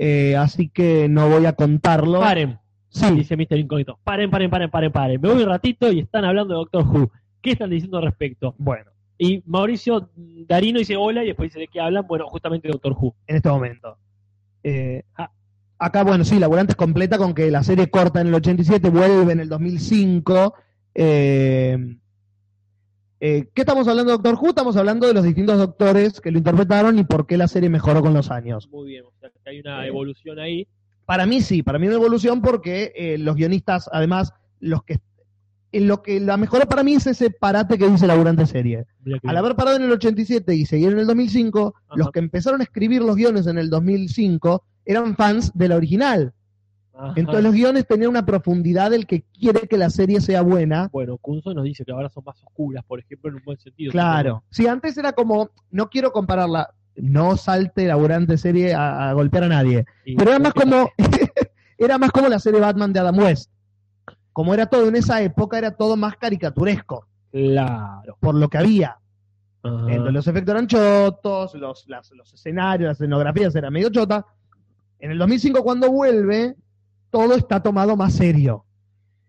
Eh, así que no voy a contarlo. Paren, Sí, dice Mr. Incógnito. Paren, paren, paren, paren, paren. Me voy un ratito y están hablando de Doctor Who. ¿Qué están diciendo al respecto? bueno, Y Mauricio Darino dice hola y después dice de qué hablan. Bueno, justamente de Doctor Who. en este momento. Eh, Ah. acá, bueno, sí, Laburantes completa con que la serie corta en el 87, vuelve en el 2005. Eh, eh, ¿Qué estamos hablando de Doctor Who? Estamos hablando de los distintos doctores que lo interpretaron y por qué la serie mejoró con los años. Muy bien, o sea que hay una Eh. evolución ahí. Para mí sí, para mí una evolución porque eh, los guionistas, además, los que en lo que la mejora para mí es ese parate que dice laburante serie. Mirá que Al bien. haber parado en el 87 y seguir en el 2005, Ajá. los que empezaron a escribir los guiones en el 2005 eran fans de la original. Ajá. Entonces los guiones tenían una profundidad del que quiere que la serie sea buena. Bueno, Kunzo nos dice que ahora son más oscuras, por ejemplo, en un buen sentido. Claro. Si antes era como, no quiero compararla, no salte laburante serie a- a golpear a nadie. Y- Pero era más como (laughs) era más como la serie Batman de Adam West. Como era todo en esa época, era todo más caricaturesco, Claro. Ah. por lo que había. Ajá. Entonces, los efectos eran chotos, los, las- los escenarios, las escenografías eran medio chotas. En el 2005, cuando vuelve, todo está tomado más serio.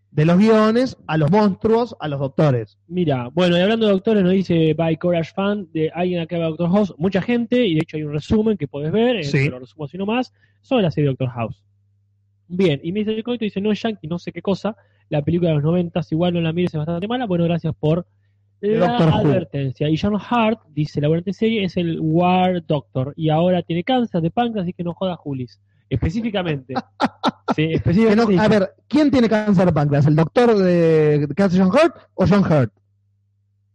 De los guiones, a los monstruos, a los doctores. Mira, bueno, y hablando de doctores, nos dice By Courage Fan, de alguien acá de Doctor House, mucha gente, y de hecho hay un resumen que podés ver, eh, Sí. te lo resumo así nomás, sobre la serie Doctor House. Bien, y Mr. Coito dice, no, Yankee, no sé qué cosa, la película de los noventas, igual no la mires, es bastante mala, bueno, gracias por la Doctor Who. advertencia. Y John Hart, dice, la buena serie es el War Doctor, y ahora tiene cáncer de páncreas, así que no joda Julis. (laughs) Específicamente. sí, Que no- específicamente. a ver, ¿quién tiene cáncer de páncreas? ¿El doctor de que hace John Hurt o John Hurt?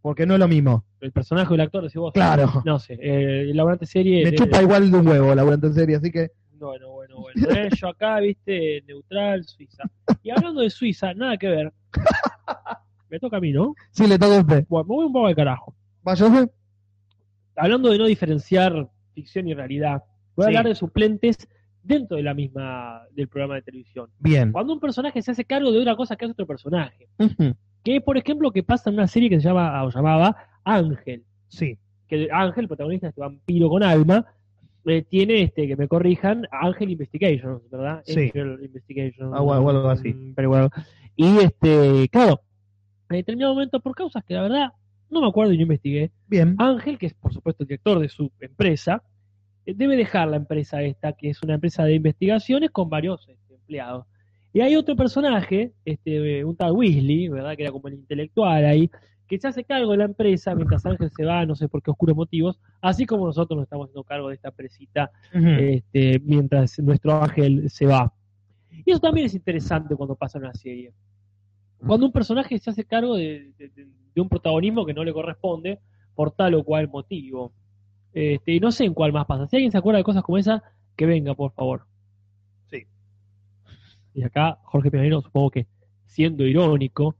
Porque no es lo mismo. El personaje del actor, decís vos. Claro. No sé, eh, la buena serie... Me de- chupa igual de un huevo laburante en serie, así que Bueno, bueno, bueno. eh, yo acá, viste, neutral, Suiza. Y hablando de Suiza, nada que ver. Me toca a mí, ¿no? sí, le toca a usted. Bueno, me voy un poco al carajo. Váyase. hablando de no diferenciar ficción y realidad, voy a Sí. hablar de suplentes dentro de la misma del programa de televisión. Bien. Cuando un personaje se hace cargo de una cosa que hace otro personaje. Ujú. Que por ejemplo que pasa en una serie que se llama o llamaba Ángel, Sí. que Ángel, el protagonista, este vampiro con alma, eh, tiene este, que me corrijan, Ángel Investigations, ¿verdad? Sí. Angel Investigations. Ah, bueno, algo así. Mm, Pero bueno. Y este, claro, en determinado momento, por causas que la verdad no me acuerdo y no investigué, Bien. Ángel, que es por supuesto el director de su empresa, eh, debe dejar la empresa esta, que es una empresa de investigaciones con varios este, empleados. Y hay otro personaje, este, eh, un tal Weasley, ¿verdad? Que era como el intelectual ahí, que se hace cargo de la empresa mientras Ángel se va, no sé por qué oscuros motivos, así como nosotros nos estamos haciendo cargo de esta empresita Ujú. este, mientras nuestro ángel se va. Y eso también es interesante cuando pasa en una serie. Cuando un personaje se hace cargo de, de- de- de un protagonismo que no le corresponde por tal o cual motivo. Este, y no sé en cuál más pasa. Si alguien se acuerda de cosas como esa, que venga, por favor. Sí. Y acá Jorge Pianero, supongo que siendo irónico,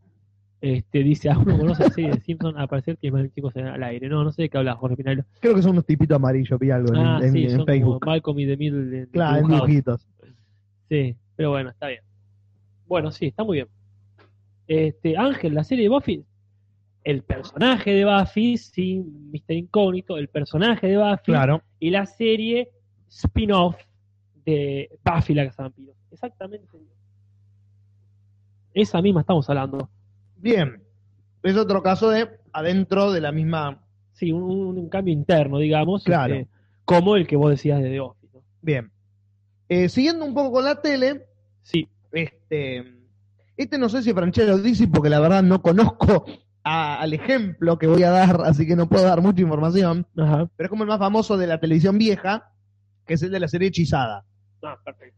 este, dice, ¿a uno conoce la serie de Simpson? A parecer que el chico se al aire. No, no sé de qué hablas, Jorge Pianero. Creo que son unos tipitos amarillos, vi algo en, Ah, en- sí, en son como Facebook. Malcolm y The Middle. en- Claro, en dibujados. dibujitos. Sí, pero bueno, está bien. Bueno, sí, está muy bien. Este, Ángel, la serie de Buffy, el personaje de Buffy, sí, Mr. Incógnito, el personaje de Buffy Claro. y la serie spin-off de Buffy la Casa de Vampiros. Exactamente. Esa misma estamos hablando. Bien. Es otro caso de adentro de la misma. Sí, un, un- un cambio interno, digamos, Claro. este, como el que vos decías de The Office. ¿no? Bien. Eh, siguiendo un poco con la tele, Sí, este. Este no sé si Franchella dice, porque la verdad no conozco a- al ejemplo que voy a dar, así que no puedo dar mucha información. ajá. Pero es como el más famoso de la televisión vieja, que es el de la serie Hechizada. Ah, perfecto.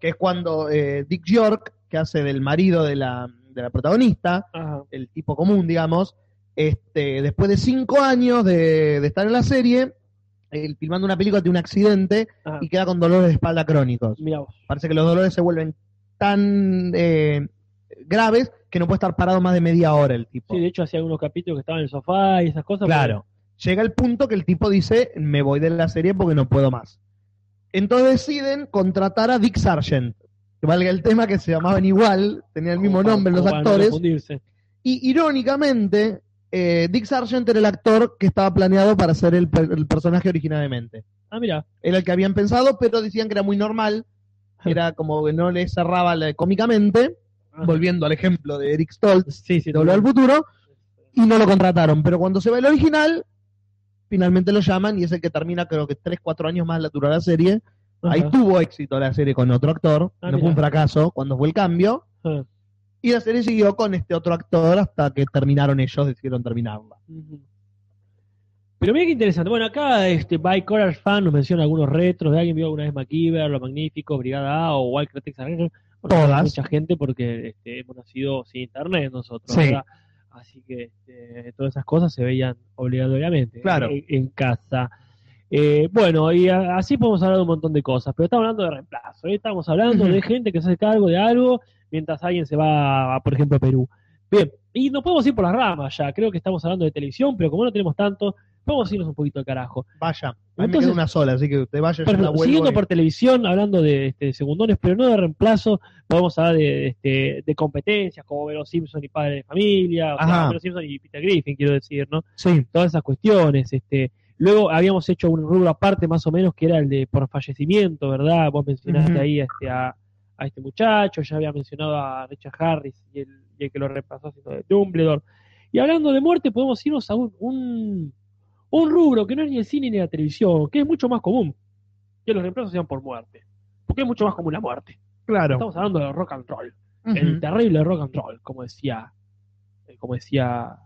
que es cuando eh, Dick York, que hace del marido de la, de la protagonista, Ajá. el tipo común, digamos, este, después de cinco años de, de estar en la serie, él filmando una película tiene un accidente ajá. y queda con dolores de espalda crónicos. Mirá vos. Parece que los dolores se vuelven tan eh, graves que no puede estar parado más de media hora el tipo. Sí, de hecho hacía algunos capítulos que estaban en el sofá y esas cosas. Claro. Llega el punto que el tipo dice, me voy de la serie porque no puedo más. Entonces deciden contratar a Dick Sargent, que valga el tema que se llamaban igual, tenían el mismo Como nombre los para- como para no actores. confundirse. Y irónicamente, eh, Dick Sargent era el actor que estaba planeado para ser el, per- el personaje originalmente. Ah, mira. Era el que habían pensado, pero decían que era muy normal, era como que no le cerraba la- cómicamente, Ah. volviendo al ejemplo de Eric Stoltz Sí, sí, de Volver al Futuro, y no lo contrataron. Pero cuando se va el original, finalmente lo llaman y es el que termina, creo que 3, 4 años más la dura la serie. Ajá. Ahí tuvo éxito la serie con otro actor, Ah, no fue un mirá. fracaso cuando fue el cambio. Ah. Y la serie siguió con este otro actor hasta que terminaron ellos, decidieron terminarla. Ujú. Pero mira qué interesante. Bueno, acá este By Coral Fan nos menciona algunos retros. de ¿Alguien vio alguna vez MacGyver, Lo Magnífico, Brigada A o Walker Texas Ranger? Bueno, Todas. hay Mucha gente porque este, hemos nacido sin internet nosotros. Sí. ¿verdad? Así que este, todas esas cosas se veían obligatoriamente Claro. en, en casa. Eh, bueno, y a- así podemos hablar de un montón de cosas, pero estamos hablando de reemplazo. ¿eh? Estamos hablando Ujú. de gente que se hace cargo de algo mientras alguien se va, a, por ejemplo, a Perú. Bien, y nos podemos ir por las ramas ya. Creo que estamos hablando de televisión, pero como no tenemos tanto, vamos a irnos un poquito al carajo. Vaya, a mí me Entonces- queda una sola, así que usted vaya, yo Perfecto, la vuelvo. siguiendo y- por televisión, hablando de este, segundones, pero no de reemplazo, podemos hablar de, este, de competencias como Vero Simpson y Padre de Familia, o sea, Ajá. Homero Simpson y Peter Griffin, quiero decir, ¿no? Sí, Todas esas cuestiones. este Luego habíamos hecho un rubro aparte, más o menos, que era el de por fallecimiento, ¿verdad? Vos mencionaste Ujú. ahí este, a, a este muchacho, ya había mencionado a Richard Harris y el, y el que lo reemplazó haciendo de Dumbledore. Y hablando de muerte, podemos irnos a un, un, un rubro que no es ni el cine ni la televisión, que es mucho más común que los reemplazos sean por muerte. Porque es mucho más común la muerte. claro. Estamos hablando de rock and roll Ujú. el terrible rock and roll, como decía, eh, como decía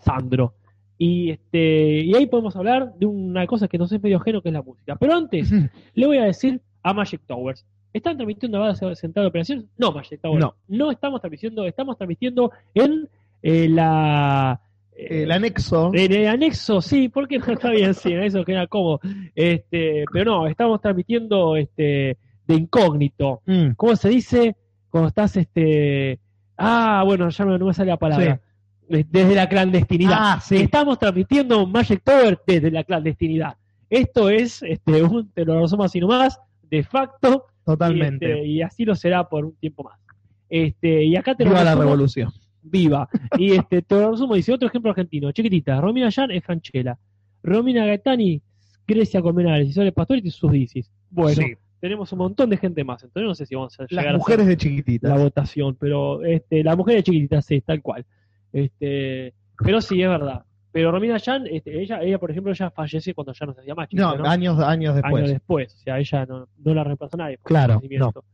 Sandro. Y este, y ahí podemos hablar de una cosa que nos es medio ajeno que es la música. Pero antes, Ujú. le voy a decir a Magic Towers. ¿Están transmitiendo ahora se- central de operaciones? No, Magic Towers. No. estamos transmitiendo, estamos transmitiendo en eh, la eh, El anexo. en el anexo, sí, porque no (laughs) está bien, sí, en eso queda cómodo. Este, pero no, estamos transmitiendo este de incógnito. Mm, ¿Cómo se dice cuando estás este. Ah, bueno, ya no, no me sale la palabra. desde la clandestinidad. Ah, sí. Estamos transmitiendo Magic Power desde la clandestinidad. Esto es este, un, te lo resumo así nomás, de facto, Totalmente. y, este, y así lo será por un tiempo más. Este, y acá te lo Viva la resumo- revolución. viva. Y este, te lo resumo, dice otro ejemplo argentino, chiquitita, Romina Yan es Franchella, Romina Gaetani, Grecia Colmenares, Isabel Pastor y sus dicis. Bueno, Sí. tenemos un montón de gente más, entonces no sé si vamos a llegar Las a hacer mujeres de chiquititas. la votación, pero este, la mujer de chiquitita, sí, tal cual. Este, pero sí, es verdad. Pero Romina Yan, este, ella, ella, por ejemplo, ella fallece cuando ya no se hacía más chiquita, No, años, años después. años después. O sea, ella no, no la reemplazó nadie. por Claro, fallecimiento.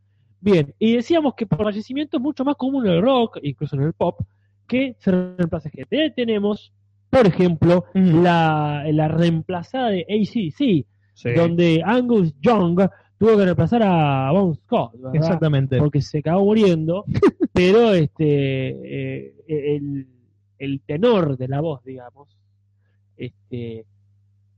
Bien, y decíamos que por fallecimiento es mucho más común en el rock, incluso en el pop, que se reemplace gente. Ahí tenemos, por ejemplo, Mm. la, la reemplazada de ACDC, Sí. donde Angus Young tuvo que reemplazar a Bon Scott, ¿verdad? Exactamente. porque se acabó (laughs) muriendo, pero este eh, el, el tenor de la voz, digamos, este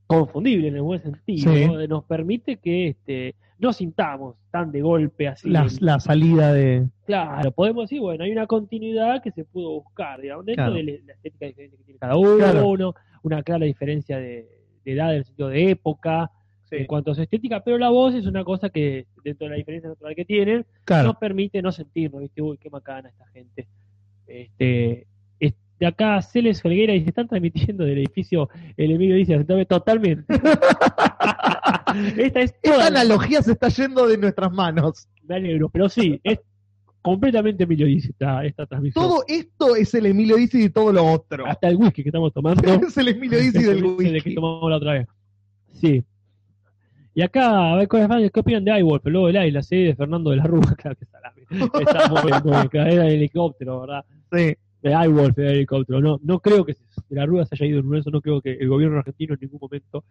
confundible en el buen sentido, Sí. ¿no? nos permite que este no sintamos tan de golpe así. La, la salida de. Claro, podemos decir, bueno, hay una continuidad que se pudo buscar, digamos, dentro Claro. de la- la estética diferente que tiene cada uno, Claro. una clara diferencia de, de edad, en el sentido de época, Sí. en cuanto a su estética, pero la voz es una cosa que, dentro de la diferencia natural que tienen, Claro. nos permite no sentirnos, ¿viste? Uy, qué macana esta gente. Este, es- de acá Celes Felguera dice, están transmitiendo del edificio, el Emilio dice, "Aceptame (laughs) totalmente. Esta es Esta toda la... analogía se está yendo de nuestras manos. Me alegro, pero sí, es completamente Emilio dice esta, esta transmisión. Todo esto es el Emilio Dizzy y todo lo otro. (laughs) Hasta el whisky que estamos tomando. es el Emilio Ah, Dizzy (laughs) Es el del whisky whisky. que tomamos la otra vez. Sí. Y acá, a ver, ¿cuáles van? ¿qué opinan de iWolf? Luego del aire, la serie de Fernando de la Rúa, (laughs) claro que está la Está muy bien, muy bien, claro, era el helicóptero, ¿verdad? Sí. de iWolf, de helicóptero. No, no creo que de la Rúa se haya ido en un eso, no creo que el gobierno argentino en ningún momento,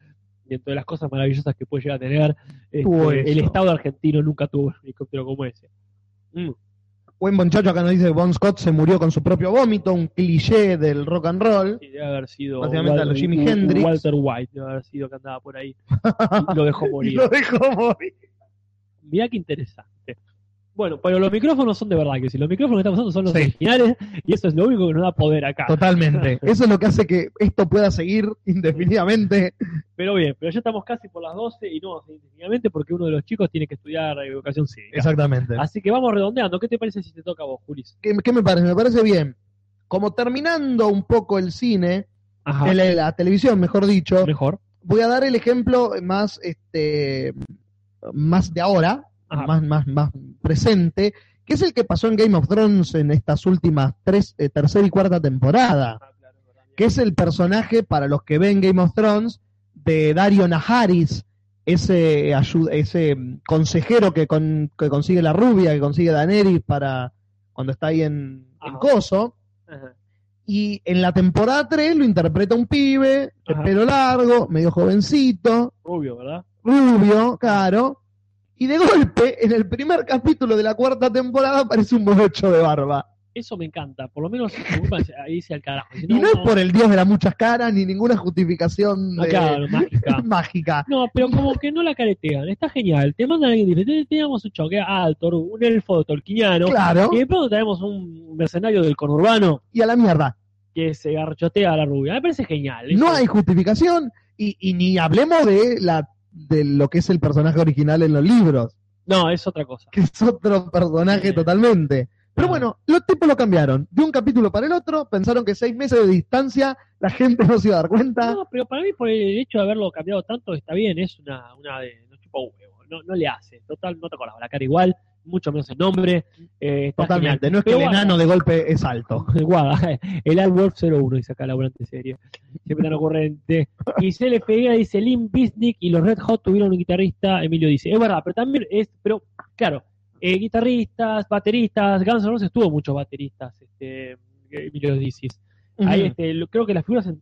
dentro de las cosas maravillosas que puede llegar a tener, este, Tuvo eso. el Estado argentino nunca tuvo un helicóptero como ese. Mm, Buen muchacho acá nos dice que Bon Scott se murió con su propio vómito, un cliché del rock and roll. y debe haber sido Básicamente a los Jimi Hendrix. Walter White, debe haber sido que andaba por ahí y lo dejó (laughs) y morir. lo dejó (laughs) morir. Mirá qué interesante. Bueno, pero los micrófonos son de verdad, que si los micrófonos que estamos usando son los Sí. originales, y eso es lo único que nos da poder acá. Totalmente. Eso es lo que hace que esto pueda seguir indefinidamente. Pero bien, pero ya estamos casi por las 12 y no, vamos a ir definitivamente porque uno de los chicos tiene que estudiar eh, educación cívica. Exactamente. Así que vamos redondeando. ¿Qué te parece si te toca a vos, Julis? ¿Qué, qué me parece? Me parece bien. Como terminando un poco el cine, Ajá. el- la televisión, mejor dicho, Mejor. voy a dar el ejemplo más, este, más de ahora, Ajá. más, más, más presente, que es el que pasó en Game of Thrones en estas últimas tres, eh, tercera y cuarta temporada, Ah, que es el personaje para los que ven Game of Thrones de Dario Naharis, ese, ayu- ese mm, consejero que, con- que consigue la rubia, que consigue Daenerys para cuando está ahí en, en Ajá. Coso. Ajá. Y en la temporada 3 lo interpreta un pibe, de Ajá. pelo largo, medio jovencito, Rubio, ¿verdad? rubio, claro. Y de golpe, en el primer capítulo de la cuarta temporada aparece un morocho de barba. Eso me encanta. Por lo menos ocupa- ahí se al carajo. Si (laughs) y no es por el dios de las muchas caras ni ninguna justificación de- (laughs) Claro, mágica. mágica. No, pero como que no la caretean. Está genial. Te mandan a alguien diferente. Teníamos un choque alto, un elfo tolquiñano. Claro. Y de pronto tenemos un mercenario del conurbano Y a la mierda. que se garchotea a la rubia. Me parece genial. ¿eh? No Eso- hay justificación y, y ni hablemos de la de lo que es el personaje original en los libros, No, es otra cosa. que es otro personaje Bien. totalmente. Pero Ah. bueno, los tipos lo cambiaron. De un capítulo para el otro, pensaron que seis meses de distancia la gente (laughs) no se iba a dar cuenta. No, pero para mí, por el hecho de haberlo cambiado tanto, está bien, es una, una de. No chupa huevo, no, no le hace. Total, no te acordaba la cara igual, mucho menos el nombre. eh, está Totalmente, genial. no es que Pero el guarda, enano de golpe (laughs) es alto. Guarda, el Alworth 01 y saca laburante serio. Siempre tan ocurrente. Y se le pega, dice Lim Bisnick y los Red Hot tuvieron un guitarrista, Emilio dice. Es verdad, pero también es. Pero, claro, eh, guitarristas, bateristas, Guns N' Roses tuvo muchos bateristas, este, Emilio dice. Ahí este, lo- creo que las figuras cen-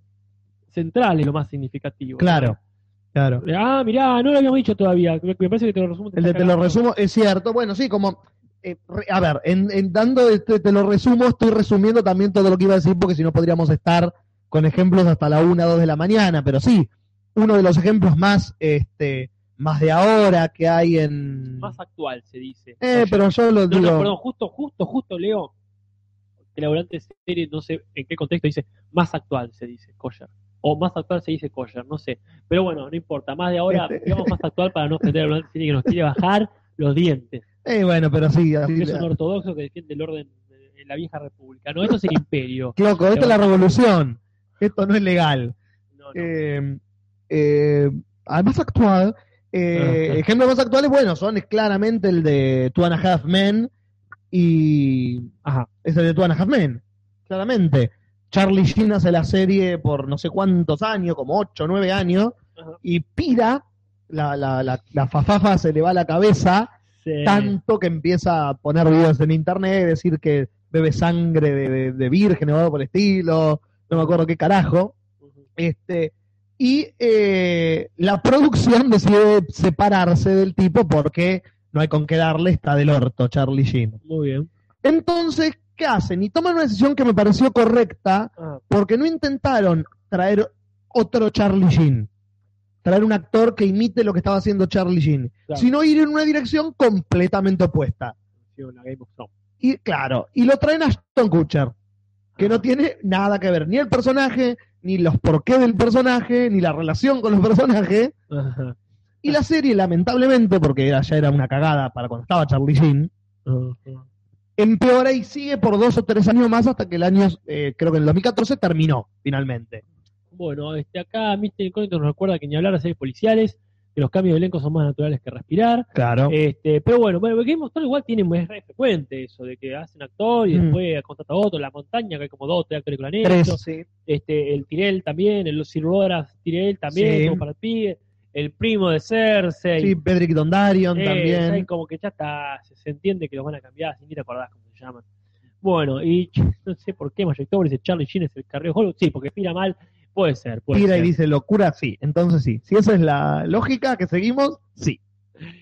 centrales es lo más significativo. Claro, claro. Ah, mirá, no lo habíamos dicho todavía. Me, me parece que te lo resumo. El de te lo resumo es cierto. Bueno, sí, como. eh, re- a ver, en, en dando este te lo resumo, estoy resumiendo también todo lo que iba a decir, porque si no podríamos estar con ejemplos hasta la 1, 2 de la mañana. Pero sí, uno de los ejemplos más, este, más de ahora que hay en. Más actual, se dice. Eh, pero yo lo No, digo. no, perdón, justo, justo, justo, Leo. elaborante de serie, no sé en qué contexto, dice más actual, se dice Kosher. O más actual se dice Kosher, no sé. Pero bueno, no importa. Más de ahora, Este- digamos más actual para no ofender al elaborante de serie que nos quiere bajar los dientes. Eh, bueno, pero sí, así- Porque es un ortodoxo que defiende el orden de la vieja república. No, esto es el imperio. Loco, esta es la revolución. Esto no es legal. No, no. Eh, eh, además actual, eh, Ajá. ejemplos más actuales, bueno, son claramente el de Two and a Half Men y Ajá. es el de Two and a Half Men, claramente. Charlie Sheen hace la serie por no sé cuántos años, como 8, 9 años, Ajá. y pira, la, la, la, la fafafa se le va a la cabeza Sí. tanto que empieza a poner videos en internet, decir que bebe sangre de, de- de virgen o algo por el estilo, no me acuerdo qué carajo. Ujú. Este, y eh, la producción decide separarse del tipo porque no hay con qué darle, está del orto, Charlie Sheen. Muy bien. Entonces, ¿qué hacen? Y toman una decisión que me pareció correcta Ah, porque no intentaron traer otro Charlie Sheen, traer un actor que imite lo que estaba haciendo Charlie Sheen, Claro. sino ir en una dirección completamente opuesta. sí, una Game of Thrones. Y claro, y lo traen a Ashton Kutcher, que no tiene nada que ver, ni el personaje, ni los porqués del personaje, ni la relación con los (laughs) personajes. Ajá. Y la serie, lamentablemente, porque era- ya era una cagada para cuando estaba Charlie Sheen, Ajá. empeora y sigue por dos o tres años más hasta que el año, eh, creo que en el 2014 terminó, finalmente. Bueno, este, acá Mr. Incógnito nos recuerda que ni hablar de series policiales, que los cambios de elenco son más naturales que respirar. Claro. Este, pero bueno, bueno, Game of Thrones igual tiene es re frecuente eso, de que hace un actor y Mm. después contrata a otro, la montaña, que hay como dos, tres actores que lo han hecho. tres, sí. Este, el Tirel también, el Sir Rodas Tirel también, Sí. como para el pibe, el primo de Cersei. Sí, Pedrick Dondarion Eh, ya hay también. como que ya está, se, se entiende que los van a cambiar, sin ni te acordás cómo se llaman. Bueno, y (laughs) ch- no sé por qué Magic Tower dice Charlie Sheen es el carrero de Hollywood. Sí, porque pira mal, puede ser. Puede Mira y ser. dice locura, sí. Entonces sí. Si esa es la lógica que seguimos, sí.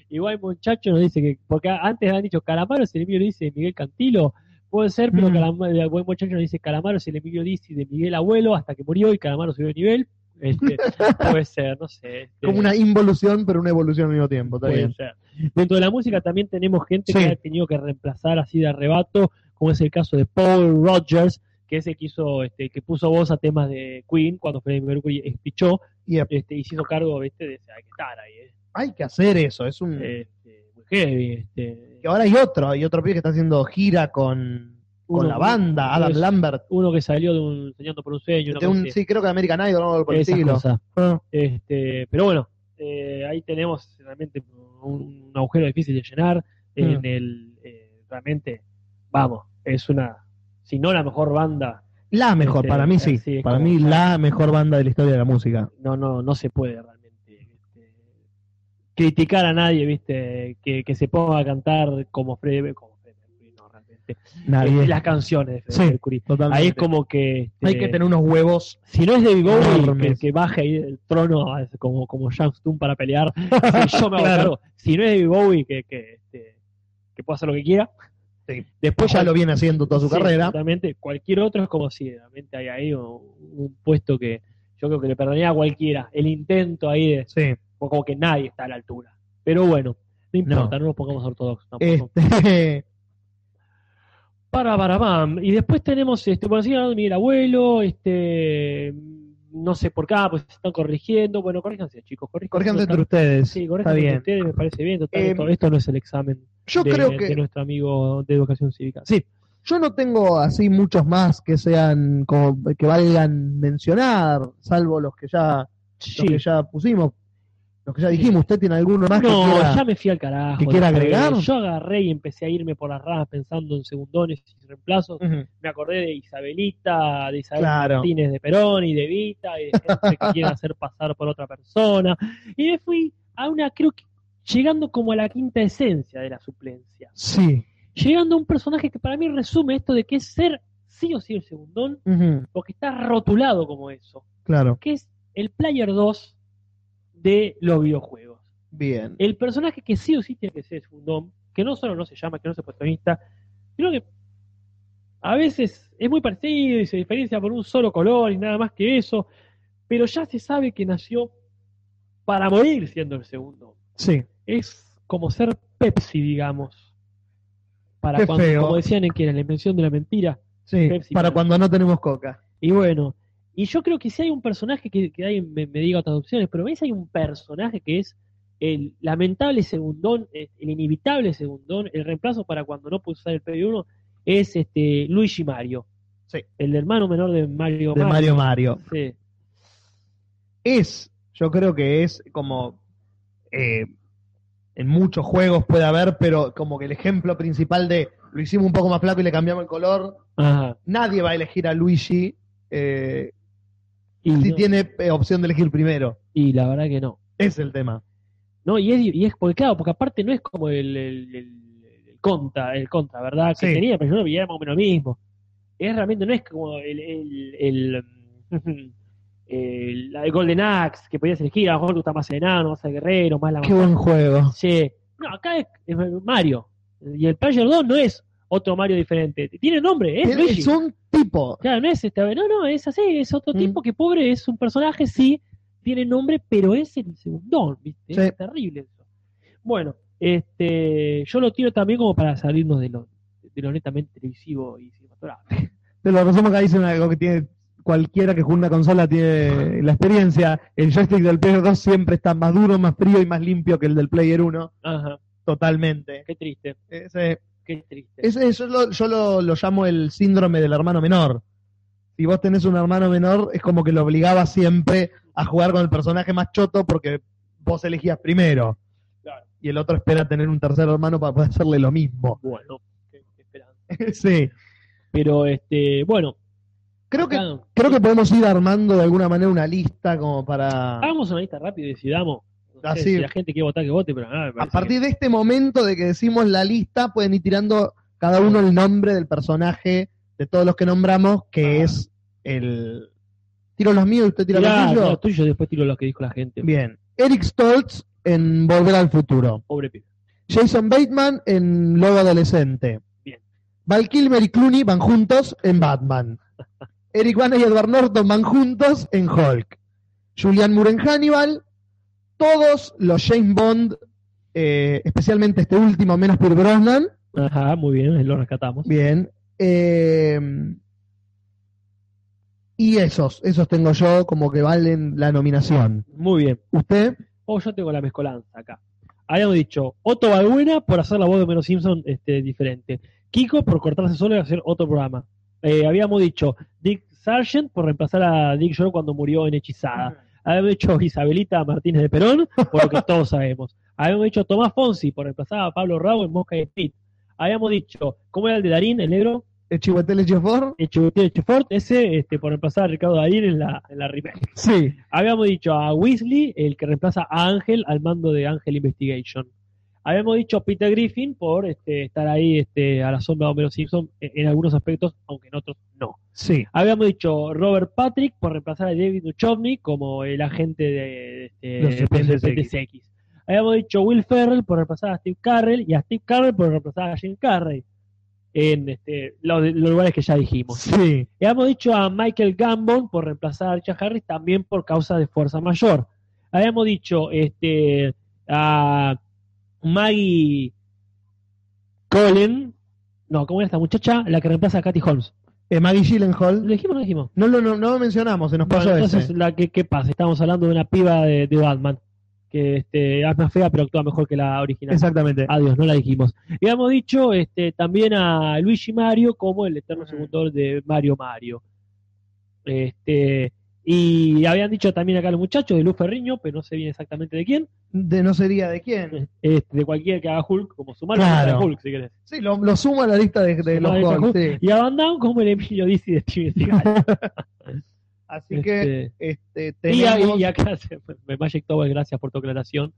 Igual muchacho nos dice que, porque a- antes han dicho Calamaro es el Emilio Dizzy de Miguel Cantilo, puede ser, pero Mm. Calam- el buen muchacho nos dice Calamaro es el Emilio Dizzy de Miguel Abuelo hasta que murió y Calamaro subió de nivel. (laughs) Este, puede ser, no sé. este, Como una involución, pero una evolución al mismo tiempo. Está Puede bien. ser. Dentro de la música también tenemos gente Sí. que ha tenido que reemplazar así de arrebato, como es el caso de Paul Rogers, que es el que hizo, este, que puso voz a temas de Queen cuando Freddie Mercury espichó Y es- este, y se hizo cargo, viste, de hay que estar ahí, eh. hay que hacer eso. Es un. este, muy heavy, este. Y ahora hay otro, hay otro pibe que está haciendo gira con, con Uno- la banda, Adam es Lambert. Uno que salió de un enseñando por un sueño, una de un- cosa así. sí, creo que American Idol o algo por el Esas estilo. cosas. Ah, Este, pero bueno, eh, ahí tenemos realmente un, un agujero difícil de llenar. En Mm. el eh, realmente, vamos, es una, si no la mejor banda, La mejor, Este, para mí sí. sí, es para como- mí la mejor banda de la historia de la música. no, no, no se puede realmente este, criticar a nadie, viste, que, que se ponga a cantar como Freddie, como Freddie Mercury, no, realmente. Nadie. Eh, las canciones de Freddie Sí. Mercury. Totalmente. Ahí es como que este, Hay que tener unos huevos. si no es David Bowie que, Enormes. que baje ahí del trono eh, como, como James Toon para pelear, (laughs) sí, yo me hago Claro. cargo. Si no es David Bowie que, que, este, que pueda hacer lo que quiera, Sí. después Pues ya lo viene haciendo toda su sí, carrera. exactamente. cualquier otro es como si realmente hay ahí un, un puesto que yo creo que le perdonaría a cualquiera. El intento ahí de Sí. como que nadie está a la altura. Pero bueno, no importa, no, nos pongamos ortodoxos tampoco. Este, Para para pam. Y después tenemos este, bueno, sigue hablando de Miguel Abuelo, este no sé por qué, ah, pues se están corrigiendo. Bueno, corríjanse, chicos, corríjanse. (laughs) corríjanse entre ustedes. Sí, Está corríjanse entre bien. ustedes, me parece bien. Total, Eh, esto, esto no es el examen Yo de, creo que. de nuestro amigo de educación cívica. Sí, Yo no tengo así muchos más que sean como que valgan mencionar, salvo los que ya sí. los que ya pusimos, los que ya dijimos. ¿Usted tiene alguno más no, que quiera? ya me fui al carajo. que quiera después. agregar? Yo agarré y empecé a irme por las ramas pensando en segundones y reemplazos. Ujú, Me acordé de Isabelita, de Isabel Claro. Martínez de Perón y de Vita y de gente que quiere hacer pasar por otra persona. Y me fui a una, creo que llegando como a la quinta esencia de la suplencia. Sí. Llegando a un personaje que para mí resume esto de que es ser sí o sí el segundón, ujú, porque está rotulado como eso, Claro. que es el Player 2 de los videojuegos. Bien. El personaje que sí o sí tiene que ser segundón, que no solo no se llama, que no es el protagonista, sino que a veces es muy parecido y se diferencia por un solo color y nada más que eso, pero ya se sabe que nació para morir siendo el segundo. Sí. Es como ser Pepsi, digamos. Para Qué cuando, feo. como decían en que era la invención de la mentira, Sí, Pepsi, para claro. cuando no tenemos coca. Y bueno, y yo creo que si hay un personaje que, que hay, me, me diga otras opciones, pero veis hay un personaje que es el lamentable segundón, eh, el inevitable segundón, el reemplazo para cuando no puede usar el PB1 es este Luigi Mario. Sí. El hermano menor de Mario De Mario Mario. Sí. Es, yo creo que es como. eh, en muchos juegos puede haber, pero como que el ejemplo principal de lo hicimos un poco más flaco y le cambiamos el color. Ajá. Nadie va a elegir a Luigi eh, Y, si no- tiene eh, opción de elegir primero. y la verdad que no. Es el tema. No, y es, y es porque, claro, porque aparte no es como el, el, el- el contra, el contra, ¿verdad? Que Sí. tenía, pero yo lo veía más o menos lo mismo. Es realmente, no es como el, el, el, (laughs) mm, el- la- el Golden Axe, que podías elegir, a lo mejor tú estás más el enano, más el guerrero, más la Qué buen juego. Sí. No, acá es, es Mario. Y el Player 2 no es otro Mario diferente. Tiene nombre, es Es, Luigi. es un tipo. Claro, no es este, no, no, es así, es otro Mm. tipo que pobre es un personaje, sí, tiene nombre, pero es el segundón, ¿viste? Sí. Es terrible eso. Bueno, este, yo lo tiro también como para salirnos de lo, de lo netamente televisivo y cinematográfico. Te lo resumo acá dicen algo que tiene cualquiera que juega una consola tiene la experiencia. El joystick del Player 2 siempre está más duro, más frío y más limpio que el del Player 1. Ajá, Totalmente. qué triste, Ese- qué triste. ese- eso lo- yo lo, lo llamo el síndrome del hermano menor. Si vos tenés un hermano menor, es como que lo obligaba siempre a jugar con el personaje más choto porque vos elegías primero. Claro. Y el otro espera tener un tercer hermano para poder hacerle lo mismo. (laughs) Bueno, qué, qué esperanza. sí. Pero este, bueno, Creo que, acá- creo que podemos ir armando de alguna manera una lista como para. hagamos una lista rápida y decidamos. No sé Así. si la gente quiere votar que vote, pero nada, me A parece partir de este momento de que decimos la lista, pueden ir tirando cada uno el nombre del personaje de todos los que nombramos, que Ah. es el. Tiro los míos y usted que- tira Tirá, los suyos. no, tuyo, después tiro lo que dijo la gente. Bien. Eric Stoltz en Volver al Futuro. Pobre pibe. Jason Bateman en Lobo Adolescente. Bien. Val Kilmer y Clooney van juntos en Batman. Eric Bana y Edward Norton van juntos en Hulk. Julian Moore en Hannibal. Todos los James Bond, eh, especialmente este último, menos Pierce Brosnan. Ajá, muy bien, lo rescatamos. Bien. Eh, y esos, esos tengo yo como que valen la nominación. Muy bien. ¿Usted? Oh, yo tengo la mezcolanza acá. Habíamos dicho Otto Balbuena por hacer la voz de Homero Simpson este, diferente. Kiko por cortarse solo y hacer otro programa. Eh, habíamos dicho Dick Sargent por reemplazar a Dick Shore cuando murió en Hechizada. Habíamos dicho Isabelita Martínez de Perón, por lo que todos sabemos. Habíamos dicho Tomás Fonsi por reemplazar a Pablo Rabo en Mosca y Pit. Habíamos dicho, ¿cómo era el de Darín, el negro? ¿El Chihuahua Chefort? Echeverría Chefort, ese este, por reemplazar a Ricardo Darín en la, en la remake. Sí. Habíamos dicho a Weasley, el que reemplaza a Ángel al mando de Ángel Investigation. Habíamos dicho a Peter Griffin por este, estar ahí este, a la sombra de Homero Simpson e-, en, en algunos aspectos, aunque en otros no. Sí. Habíamos dicho Robert Patrick por reemplazar a David Duchovny como el agente de, este, Los de expedientes expedientes X. Habíamos dicho Will Ferrell por reemplazar a Steve Carrell y a Steve Carrell por reemplazar a Jim Carrey en este, los- los lugares que ya dijimos. Sí. Le Habíamos dicho a Michael Gambon por reemplazar a Richard Harris también por causa de fuerza mayor. Habíamos dicho este, a Maggie Colin, no, ¿cómo era esta muchacha? La que reemplaza a Katy Holmes. Eh, Maggie ¿Lo Gyllenhaal. dijimos o no lo dijimos? No lo no, no lo mencionamos, se nos pasó Bueno, entonces, ese. la que, ¿qué pasa? Estamos hablando de una piba de, de Batman, que este, es más fea pero actúa mejor que la original. Exactamente. Adiós, no la dijimos. Y habíamos dicho este, también a Luigi Mario como el eterno Ujú. segundo de Mario Mario. Este, y habían dicho también acá los muchachos de Luz Ferriño, pero no sé bien exactamente de quién, De no sería de quién. este, de cualquier que haga Hulk, como su mano Claro. Hulk, si querés. Sí, lo, lo sumo a la lista de, Sumá de los a la lista goles, sí. Y a Van Damme como el Emilio Dizzy de Steven Seagal. (laughs) Así que Este, este, y, a- tenemos y acá se- Magic Tower, gracias por tu aclaración,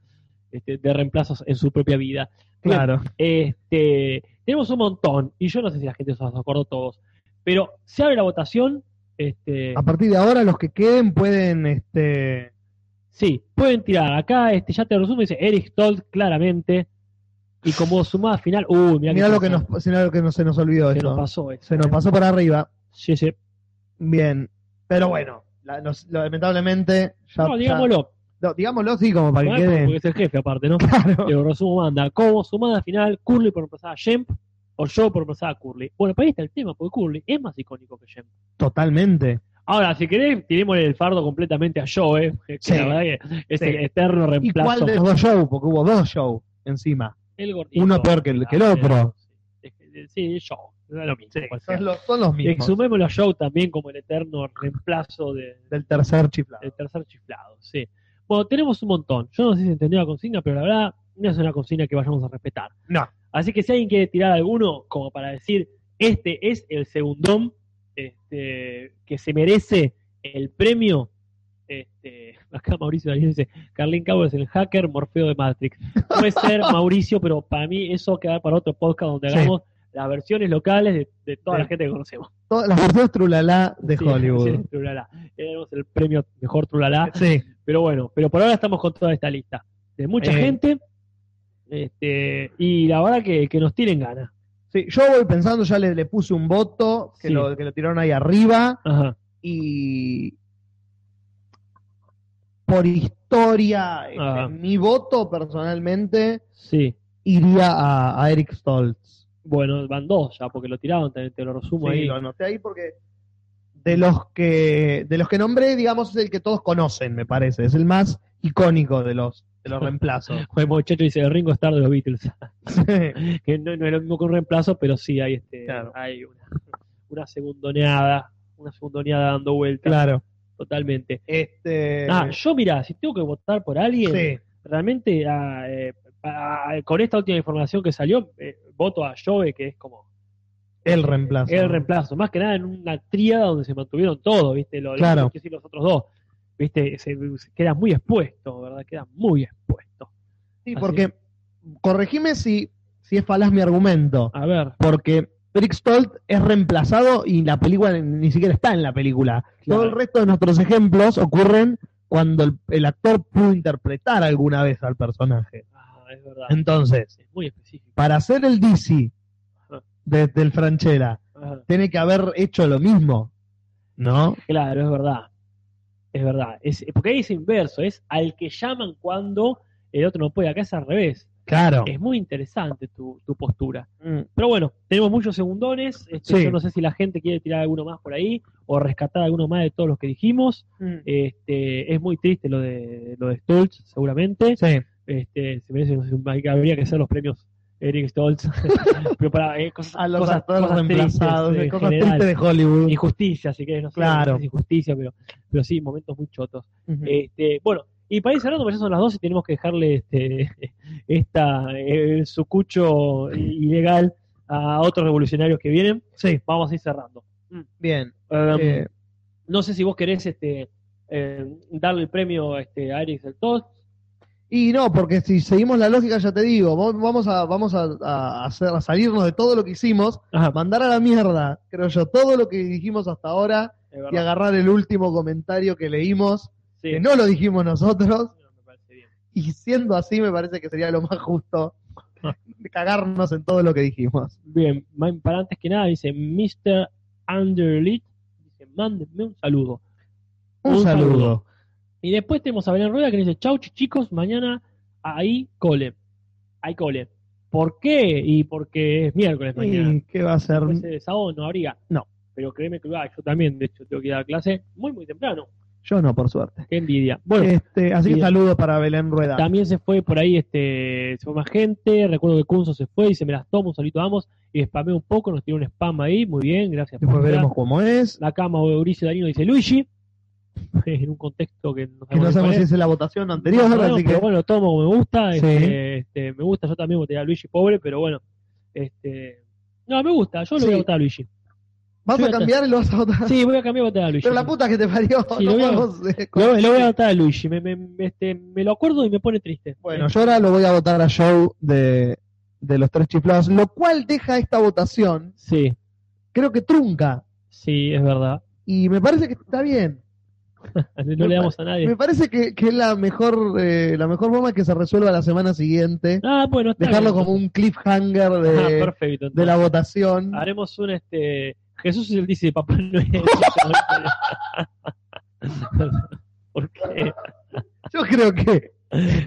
este, de reemplazos en su propia vida. claro. Este, tenemos un montón, y yo no sé si la gente se los acordó todos, pero se abre la votación. Este, A partir de ahora los que queden pueden este sí, pueden tirar. Acá este, ya te resumo, dice Eric Stolt claramente. Y como sumada final, uy, mirá, mirá qué lo que nos pasó, mirá lo que nos- se nos olvidó se esto. nos pasó. eso. Se nos pasó por arriba. Sí, sí. Bien. Pero bueno, la- nos- lamentablemente ya, No, ya- digámoslo, No, digámoslo sí como Ah, para que ¿verdad? queden. porque es el jefe aparte, ¿no? (laughs) Claro. Pero resumo manda. Como sumada final, Curly por reemplazar a Shemp O yo por pasar a Curly. Bueno, para ahí está el tema, porque Curly es más icónico que Jem. Totalmente. Ahora, si querés, tirémosle el fardo completamente a Joe, ¿eh? que Sí. la verdad que es Sí. el eterno ¿Y cuál reemplazo. de los dos shows? Porque hubo dos shows encima. El gordito. Ah, Uno peor que el- que el otro. Sí, sí, Joe. No es lo mismo. cual sea. Son los, son los mismos. Exhumémoslo a Joe también como el eterno reemplazo de- Del tercer chiflado. del tercer chiflado. Sí. Bueno, tenemos un montón. Yo no sé si entendió la consigna, pero la verdad no es una consigna que vayamos a respetar. No. Así que si alguien quiere tirar alguno, como para decir, este es el segundón este, que se merece el premio. Este, (laughs) acá Mauricio Darío dice, Carlin Cabo es el hacker Morfeo de Matrix. Puede (laughs) ser Mauricio, pero para mí eso queda para otro podcast donde Sí. hagamos las versiones locales de, de toda Sí. la gente que conocemos. Todas las versiones trulalá de Sí, Hollywood. sí, Trulalá. Ya tenemos el premio mejor Trulalá. Sí. Pero bueno, pero por ahora estamos con toda esta lista de mucha Eh. gente. Este, y la verdad que, que nos tienen ganas. Sí, yo voy pensando, ya le, le puse un voto, que, Sí. lo, que lo tiraron ahí arriba, Ajá. y por historia, este, Ah. mi voto personalmente Sí. iría a, a Eric Stoltz. Bueno, van dos ya, porque lo tiraron, te, te lo resumo Sí, ahí. lo anoté ahí porque de los que de los que nombré, digamos, es el que todos conocen, me parece. Es el más icónico de los de los (laughs) reemplazos. El muchacho dice el Ringo Starr de los Beatles. (laughs) Sí. que no, no es lo mismo que un reemplazo, pero sí hay este Claro. hay una, (laughs) una segundoneada, una segundoneada dando vueltas. claro. Totalmente. Este Ah, yo mira, si tengo que votar por alguien, sí, realmente ah, eh, ah, con esta última información que salió, eh, voto a Jove, que es como el reemplazo. el reemplazo. Más que nada en una tríada donde se mantuvieron todos, ¿viste? Lo, lo Claro. que sí los otros dos, ¿viste? Se, se queda muy expuesto, ¿verdad? Queda muy expuesto. Sí, Así porque corregime si si es falaz mi argumento, A ver, porque Eric Stoltz es reemplazado y la película ni siquiera está en la película. Todo Claro. el resto de nuestros ejemplos ocurren cuando el- el actor pudo interpretar alguna vez al personaje. ah, es verdad. Entonces, Es muy específico. para hacer el DC Ajá. de- del Franchella, Ajá. tiene que haber hecho lo mismo, ¿no? Claro, es verdad. Es verdad. Es, porque ahí es inverso, es al que llaman cuando el otro no puede. Acá es al revés. Claro. Es muy interesante tu, tu postura. Mm. Pero bueno, tenemos muchos segundones. Este, Sí. Yo no sé si la gente quiere tirar alguno más por ahí o rescatar alguno más de todos los que dijimos. Este, es muy triste lo de lo de Stoltz, seguramente. Sí. Este, se merece, no sé, hay que- habría que hacer los premios Eric Stoltz. (laughs) Pero para eh, cosas, A los cosas- actores cosas tristes, reemplazados, eh, en cosas general. tristes de Hollywood. Injusticia, si querés, no sé, Claro. Mm. no sé si injusticia, pero, pero sí, momentos muy chotos. Ujú. Este, bueno, y para ir cerrando, pues ya son las 12 y tenemos que dejarle este, (laughs) esta, el sucucho ilegal a otros revolucionarios que vienen. sí, Vamos a ir cerrando. bien. Um, Eh, no sé si vos querés este, eh, darle el premio este, a Eric del Todd. y no, porque si seguimos la lógica, ya te digo, va- vamos a, vamos a, a hacer, a salirnos de todo lo que hicimos, Ajá, a mandar a la mierda, creo yo, todo lo que dijimos hasta ahora es y verdad. agarrar el último comentario que leímos, Sí. que no lo dijimos nosotros, Me parece bien. Y siendo así, me parece que sería lo más (laughs) justo de cagarnos en todo lo que dijimos. Bien, ma- para antes que nada, dice Mr. Underlit, dice, mándenme un saludo. Un, Un saludo. saludo. Y después tenemos a Belén Rueda que dice, chau chi- chicos, mañana hay cole. Hay cole. ¿Por qué? Y porque es miércoles mañana. Y qué va a ser. Pues, eh, sábado no habría. No. Pero créeme que lo hay. yo también, de hecho, tengo que ir a la clase muy, muy temprano. Yo no, por suerte. Qué envidia. Bueno, este, así que bien. saludo para Belén Rueda. también se fue por ahí, este, se fue más gente. Recuerdo que Kunzo se fue y se me las tomo, un saludito a ambos. Y spamé un poco, nos tiró un spam ahí. Muy bien, gracias. Después por veremos cómo es. La cama Mauricio Darino dice Luigi. (laughs) En un contexto que no Que no cuál sabemos es. si es la votación anterior, eh. No, no, así que pero bueno, tomo como me gusta. Sí. Este, este, me gusta, yo también votaría a Luigi pobre, pero bueno. Este, no, me gusta, yo lo Sí. voy a votar a Luigi. vas yo a voy a- cambiar y lo vas a votar. Sí, voy a cambiar a votar a Luigi. (laughs) Pero la puta que te parió. Sí, no lo voy a- podemos, eh, con- lo, lo voy a votar a Luigi, me, me, este, me lo acuerdo y me pone triste. Bueno, yo ahora lo voy a votar a Joe de, de los tres chiflados, lo cual deja esta votación, Sí, creo que trunca. sí, es verdad. Y me parece que está bien. No le damos a nadie. Me parece que, que es la mejor, eh, la mejor forma es que se resuelva la semana siguiente. Ah, bueno, está Dejarlo bien. como un cliffhanger de, Ah, perfecto. Ah. de la votación. Haremos un este Jesús es (laughs) el dice de Papá Noel. ¿Por qué? Yo creo que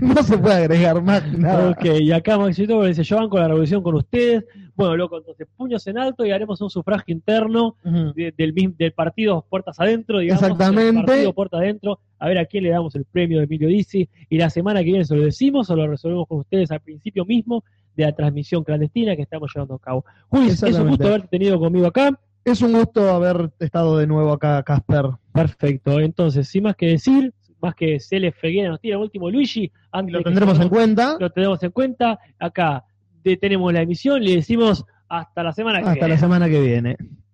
no se puede agregar más nada. Ok, y acá Maxito dice, yo banco la revolución con ustedes, Bueno, loco, entonces puños en alto y haremos un sufragio interno de- del, mismo- del partido Puertas Adentro, digamos. Exactamente. del partido Puertas Adentro, a ver a quién le damos el premio de Emilio Dizzi. Y la semana que viene se lo decimos o lo resolvemos con ustedes al principio mismo de la transmisión clandestina que estamos llevando a cabo. Julis, es un Exactamente. gusto haberte tenido conmigo acá. Es un gusto haber estado de nuevo acá, Casper. Perfecto, entonces, sin más que decir, más que Cele Feguera nos tira el último Luigi, antes de Lo que tendremos se- en cuenta. lo tenemos en cuenta. Acá detenemos la emisión, le decimos hasta la semana que Hasta viene. la semana que viene.